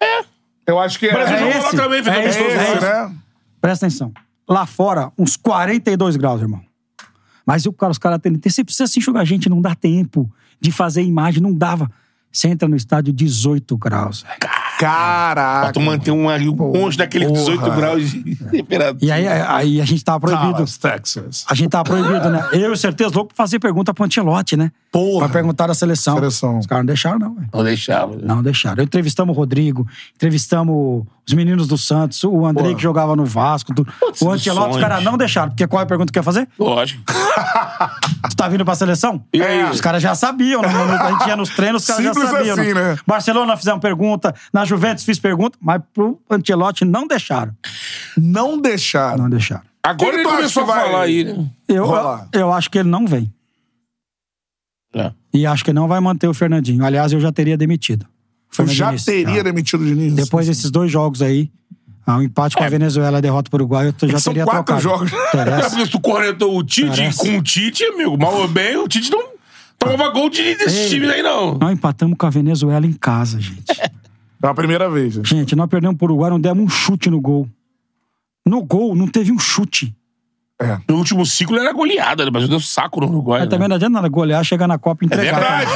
A: É. Eu acho que é.
B: Brasil
A: é
B: jogou lá
C: esse?
B: também, fez
C: É
B: um
C: esse,
B: amistoso.
A: esse,
C: é
A: né?
C: Presta atenção. Lá fora, uns 42 graus, irmão. Mas o cara, os caras têm. Você precisa se enxugar, gente, não dá tempo de fazer imagem, não dava. Você entra no estádio 18 graus. velho.
B: Pra
A: Caraca.
B: tu manter um, um monte daquele 18 graus de temperatura.
C: E aí, aí a gente tava proibido.
A: Dallas, Texas.
C: A gente tava proibido, né? Eu e o Certeza Louco pra fazer pergunta pro Antilote, né?
A: Porra.
C: Pra perguntar da seleção.
A: Seleção.
C: Os caras não deixaram, não, velho.
B: Não deixava.
C: Não deixaram. Entrevistamos o Rodrigo, entrevistamos os meninos do Santos, o André que jogava no Vasco, tu- o Antelote, os
B: sonhos.
C: caras não deixaram. Porque qual é a pergunta que quer fazer?
B: Lógico.
C: Tu tá vindo pra seleção?
B: E aí?
C: Os caras já sabiam. né? A gente ia nos treinos, os caras já
A: Simples
C: sabiam.
A: assim, né?
C: Barcelona fizemos pergunta, na Juventus fiz pergunta, mas pro Antelote não deixaram.
A: Não deixaram.
C: Não deixaram.
B: Agora
A: Quem
B: ele
A: tu acha
B: começou a
A: que vai-
B: falar aí, né?
C: Eu,
A: Rolar.
C: eu acho que ele não vem.
B: É.
C: E acho que não vai manter o Fernandinho. Aliás, eu já teria demitido. O
A: Eu
C: Fernando
A: já
C: Diniz.
A: teria né? demitido o Diniz.
C: Depois desses dois jogos aí, ah, um empate com a Venezuela, a derrota para o Uruguai, eu t- já
A: É. São
C: teria
A: quatro
C: trocado.
A: jogos.
B: É
C: Interessa.
B: porque se tu cornetou o Tite,
C: Parece.
B: com o Tite, amigo, mal ou bem, o Tite não tomava gol de desses
C: Ei.
B: times aí, não.
C: Nós empatamos com a Venezuela em casa, gente.
A: Pela primeira vez. né?
C: gente, nós perdemos para o Uruguai, não demos um chute no gol. No gol, não teve um chute.
B: No último ciclo era goleada, né? Mas deu saco no Uruguai.
C: Mas
B: né?
C: também não adianta nada golear, chegar na Copa e
B: É
C: entregar.
B: verdade.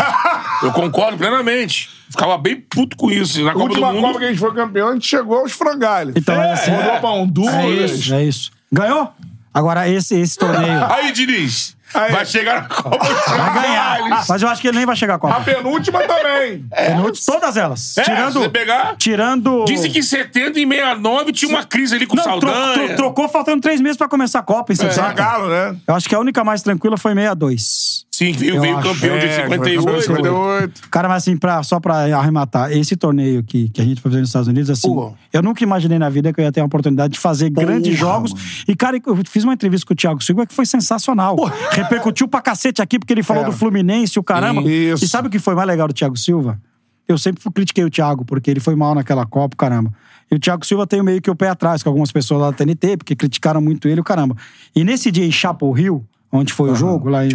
B: Eu concordo plenamente. Ficava bem puto com isso. Na
A: A
B: Copa
A: última
B: do Mundo.
A: Copa que a gente foi campeão, a gente chegou aos frangalhos.
C: Então, é assim.
A: Rodou né? pra Honduras.
C: É isso, é isso. Ganhou? Agora, esse, esse torneio
B: Aí, Diniz,
A: Aí.
B: vai chegar na Copa dos
C: vai ganhar.
B: Caralhos.
C: Mas eu acho que ele nem vai chegar à
A: A
C: Copa.
A: penúltima também.
C: Penúlti- Todas elas.
B: É, se
C: tirando.
B: você pegar-
C: Tirando.
B: Disse que em 70 e 69 tinha uma crise ali com o
C: Não, tro-
B: Saldanha.
C: tro- trocou faltando três meses pra começar a Copa em 60.
A: Zagalo, né?
C: Eu acho que a única mais tranquila foi 62.
B: Sim, veio,
C: Eu
B: veio
C: acho.
B: campeão de
A: É,
B: 58.
A: 58.
C: Cara, mas assim, pra, só pra arrematar, esse torneio que, que a gente foi fazer nos Estados Unidos, assim,
B: Pô.
C: eu nunca imaginei na vida que eu ia ter a oportunidade de fazer grandes jogos. E, cara, eu fiz uma entrevista com o Thiago Silva que foi sensacional. Repercutiu pra cacete aqui, porque ele falou
A: É.
C: do Fluminense, o caramba.
A: Isso.
C: E sabe o que foi mais legal do Thiago Silva? Eu sempre critiquei o Thiago, porque ele foi mal naquela Copa, caramba. E o Thiago Silva tem meio que o pé atrás com algumas pessoas lá da TNT, porque criticaram muito ele, o caramba. E nesse dia em Chapel Hill, onde foi o jogo, lá em.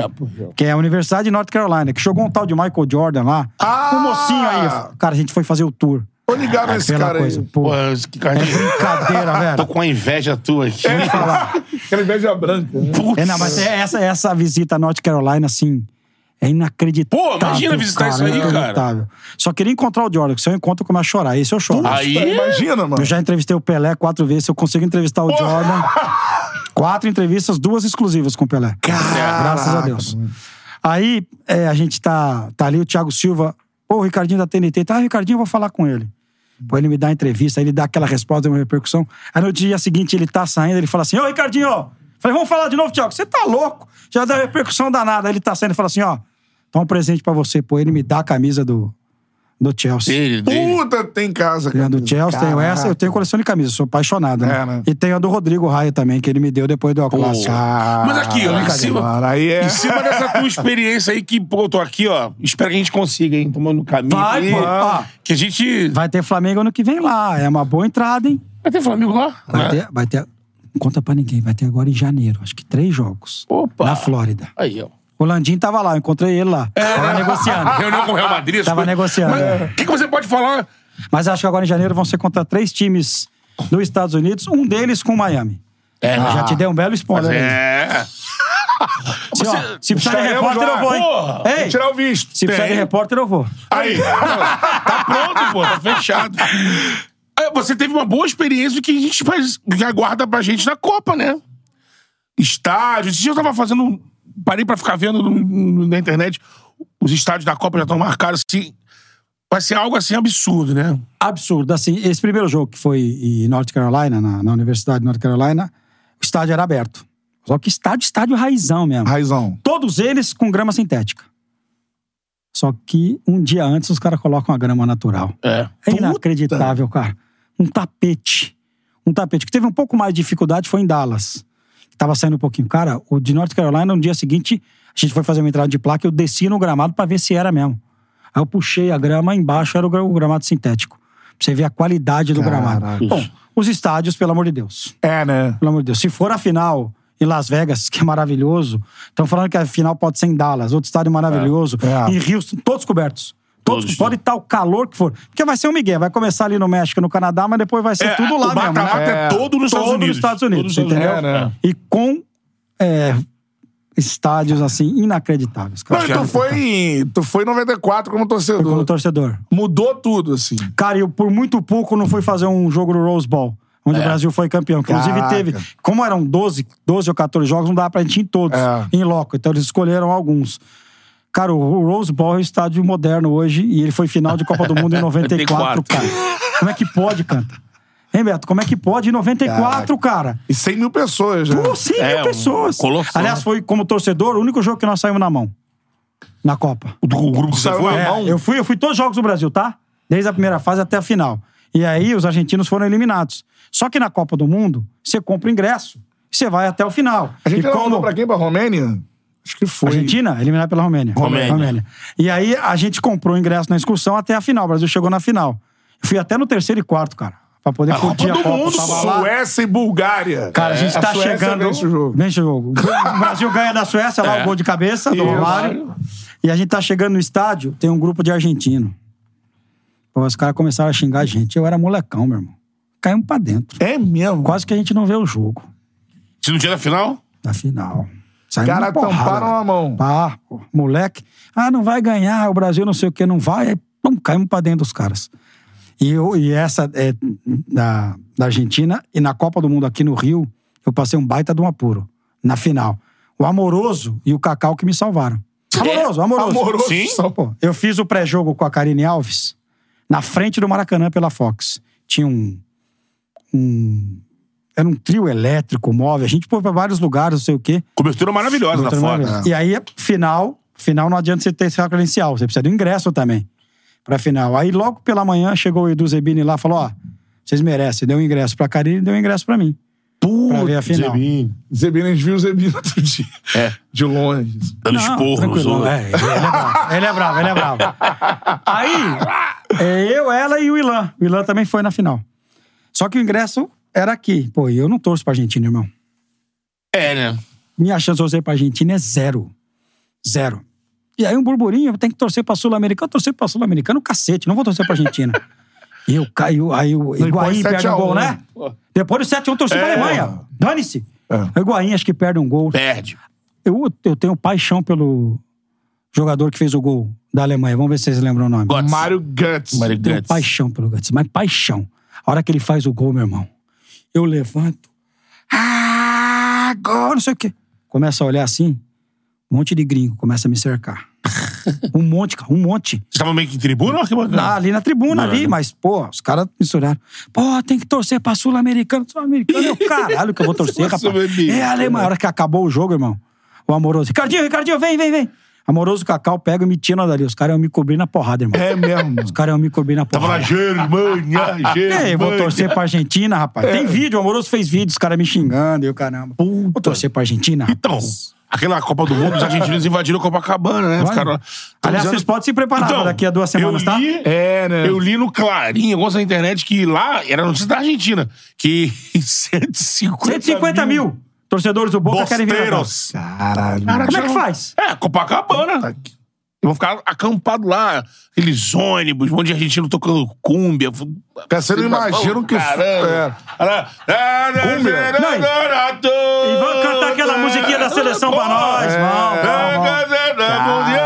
C: Que é a Universidade de North Carolina, que jogou um tal de Michael Jordan lá.
A: Ah!
C: O mocinho aí. ó. Cara, a gente foi fazer o tour.
A: Tô ligado nesse
C: Aquela
A: cara
C: coisa,
A: aí.
C: pô.
B: Porra, que cara.
C: É brincadeira, velho.
B: Tô com a inveja tua aqui.
A: Aquela inveja branca. né?
B: Putz.
C: É, não, mas é- essa, essa visita à North Carolina, assim, é inacreditável.
B: Pô, imagina visitar isso aí,
C: é inacreditável. Só queria encontrar o Jordan, que se eu encontro, eu começo a chorar. Esse eu choro.
B: Aí,
A: Imagina, mano.
C: Eu já entrevistei o Pelé quatro vezes, se eu consigo entrevistar o Jordan. Quatro entrevistas, duas exclusivas com o Pelé. Ah, Graças a Deus. Aí é, a gente tá, tá ali, o Thiago Silva, pô, o Ricardinho da TNT, tá, ah, Ricardinho, eu vou falar com ele. Pô, ele me dá a entrevista, aí ele dá aquela resposta, uma repercussão. Aí no dia seguinte ele tá saindo, ele fala assim: Ô, Ricardinho, ó. Falei, vamos falar de novo, Thiago, você tá louco? Já deu tá repercussão danada. Aí ele tá saindo e fala assim: ó, dá um presente pra você, pô. Ele me dá a camisa do, do Chelsea.
B: Dele, dele.
A: Puta, tem casa,
C: Tem a
A: cara.
C: do Chelsea, tenho essa, eu tenho coleção de camisas, sou apaixonado, né?
A: É, né?
C: E tenho a do Rodrigo Raia também, que ele me deu depois do clássico.
B: Mas aqui, ó, em
A: Caraca,
B: cima,
A: mano, aí é...
B: em cima dessa tua experiência aí que, pô, tô aqui, ó. Espero que a gente consiga, hein? Tomando um caminho.
C: Vai,
B: aí,
C: pô. Ó.
B: Que a gente.
C: Vai ter Flamengo ano que vem lá, é uma boa entrada, hein?
B: Vai ter Flamengo lá?
C: Vai
B: Né?
C: ter, vai ter, não conta pra ninguém, vai ter agora em janeiro, acho que três jogos.
B: Opa.
C: Na Flórida.
B: Aí, ó.
C: O Landim tava lá, eu encontrei ele lá.
B: É.
C: Tava negociando.
B: Reunião com o Real Madrid. essas
C: Ah, Tava
B: coisas.
C: negociando,
B: Mas
C: é.
B: O que, que você pode falar?
C: Mas acho que agora em janeiro vão ser contra três times dos Estados Unidos, um deles com o Miami.
B: É.
C: Eu já te dei um belo spoiler aí.
B: É.
C: Se, ó, se precisar de
A: Estaremos
C: repórter,
A: lá.
C: eu vou, hein?
B: Porra,
C: Ei,
A: Tirar o visto.
C: se precisar de
B: Tem.
C: repórter, eu vou.
B: Aí. tá pronto, pô. Tá fechado. Aí, É, Você teve uma boa experiência do que a gente faz, que aguarda pra gente na Copa, né? Estádio. Esse dia eu tava fazendo. um- Parei pra ficar vendo no- no- na internet. Os estádios da Copa já estão marcados assim. Vai ser algo assim absurdo, né?
C: Absurdo. Assim, esse primeiro jogo que foi em North Carolina, na, na Universidade de North Carolina, o estádio era aberto. Só que estádio, estádio raizão mesmo.
A: Raizão.
C: Todos eles com grama sintética. Só que um dia antes os caras colocam a grama natural.
B: É.
C: É inacreditável, cara. Um tapete. Um tapete. O que teve um pouco mais de dificuldade foi em Dallas. Tava saindo um pouquinho. Cara, o de North Carolina, no dia seguinte, a gente foi fazer uma entrada de placa, eu desci no gramado pra ver se era mesmo. Aí eu puxei a grama, embaixo era o gra- o gramado sintético. Pra você ver a qualidade do
A: Caraca.
C: gramado. Bom, os estádios, pelo amor de Deus.
A: É, né?
C: Pelo amor de Deus. Se for a final em Las Vegas, que é maravilhoso, estão falando que a final pode ser em Dallas, outro estádio maravilhoso,
A: É.
C: em Houston, todos cobertos. Todos,
B: Todos.
C: pode estar o calor que for. Porque vai ser um Miguel, vai começar ali no México, no Canadá, mas depois vai ser
B: É,
C: tudo lá
B: o
C: mesmo.
B: mata-mata
C: né?
B: é todo nos Estados
C: Todo
B: Unidos.
C: nos Estados Unidos,
B: Todo nos
C: entendeu? né?
B: Estados Unidos.
C: E com é, estádios assim inacreditáveis.
A: Não, então,
C: Cara.
A: e tu foi, em- tu foi em 94 como torcedor.
C: é como torcedor.
A: Mudou tudo, assim.
C: Cara, eu por muito pouco não fui fazer um jogo no Rose Bowl,
B: É.
C: onde o Brasil foi campeão. Inclusive
A: Caraca.
C: teve, como eram 12, 12 ou 14 jogos, não dava pra gente ir em todos,
A: É.
C: em loco. Então eles escolheram alguns. Cara, o Rose Bowl é um estádio moderno hoje e ele foi final de Copa do Mundo em
B: 94.
C: 94, cara. Como é que pode, canta? Hein, Beto? Como é que pode em 94, cara?
A: E 100 mil pessoas, né?
C: Por 100
B: É,
C: mil
B: um
C: pessoas.
B: colossal.
C: Aliás, foi como torcedor o único jogo que nós saímos na mão. Na Copa.
B: O, o grupo que você
A: Saiu
B: foi?
A: na
B: É.
A: mão.
C: Eu fui, eu fui todos os jogos do Brasil, tá? Desde a primeira fase até a final. E aí os argentinos foram eliminados. Só que na Copa do Mundo, você compra o ingresso. Você vai até o final.
A: A gente
C: e
A: mandou pra quem? Pra Romênia? Acho que foi.
C: Argentina, eliminada pela Romênia.
B: Romênia.
C: E aí a gente comprou o ingresso na excursão até a final. O Brasil chegou na final. Eu fui até no terceiro e quarto, cara. Pra poder
B: A
C: curtir
B: Copa do
C: a Copa.
B: Mundo,
C: Tava lá.
A: Suécia e Bulgária. É,
C: Cara, a gente tá
A: Suécia
C: chegando.
A: vence o jogo.
C: Vence o jogo. O Brasil ganha da Suécia, lá o gol de cabeça do
A: Isso.
C: Romário. E a gente tá chegando no estádio, tem um grupo de argentino. Pô, os caras começaram a xingar a gente. Eu era molecão, meu irmão. Caímos pra dentro.
A: É mesmo.
C: Quase que a gente não vê o jogo
B: Se no dia da final?
C: da final. Saímos
A: Cara,
C: na porrada,
A: tamparam
C: velho.
A: a mão.
C: Pá, pô, moleque. Ah, não vai ganhar, o Brasil não sei o que, não vai. Aí, pum, caímos pra dentro dos caras. E, eu, e essa é da, da Argentina e na Copa do Mundo aqui no Rio, eu passei um baita de um apuro. Na final. O Amoroso e o Cacau que me salvaram. Amoroso, Amoroso.
A: Amoroso.
B: Sim.
A: Só, pô.
C: Eu fiz o pré-jogo com a Karine Alves na frente do Maracanã pela Fox. Tinha um. um- era um trio elétrico, móvel. A gente foi pra vários lugares, não sei o quê.
B: Cobertura maravilhosa da foto.
C: E aí, final, final não adianta você ter esse credencial. Você precisa do ingresso também pra final. Aí, logo pela manhã, chegou o Edu Zebini lá e falou: ó, vocês merecem. Deu um ingresso pra Karine e deu um ingresso pra mim. pra ver a final.
A: Zebina, a gente viu o Zebina outro dia.
B: É.
A: De longe.
B: Dando
C: Não,
B: esporro nos
C: tranquilo,
B: outros.
C: é, ele, ele é bravo, ele é bravo, ele é bravo. Aí, é eu, ela e o Ilan. O Ilan também foi na final. Só que o ingresso era aqui. Pô, e eu não torço pra Argentina, irmão.
B: É, né?
C: minha chance de torcer pra Argentina é zero. Zero. E aí um burburinho, tem que torcer pra Sul-Americano, torcer pra Sul-Americano, cacete, não vou torcer pra Argentina. E eu caio, aí o Higuaín
A: de
C: perde um
A: 7 a 1,
C: gol, né?
B: Pô.
C: Depois do 7x1 torcer pra
B: É.
C: Alemanha. Dane-se.
A: É.
C: O Higuaín acho que perde um gol.
B: Perde.
C: Eu, eu tenho paixão pelo jogador que fez o gol da Alemanha. Vamos ver se vocês lembram o nome.
B: Götze.
A: Mário Guts.
B: Mário
C: Tenho
B: Götze.
C: paixão pelo Guts, mas paixão. A hora que ele faz o gol, meu irmão, eu levanto. Ah, gol, não sei o quê. Começa a olhar assim, um monte de gringo começa a me cercar. um monte, cara, um monte.
B: Você tava meio que em tribuna ou arquibancada?
C: Lá, ali na tribuna, ali,
B: Mano.
C: mas, pô, os caras misturaram. Pô, tem que torcer pra Sul-Americano, Sul-Americano. Eu, caralho, que eu vou torcer, rapaz.
B: Sul-Americano. né?
C: É a Alemanha. A hora que acabou o jogo, irmão, o amoroso. Ricardinho, Ricardinho, vem, vem, vem. Amoroso Cacau pega e me tira dali. Os caras iam me cobrir na porrada, irmão.
A: É mesmo.
C: Os caras iam me cobrir na
B: Tava na
C: porrada.
B: Germânia,
C: É,
B: Germânia.
C: eu vou torcer pra Argentina, rapaz.
B: É.
C: Tem vídeo, o Amoroso fez vídeo, os caras me xingando e o caramba. Vou torcer pra Argentina, rapaz.
B: Então, aquela Copa do Mundo, os argentinos invadiram Copacabana, né?
C: Vai.
B: Ficaram...
C: Aliás,
B: Então,
C: vocês podem se preparar pra daqui a duas semanas,
B: eu
C: tá?
B: li-
A: É, né?
B: Eu li no Clarinho, alguns na internet, que lá era notícia da Argentina, que 150,
C: 150 mil. Torcedores do Boca querem vir. pra cá.
B: bosteiros.
A: Caralho.
B: Cara,
C: Como é que
B: tinha-
C: faz?
B: É, Copacabana. Eu vou ficar acampado lá, aqueles ônibus, um monte de argentino tocando cúmbia. fu-
A: Cara, você não
C: tá
A: imagina o que f-
B: Caramba.
A: Cúmbia.
C: Não,
B: E
C: E vão cantar aquela musiquinha da seleção pra nós.
A: É.
C: Vão, vão, vão.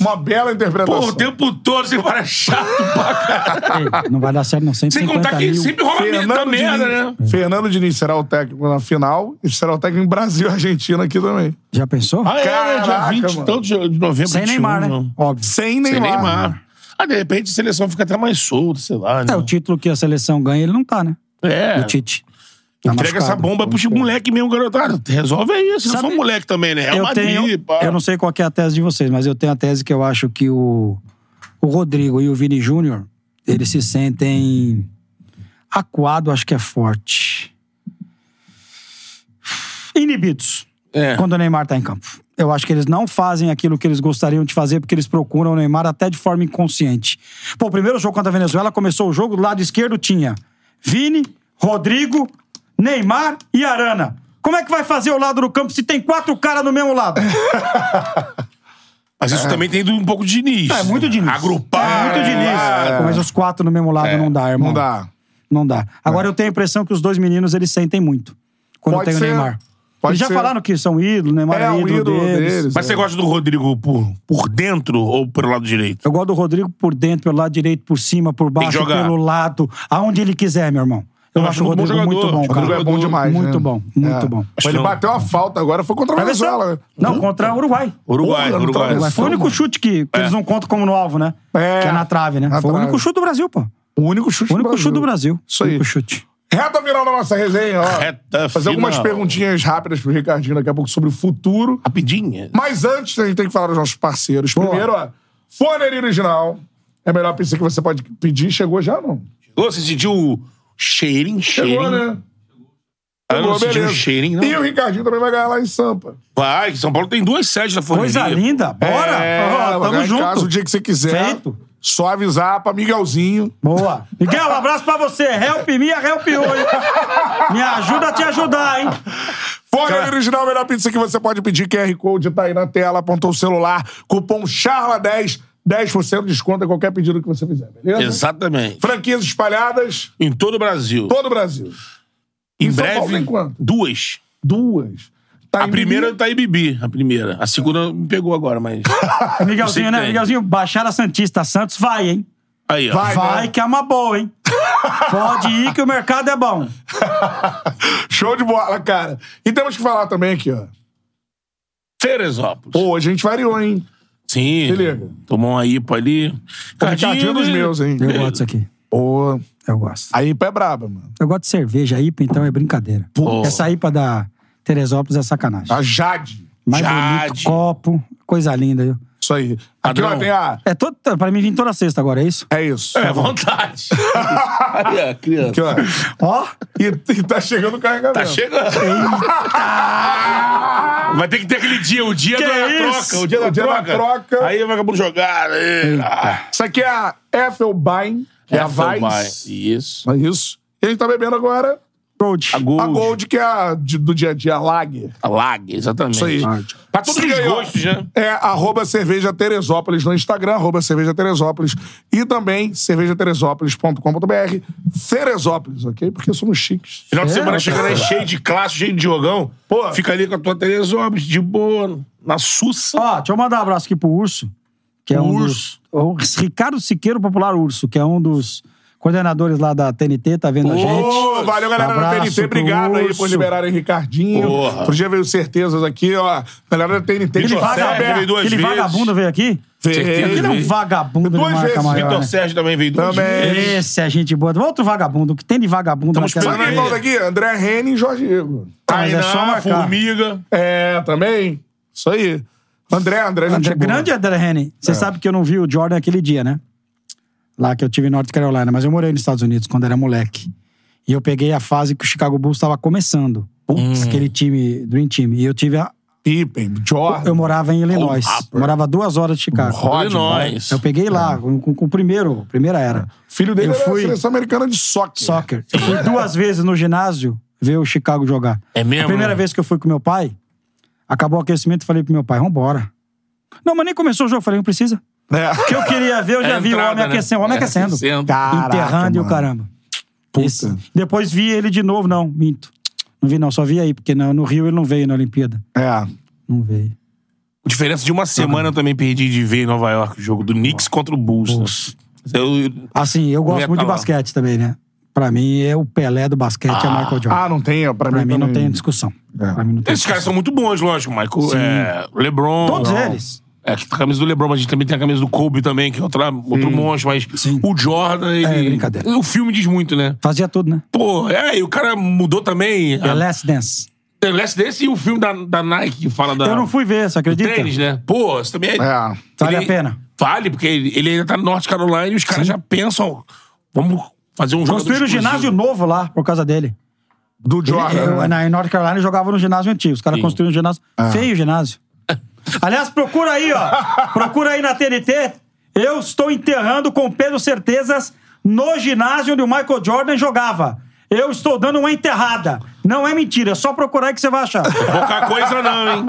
A: Uma bela interpretação.
B: Pô, o tempo todo você para chato pra caralho.
C: Ei, Não vai dar certo, não.
B: Sem
C: 150
B: contar que
C: mil.
B: sempre rola merda, merda, né?
A: Diniz, Fernando Diniz será o técnico na final e será o técnico em Brasil e Argentina aqui também.
C: Já pensou?
B: Ah, é, né? dia
A: Caraca,
B: 20 e
A: mano.
B: tanto de de novembro.
C: Sem
B: 21,
C: Neymar, né? Óbvio.
A: Sem
B: Sem
A: Neymar.
B: Neymar. Ah, de repente a seleção fica até mais solta, sei lá. Né?
C: É, o título que a seleção ganha, ele não tá, né?
B: É.
C: O Tite. Tá
B: Entrega essa
C: machucado.
B: bomba pro moleque mesmo, garotado. Resolve aí, isso. Eu
C: Sabe-
B: sou um moleque também, né? Real
C: Eu
B: Madrid,
C: tenho.
B: pá.
C: Eu não sei qual que é a tese de vocês, mas eu tenho a tese que eu acho que o, o Rodrigo e o Vini Júnior, eles se sentem. Aquado, acho que é forte. Inibidos.
B: É.
C: quando o Neymar tá em campo. Eu acho que eles não fazem aquilo que eles gostariam de fazer porque eles procuram o Neymar até de forma inconsciente. Pô, o primeiro jogo contra a Venezuela começou o jogo, do lado esquerdo tinha Vini, Rodrigo, Neymar e Arana. Como é que vai fazer o lado do campo se tem quatro caras no mesmo lado?
B: Mas
A: É.
B: isso também tem do- um pouco de Diniz.
C: É muito Diniz.
B: Agrupar.
C: É muito Diniz.
B: lá.
C: Pô, Mas os quatro no mesmo lado não dá, irmão.
A: É, Não dá. É.
C: Não dá. Agora eu tenho a impressão que os dois meninos eles sentem muito quando
A: Pode
C: tem
A: ser.
C: o Neymar.
A: Pode
C: eles já
A: ser.
C: falaram que são ídolos, Neymar
A: É,
C: é
A: o
C: ídolo,
A: ídolo
C: deles.
A: deles.
B: Mas você gosta do Rodrigo por, por dentro ou pelo lado direito?
C: Eu gosto do Rodrigo por dentro, pelo lado direito, por cima, por baixo,
B: jogar.
C: pelo lado, aonde ele quiser, meu irmão. Eu,
B: Eu
C: acho o
A: um
B: acho muito
C: Rodrigo
B: bom
C: muito
B: jogador.
C: bom,
B: Acho
C: cara.
A: O Rodrigo é bom demais.
C: Muito
A: né?
C: bom, muito
A: É.
C: bom.
A: Mas ele
B: Não.
A: bateu a falta agora, foi contra a
C: Vai ver se-
A: Venezuela. né?
C: Não, contra o Uruguai.
A: Porra, não
B: Uruguai,
A: tá
B: Uruguai.
A: vendo?
C: Uruguai. Foi o único chute que, que eles não contam como no alvo, né?
A: É.
C: Que é na trave, né?
A: Na
C: Foi o
A: trave.
C: único chute do Brasil, pô.
A: O único chute
C: O único
A: do Brasil.
C: chute do Brasil.
A: Isso
C: O
A: aí.
C: único chute.
A: Reta final da nossa resenha. Ó.
B: Reta
A: Fazer algumas
B: final.
A: perguntinhas rápidas pro Ricardinho daqui a pouco sobre o futuro.
B: Rapidinha.
A: Mas antes, a gente tem que falar dos nossos parceiros. Primeiro, ó, Foneria Original. É a melhor pizza que você pode pedir. Chegou já, não?
B: Você sentiu o cheirinho, cheirinho?
A: Chegou, né?
B: Ah, eu
A: Chegou,
B: não senti
A: beleza.
B: um cheirinho, não.
A: E o Ricardinho também vai ganhar lá em Sampa.
B: Vai, que São Paulo tem duas sedes da forneria.
C: Coisa linda. Bora! Ó,
A: É, vai ganhar
C: tamo
A: em Casa, o
C: junto.
A: dia que você quiser.
C: Feito.
A: Só avisar pra Miguelzinho.
C: Boa. Miguel, um abraço pra você. Help me, help you. hein? Me ajuda a te ajudar, hein?
A: Fone original, a melhor pizza que você pode pedir. QR Code tá aí na tela, apontou o celular. Cupom CHARLA10, 10% de desconto em qualquer pedido que você fizer, beleza?
B: Exatamente.
A: Franquias espalhadas,
B: Em todo o Brasil.
A: todo o Brasil.
B: Em,
A: Em São
B: breve,
A: Paulo tem quanto?
B: duas.
A: Duas. Tá
B: A
A: em
B: primeira tá em Bibi, a primeira. A segunda me pegou agora, mas... Sei
C: Miguelzinho,
B: que
C: né?
B: tem.
C: Miguelzinho, Baixada Santista Santos vai, hein?
B: Aí, ó.
A: Vai.
C: Vai
A: né?
C: que é uma boa, hein? Pode ir que o mercado é bom.
A: Show de bola, cara. E temos que falar também aqui, ó.
B: Teresópolis.
A: Pô, a gente variou, hein?
B: Sim.
A: Se liga.
B: Tomou uma IPA ali. né?
A: Ricardinho é dos meus, hein?
C: Eu gosto disso aqui.
A: Pô,
C: Eu gosto.
A: a IPA é braba, mano.
C: Eu gosto de cerveja. IPA, então, é brincadeira. Essa IPA da Teresópolis é sacanagem.
A: A Jade.
C: Mais
B: Jade.
C: bonito, copo, coisa linda. viu?
A: Isso aí. Aqui,
B: Padrão.
A: ó, tem a...
C: É todo, pra mim vir toda sexta agora, é isso?
A: É isso.
B: É, à vontade. aí, ó, criança.
A: Aqui, ó.
C: Ó,
A: E, e tá chegando o carregamento.
B: Tá chegando. Vai ter que ter aquele dia, o dia
C: Que
B: da
C: isso?
B: troca. O dia, da,
A: é O dia da
B: troca.
A: troca.
B: Aí o vagabundo jogar. aí, ah,
A: Isso aqui é a Effelbein, é a
B: Hasselbein.
A: Weiss.
B: Isso.
A: É isso. E a gente tá bebendo agora
C: Gold.
B: A Gold.
A: a Gold, que é a de- do dia a dia, a Lager.
B: A Lag, exatamente.
A: Isso aí.
B: Pra todos
A: Siga
B: os
A: aí, ó.
B: gostos, né?
A: É arroba cerveja Teresópolis no Instagram, arroba cerveja Teresópolis. E também cervejateresópolis.com.br. Teresópolis, ok? Porque somos chiques.
B: Final de
C: É,
B: semana
C: rapaz.
B: chegando aí cheio de classe, cheio de jogão.
A: né? Pô.
B: Fica ali com a tua Teresópolis, de boa, na sussa.
C: Ó, deixa eu mandar um abraço aqui pro Urso, que é
B: O
C: um
B: Urso.
C: dos... O Ricardo Siqueiro Popular Urso, que é um dos coordenadores lá da TNT, tá vendo a gente.
A: Ô, valeu, galera da
C: Abraço
A: TNT.
C: pro
A: Obrigado aí por
C: Urso.
A: liberarem Ricardinho.
B: Porra.
A: Outro dia veio certezas aqui, ó. Galera da TNT.
B: Ele
A: de
B: vaga-
A: céu
B: Sérgio,
A: aberto.
B: veio duas
C: Aquele
B: vezes.
C: vagabundo veio aqui?
A: Veio.
C: Aquele é um
B: vezes.
C: vagabundo
A: Duas
C: do Marca
A: vezes,
C: Maior.
B: Vitor
C: né?
B: Sérgio também veio duas
A: Também.
B: vezes.
C: Esse é gente boa. Outro vagabundo. O que tem de vagabundo
B: Estamos
C: naquela...
A: Sabe quem
B: esperando
A: falta aqui? André Rene e Jorge Igor.
C: mas é
B: Tainá,
C: só marcar.
B: Formiga.
A: É, também. Isso aí. André, André, gente
C: André,
A: boa.
C: grande André Henning. Você sabe que eu não vi o Jordan aquele dia, né? Lá que eu tive em North Carolina, mas eu morei nos Estados Unidos quando era moleque. E eu peguei a fase que o Chicago Bulls estava começando. Hum. Putz, aquele time, Dream Team. E eu tive a,
A: Pippen, Jordan.
C: eu morava em Illinois.
B: Harper.
C: Morava duas horas de Chicago.
A: Rodman.
B: Illinois.
C: Eu peguei lá, com, com- com o primeiro, primeira era.
A: Filho dele
C: Eu
A: era
C: fui-
A: a seleção americana de soccer.
C: Soccer. Eu É. fui duas vezes no ginásio ver o Chicago jogar.
B: É mesmo?
C: A
A: né?
C: primeira vez que eu fui com meu pai, acabou o aquecimento, falei pro meu pai, vambora. Não, mas nem começou o jogo, falei, não precisa.
A: É.
C: O que eu queria ver, eu já
B: É a
C: vi o
B: entrada,
C: homem
B: né?
C: aquecendo, o homem
B: É,
C: aquecendo.
B: aquecendo.
A: Caraca,
C: Enterrando e o
A: mano.
C: caramba. Esse- Depois vi ele de novo, não, minto. Não vi não, só vi aí, porque no, no Rio ele não veio na Olimpíada.
A: É.
C: Não veio.
B: Diferença de uma semana eu também perdi de ver em Nova York o jogo do Knicks contra o Bulls. né? Eu-
C: Assim,
B: ia
C: eu gosto muito
B: tá
C: de
B: lá.
C: basquete também, né? Pra mim, é o Pelé do basquete, é Michael Jordan.
A: Ah, não tem, ó, pra,
C: pra
A: mim,
C: mim não
A: também.
C: tem discussão.
A: É.
C: Pra mim não tem
B: Esses caras são muito bons, lógico, Michael. É, LeBron.
C: Todos
B: Não.
C: eles.
B: É, que tem a camisa do LeBron, mas a gente também tem a camisa do Kobe também, que é outra, outro monstro, mas
C: Sim.
B: o Jordan, ele...
C: É, brincadeira.
B: O filme diz muito, né?
C: Fazia tudo, né?
B: Pô, é, e o cara mudou também.
C: The
B: a-
C: Last Dance.
B: The Last Dance e o filme da, da Nike que fala da...
C: Eu não fui ver, você acredita?
B: Tênis, né? Pô, isso também é...
A: É.
C: Vale
B: Ele-
C: a pena.
B: Vale, porque ele, ele ainda tá no Norte Carolina e os caras já pensam, vamos fazer um jogo
C: Construíram um ginásio novo lá por causa dele.
A: Do Jordan.
C: Ele- é, eu,
A: né?
C: na, em North Carolina eu jogava no ginásio antigo. Os caras construíram um ginásio. Feio o ginásio. Aliás, procura aí, ó. procura aí na TNT. Eu estou enterrando com Pedro Certezas no ginásio onde o Michael Jordan jogava. Eu estou dando uma enterrada. Não é mentira, é só procurar aí que você vai achar.
B: Pouca coisa não, hein?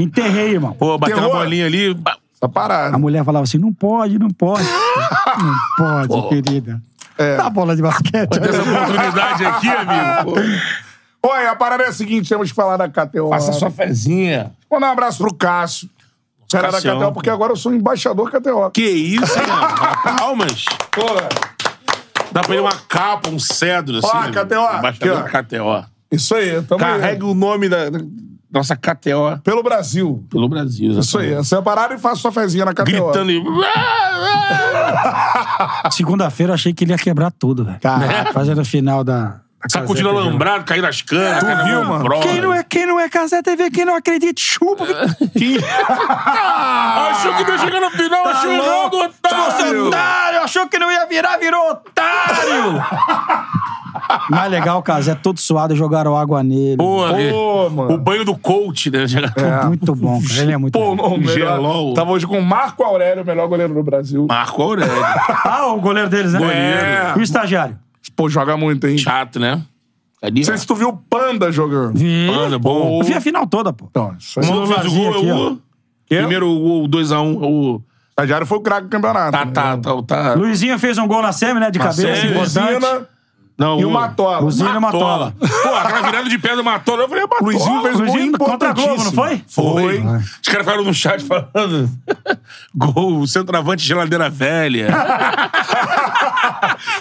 C: Enterrei, irmão.
B: Pô, bateu uma
A: Terror.
B: bolinha ali... bah,
A: Essa
C: A
A: parada.
C: mulher falava assim: não pode, não pode. não pode, querida. Dá a bola de basquete.
B: Essa oportunidade aqui, amigo.
A: Olha, a parada é a seguinte, temos que falar da KTO.
B: Faça sua fezinha.
A: Mandar um abraço pro Cássio. Cara da
B: Cássio.
A: KTO, porque agora eu sou embaixador KTO.
B: Que isso, mano? Palmas.
A: Porra.
B: Dá pra ele uma capa, um cedro, assim.
A: Ó,
B: né?
A: KTO.
B: Embaixador
A: Aqui, ó.
B: KTO.
A: Isso aí, tamo aí.
B: Carrega o nome da da nossa KTO
A: Pelo Brasil.
B: pelo Brasil. exatamente.
A: Isso aí, essa é a parada e faço sua fezinha na KTO.
B: Gritando e...
C: Segunda-feira eu achei que ele ia quebrar tudo, velho.
A: Caraca.
C: Fazendo o final da. da
B: Sacudindo
C: Caseta,
B: alambrado, caindo as canas.
A: Tu
B: caindo
A: viu,
B: na
A: mano?
B: prova.
C: Quem não é, quem não é Casé TV, quem não acredita, chupa.
B: Ah, Achou que ia chegar no final,
C: Tá
B: achou
C: louco?
B: errado,
A: Tá
C: Você é
B: otário!
C: otário, achou que não ia virar, virou otário. Mais legal, o Casé é todo suado, jogaram água nele.
B: Pô, ali,
A: Pô, mano.
B: O banho do coach, né? Chegar-
C: Muito bom, cara. Ele é muito
A: Pô,
C: bom.
A: não, o melhor.
B: Gelol.
A: Tava hoje com o Marco Aurélio, o melhor goleiro do Brasil.
B: Marco Aurélio.
C: Ah, o goleiro deles, né?
B: Goleiro.
C: E o estagiário.
A: Pô, joga muito, hein? Não
B: Chato, né? Ali,
A: sei
B: ó.
A: se tu viu o Panda jogando.
B: Panda, bom.
C: Eu vi a final toda, pô.
A: Então, isso aí.
B: O Mano fez o gol,
C: Aqui,
B: é
C: ó.
B: o... Primeiro gol, 2x1, o...
A: O estagiário foi o craque do campeonato.
B: Tá, tá, tá, tá.
C: Luizinho fez um gol na semi, né? De cabeça,
B: semi,
C: importante.
A: Luizina
B: Não,
A: e
B: o-
A: o Matola.
C: Luizina e o Matola.
B: Pô, aquela virada de pé do Matola, eu falei, Matola.
A: Luizinho fez um gol
C: Luizinho contra a Globo,
A: importantíssimo.
C: não foi?
B: Foi.
A: Foi.
B: Os caras ficaram no chat falando. Gol, centroavante, geladeira velha.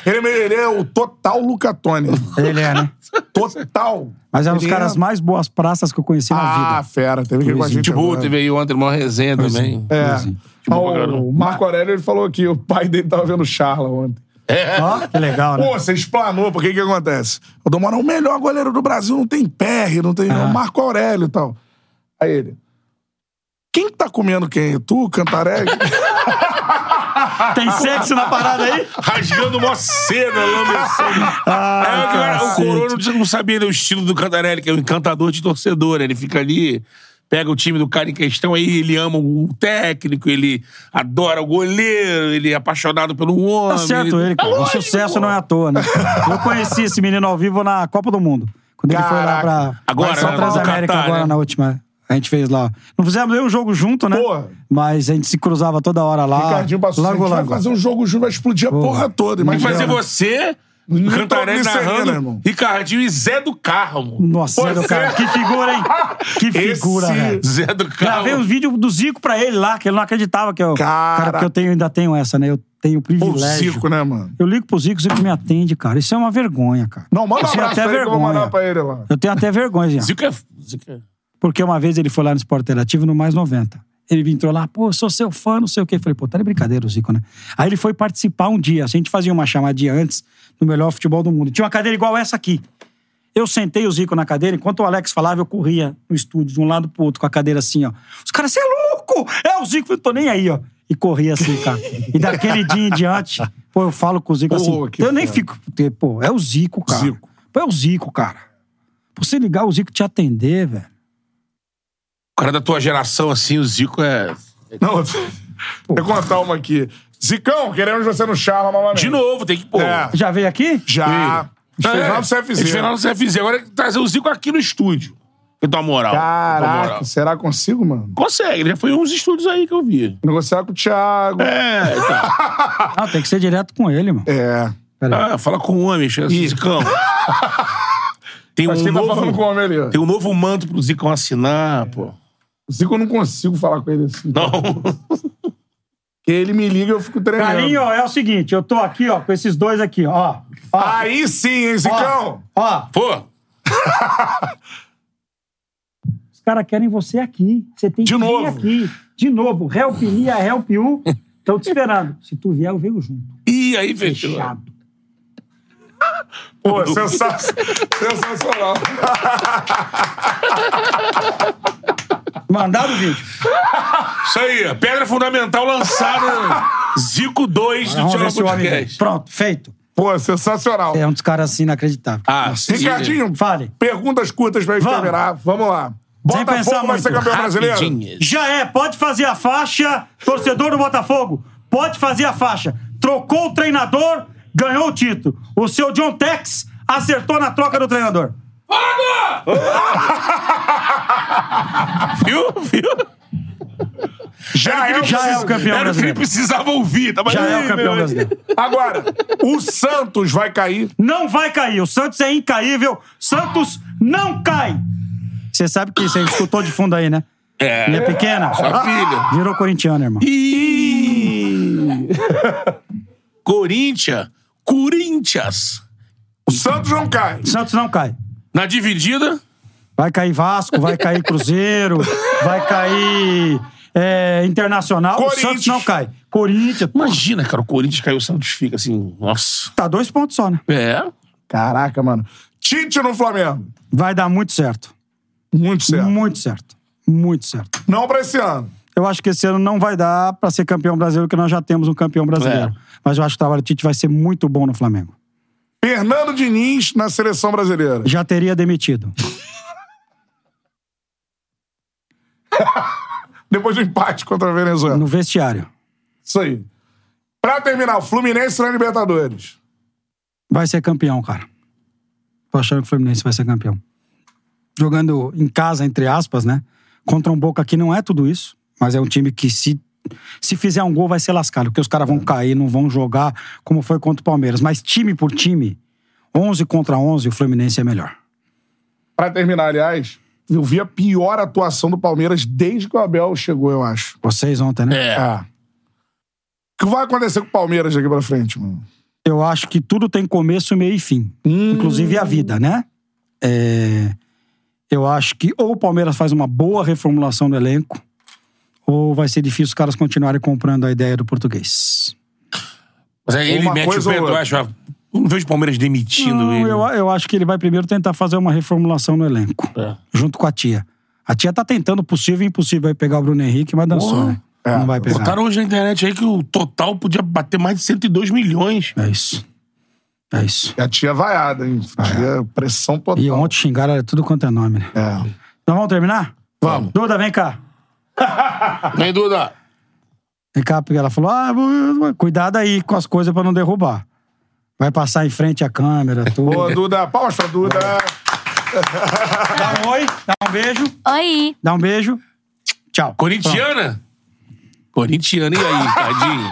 A: Ele, é meio- ele é o total Luca Toni.
C: Ele é, né?
A: Total.
C: Mas eram os
A: Ele
C: caras
A: é-
C: mais boas praças que eu conheci na
A: Ah,
C: vida.
A: fera. Teve que ir com a gente
B: Tipo,
A: agora.
B: teve aí ontem uma resenha também.
A: É. Ah,
B: pra caramba.
A: o Marco Aurélio ele falou que o pai dele tava vendo Charla ontem.
C: Ó, que legal, né?
A: Pô, você explanou, porque o que acontece? O Domora, é o melhor goleiro do Brasil, não tem PR, não tem
C: É.
A: o Marco Aurélio e tal. Aí ele. Quem que tá comendo quem? Tu, Cantarelli?
C: Tem sexo na parada aí?
B: Rasgando uma cena, né? lambecendo.
C: Ah,
B: É, cara, o
C: cacete.
B: Corona não- não sabia né, o estilo do Cantarelli, que é um encantador de torcedor. Ele fica ali, pega o time do cara em questão, aí ele ama o técnico, ele adora o goleiro, ele é apaixonado pelo homem.
C: Tá certo ele, cara. o sucesso não é à toa, né? Eu conheci esse menino ao vivo na Copa do Mundo. Quando ele foi lá
A: Caraca.
C: pra
B: Agora,
C: pra São
B: né? No
C: Transamérica,
B: Catar,
C: agora
B: né?
C: na última. A gente fez lá. ó. Não fizemos nenhum jogo junto, né?
A: Porra.
C: Mas a gente se cruzava toda hora lá.
A: Ah, Ricardinho passou.
C: Largo,
A: a gente
C: largo.
A: vai fazer um jogo junto, vai explodir a porra toda.
B: Vai
A: Mas é.
B: fazer você,
A: Não
B: Cantarelli
A: tô me seguindo,
B: narrando,
A: irmão.
B: Ricardinho e Zé do Carmo.
C: Nossa,
A: Pois
C: Zé do Carmo.
A: é.
C: Que figura, hein? Que
A: Esse-
C: figura, velho.
B: Zé do Carmo.
C: Gravei um vídeo do Zico pra ele lá, que ele não acreditava que eu.
A: Cara.
C: Cara, porque eu tenho, ainda tenho essa, né? Eu tenho o
A: Pô,
C: privilégio.
A: Zico, né, mano?
C: Eu ligo pro Zico, o Zico me atende, cara. Isso é uma vergonha, cara.
A: Não, manda um
C: Isso é
A: abraço
C: até
A: pra ele que eu vou
C: vergonha.
A: mandar pra ele lá.
C: Eu tenho até vergonha, Jean.
B: Zico é. Zico é.
C: Porque uma vez ele foi lá no Esporte Interativo no Mais 90. Ele me entrou lá, pô, eu sou seu fã, não sei o quê. Eu Falei, pô, tá de brincadeira o Zico, né? Aí ele foi participar um dia. A gente fazia uma chamadinha antes no melhor futebol do mundo. Tinha uma cadeira igual essa aqui. Eu sentei o Zico na cadeira, enquanto o Alex falava, eu corria no estúdio, de um lado pro outro, com a cadeira assim, ó. Os caras, você é louco! É o Zico, eu não tô nem aí, ó. E corria assim, cara. E daquele dia em diante, pô, eu falo com o Zico assim.
A: Pô, que
C: eu nem
A: foda.
C: fico, pô, é o Zico, cara.
A: Zico.
C: Pô, é o Zico, cara. Pô, você ligar o Zico te atender, velho.
B: O cara da tua geração, assim, o Zico é.
A: Não, é eu- eu vou contar uma aqui. Zicão, queremos você no Charla novamente.
B: De novo, tem que pôr.
A: É.
C: Já veio aqui?
A: Já.
B: É,
A: Fez lá no
B: eles
A: CFZ.
B: fizeram lá no CFZ. Agora trazer o Zico aqui no estúdio. Eu dou uma moral. Eu dou uma moral.
A: Caraca, será que consigo, mano?
B: Consegue, ele já foi em uns estúdios aí que eu vi.
A: Negociar com o Thiago. É.
B: É, tá.
C: Ah, tem que ser direto com ele, mano.
B: Ah, fala com o homem, chama assim, Zicão. Tem um,
A: Mas quem tá falando
B: novo,
A: com o homem ali, ó.
B: tem um novo manto pro Zicão assinar, pô.
A: O Zico eu não consigo falar com ele assim.
B: Não.
A: Porque ele me liga e eu fico tremendo.
C: Carinho, ó, é o seguinte, eu tô aqui, ó, com esses dois aqui, ó. Ó,
A: Aí sim, hein, Zicão?
C: ó.
B: Pô,
C: Os caras querem você aqui. Você tem
A: De
C: que
A: novo.
C: vir aqui. De novo. Help me, a help you. Estão te esperando. Se tu vier, eu venho junto.
B: e aí, fechou.
C: Chato.
A: Pô, sensa- sensacional.
C: Mandaram o vídeo.
B: Isso aí, pedra fundamental lançada. Zico 2 do
C: Vamos ver
B: Tiola
C: se o homem vem.
B: Podcast.
C: Pronto, feito.
A: Pô, sensacional.
C: É um dos caras assim inacreditável.
B: Ah, sim.
A: Ricardinho,
C: Fale.
A: perguntas curtas pra gente
C: Vamos.
A: terminar. Vamos lá.
C: Sem pensar
A: Botafogo vai ser
C: muito.
A: campeão brasileiro?
B: Rapidinhas.
C: Já é, pode fazer a faixa, torcedor do Botafogo. Pode fazer a faixa. Trocou o treinador, ganhou o título. O seu John Tex acertou na troca do treinador.
B: Viu? Viu?
A: Já é,
C: Já é o campeão
B: Era o que ele
C: brasileiro.
B: precisava ouvir. tá Tava
C: Já é
B: Ih,
C: o campeão
B: meu-
C: brasileiro.
A: Agora, o Santos vai cair.
C: Não vai cair. O Santos é incaível. Santos não cai. Você sabe que você escutou de fundo aí, né?
B: É.
C: Minha pequena.
B: Sua filha.
C: Virou corintiano, irmão.
B: Ih! Corinthians. Corinthians.
A: O Santos não cai.
C: Santos não cai.
B: Na dividida,
C: Vai cair Vasco, vai cair Cruzeiro, vai cair é, Internacional. O
A: Corinthians.
C: Santos não cai. Corinthians.
B: imagina, cara, o Corinthians caiu, o Santos fica assim, nossa.
C: Tá dois pontos só, né?
B: É.
A: Caraca, mano. Tite no Flamengo.
C: Vai dar muito certo.
A: Muito certo.
C: Muito certo. Muito certo.
A: Não pra esse ano.
C: Eu acho que esse ano não vai dar pra ser campeão brasileiro, porque nós já temos um campeão brasileiro.
B: É.
C: Mas eu acho que o trabalho do Tite vai ser muito bom no Flamengo.
A: Fernando Diniz na seleção brasileira.
C: Já teria demitido.
A: Depois do empate contra a Venezuela.
C: No vestiário.
A: Isso aí. Pra terminar, o Fluminense na Libertadores.
C: Vai ser campeão, cara. Tô achando que o Fluminense vai ser campeão. Jogando em casa, entre aspas, né? Contra um Boca que não é tudo isso, mas é um time que se, se fizer um gol vai ser lascado, porque os caras vão cair, não vão jogar como foi contra o Palmeiras. Mas time por time, 11 contra 11, o Fluminense é melhor.
A: Pra terminar, aliás, eu vi a pior atuação do Palmeiras desde que o Abel chegou, eu acho.
C: Vocês ontem, né?
B: É.
A: Ah. O que vai acontecer com o Palmeiras daqui pra frente, mano?
C: Eu acho que tudo tem começo, meio e fim.
A: Hum.
C: Inclusive a vida, né? É, Eu acho que ou o Palmeiras faz uma boa reformulação do elenco, ou vai ser difícil os caras continuarem comprando a ideia do português.
B: Mas aí ele
A: Uma
B: mete
A: coisa
B: o pé,
A: ou
B: eu
A: outra.
B: acho. ah, Não vejo o Palmeiras demitindo
C: Não,
B: ele.
C: eu, eu acho que ele vai primeiro tentar fazer uma reformulação no elenco,
B: É.
C: junto com a tia. A tia tá tentando o possível e impossível aí pegar o Bruno Henrique, mas dançou,
B: Porra.
C: né?
A: É.
C: Não vai pegar.
B: Botaram hoje na internet aí que o total podia bater mais de 102 milhões.
C: É isso. É isso.
A: E a tia vaiada, hein? Tia, pressão total.
C: É. E ontem xingaram é tudo quanto é nome, né?
A: É.
C: Nós vamos terminar?
A: Vamos.
C: Duda, vem cá.
B: Vem, Duda.
C: Vem cá, porque ela falou: ah, vou- cuidado aí com as coisas pra não derrubar. Vai passar em frente à câmera, tudo.
A: Boa, Duda. Palmas pra Duda.
C: Dá um oi, dá um beijo,
D: Oi!
C: dá um beijo. Tchau.
B: Corintiana? Corintiana, e aí, tadinho?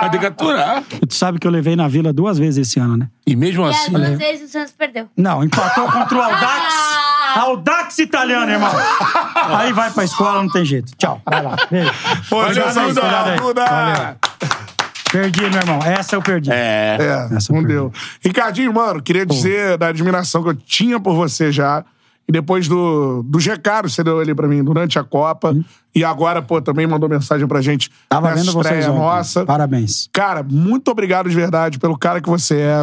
B: Vai ter que aturar.
C: Pronto. Tu sabe que eu levei na vila duas vezes esse ano, né?
B: E mesmo
D: E as
B: assim.
D: duas vezes o Santos perdeu.
C: Não, empatou contra o Aldax. Aldax italiano, irmão. Aí vai pra escola, não tem jeito. Tchau. Vai lá. Beijo.
A: Pô,
C: Cuidado aí,
A: Duda.
C: cuidado aí.
A: Duda.
C: Valeu. Perdi, meu irmão. Essa eu perdi.
B: É.
A: É,
C: Essa
A: não
C: foi
A: deu. Ricardinho, mano, queria dizer da admiração que eu tinha por você já. E depois do, dos recados que você deu ali pra mim durante a Copa. E agora, pô, também mandou mensagem pra gente.
C: Uhum. Tava
A: nessa
C: vendo vocês
A: estreia
C: ontem.
A: nossa.
C: Parabéns.
A: Cara, muito obrigado de verdade pelo cara que você é.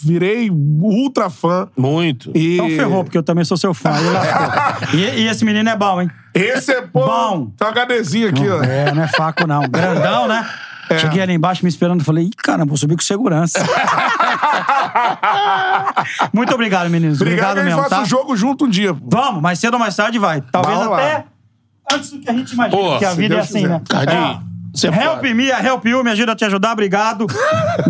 A: Virei ultra fã.
B: Muito.
A: E
C: Então ferrou, porque eu também sou seu fã. Aí lascou. e, e esse menino é bom, hein?
A: esse é pô,
C: Bom.
A: Tem uma HDzinha aqui, ó.
C: É, não é faco, não. Grandão, né?
A: É.
C: Cheguei ali embaixo me esperando e falei, Ih, caramba, vou subir com segurança. Muito obrigado, meninos.
A: Obrigado,
C: Obrigado,
A: que a gente
C: mesmo,
A: faça
C: tá?
A: o jogo junto um dia. pô.
C: Vamos, mais cedo ou mais tarde vai. Talvez
A: Vamos lá.
C: até antes do que a gente imagina,
B: Pô,
C: porque a
B: se
C: vida
A: Deus
C: é assim,
A: quiser.
C: né?
B: Ricardinho, você é
C: Help
B: foda.
C: me, help you, me ajuda a te ajudar, obrigado.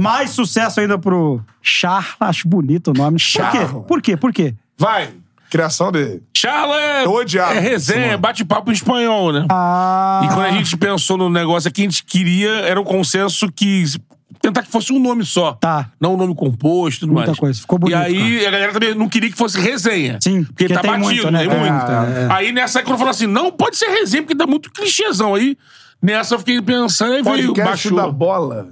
C: mais sucesso ainda pro Charla, acho bonito o nome.
A: Charla.
C: Por quê? Por quê? Por quê?
A: Vai. Criação dele.
B: Charla é,
A: Eu odiava
B: é resenha, é bate-papo em espanhol, né?
C: Ah,
B: E quando a gente pensou no negócio aqui, a gente queria, era um consenso que tentar que fosse um nome só.
C: Tá.
B: Não um nome composto, e tudo
C: Muita
B: mais.
C: coisa, ficou bonito,
B: E aí a galera também não queria que fosse resenha.
C: Sim,
B: porque,
C: porque
B: tá
C: tem
B: batido,
C: muito, né?
B: tem
C: É,
B: muito.
C: é.
B: Aí nessa quando falou assim, não pode ser resenha porque dá muito clichêzão aí. Nessa eu fiquei pensando e veio
A: Podcast
B: baixou.
A: da bola.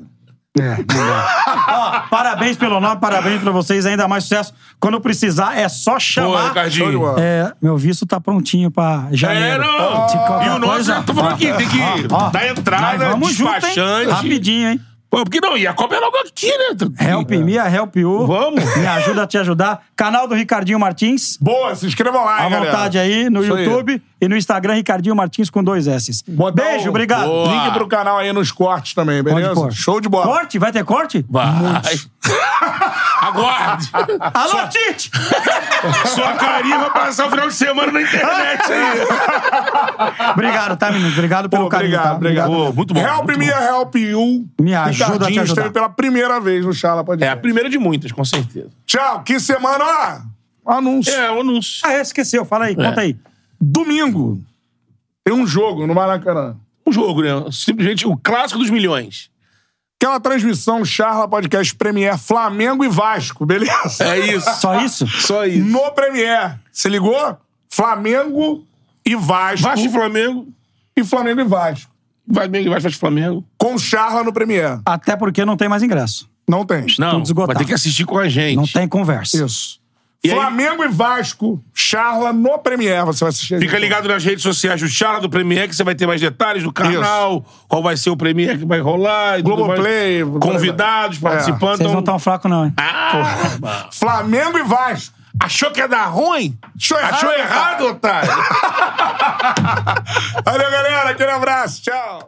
C: ó, parabéns pelo nome, parabéns pra vocês, ainda mais sucesso. Quando precisar, é só
B: Pô,
C: chamar.
A: Show de
B: Ricardinho.
A: bola.
C: É, meu visto tá prontinho pra
B: É,
C: janeiro.
B: não.
C: Se qualquer
B: e o nosso,
C: coisa,
B: eu tô falando
C: ó,
B: aqui, tem que
C: ó,
B: dar
C: nós
B: entrada,
C: vamos junto, hein?
B: despachante.
C: Rapidinho, hein?
B: Pô, porque não, e a Copa é logo aqui, né?
C: Help me, a help you.
B: Vamos.
C: Me ajuda a te ajudar. Canal do Ricardinho Martins.
A: Boa, se inscrevam lá,
C: À
A: hein, galera.
C: vontade aí no
A: Isso aí.
C: YouTube e no Instagram, Ricardinho Martins com dois S.
A: Botar
C: Beijo,
A: o-
C: obrigado.
B: Boa.
A: Link pro canal aí nos cortes também,
C: Pode
A: tá beleza?
C: pôr.
A: Show de bola.
C: Corte? Vai ter corte?
B: Vai. Aguarde.
A: Ah,
C: Alô, Tite!
B: Sua carinha vai passar o final de semana na internet aí.
C: obrigado, tá, menino? Obrigado pelo
A: Pô,
C: carinho.
A: obrigado,
C: tá?
A: obrigado.
B: Pô, muito bom,
A: Help
B: muito
A: me, help you.
C: Me ajuda a te
A: Ricardinho
C: ajudar.
A: esteve pela primeira vez no Charla Pode
B: É a primeira de muitas, com certeza.
A: Tchau, que semana, ó. Anúncio.
B: É, o anúncio.
C: Ah, é, esqueceu. Fala aí, conta aí.
A: Domingo tem um jogo no Maracanã.
B: Um jogo, né? Simplesmente o clássico dos milhões.
A: Aquela transmissão Charla Podcast Premier Flamengo e Vasco, beleza?
B: É isso.
C: Só isso?
B: Só isso.
A: No Premier. Se ligou? Flamengo e Vasco.
B: Vasco e Flamengo.
A: E Flamengo e Vasco.
B: Vai bem, vai Vasco e Flamengo.
A: Com Charla no Premier.
C: Até porque não tem mais ingresso.
A: Não tem.
B: Não,
C: Tudo esgotado.
B: vai ter que assistir com a gente.
C: Não tem conversa.
A: Isso.
B: E aí-
A: Flamengo e Vasco, Charla no Premier. Você vai assistir. a
B: Fica
A: gente.
B: ligado nas redes sociais do Charla, do Premier, que você vai ter mais detalhes do canal, qual vai ser o Premier que vai rolar. e tudo
A: Globoplay,
B: mais. Convidados, participantes.
C: Vocês não
A: um
B: então-
C: estão fracos, não, hein?
B: Ah, mano.
A: Flamengo e Vasco.
B: achou que ia dar ruim?
A: Achou errado,
B: Achou errado, otário?
A: Valeu, galera. Aquele abraço. Tchau.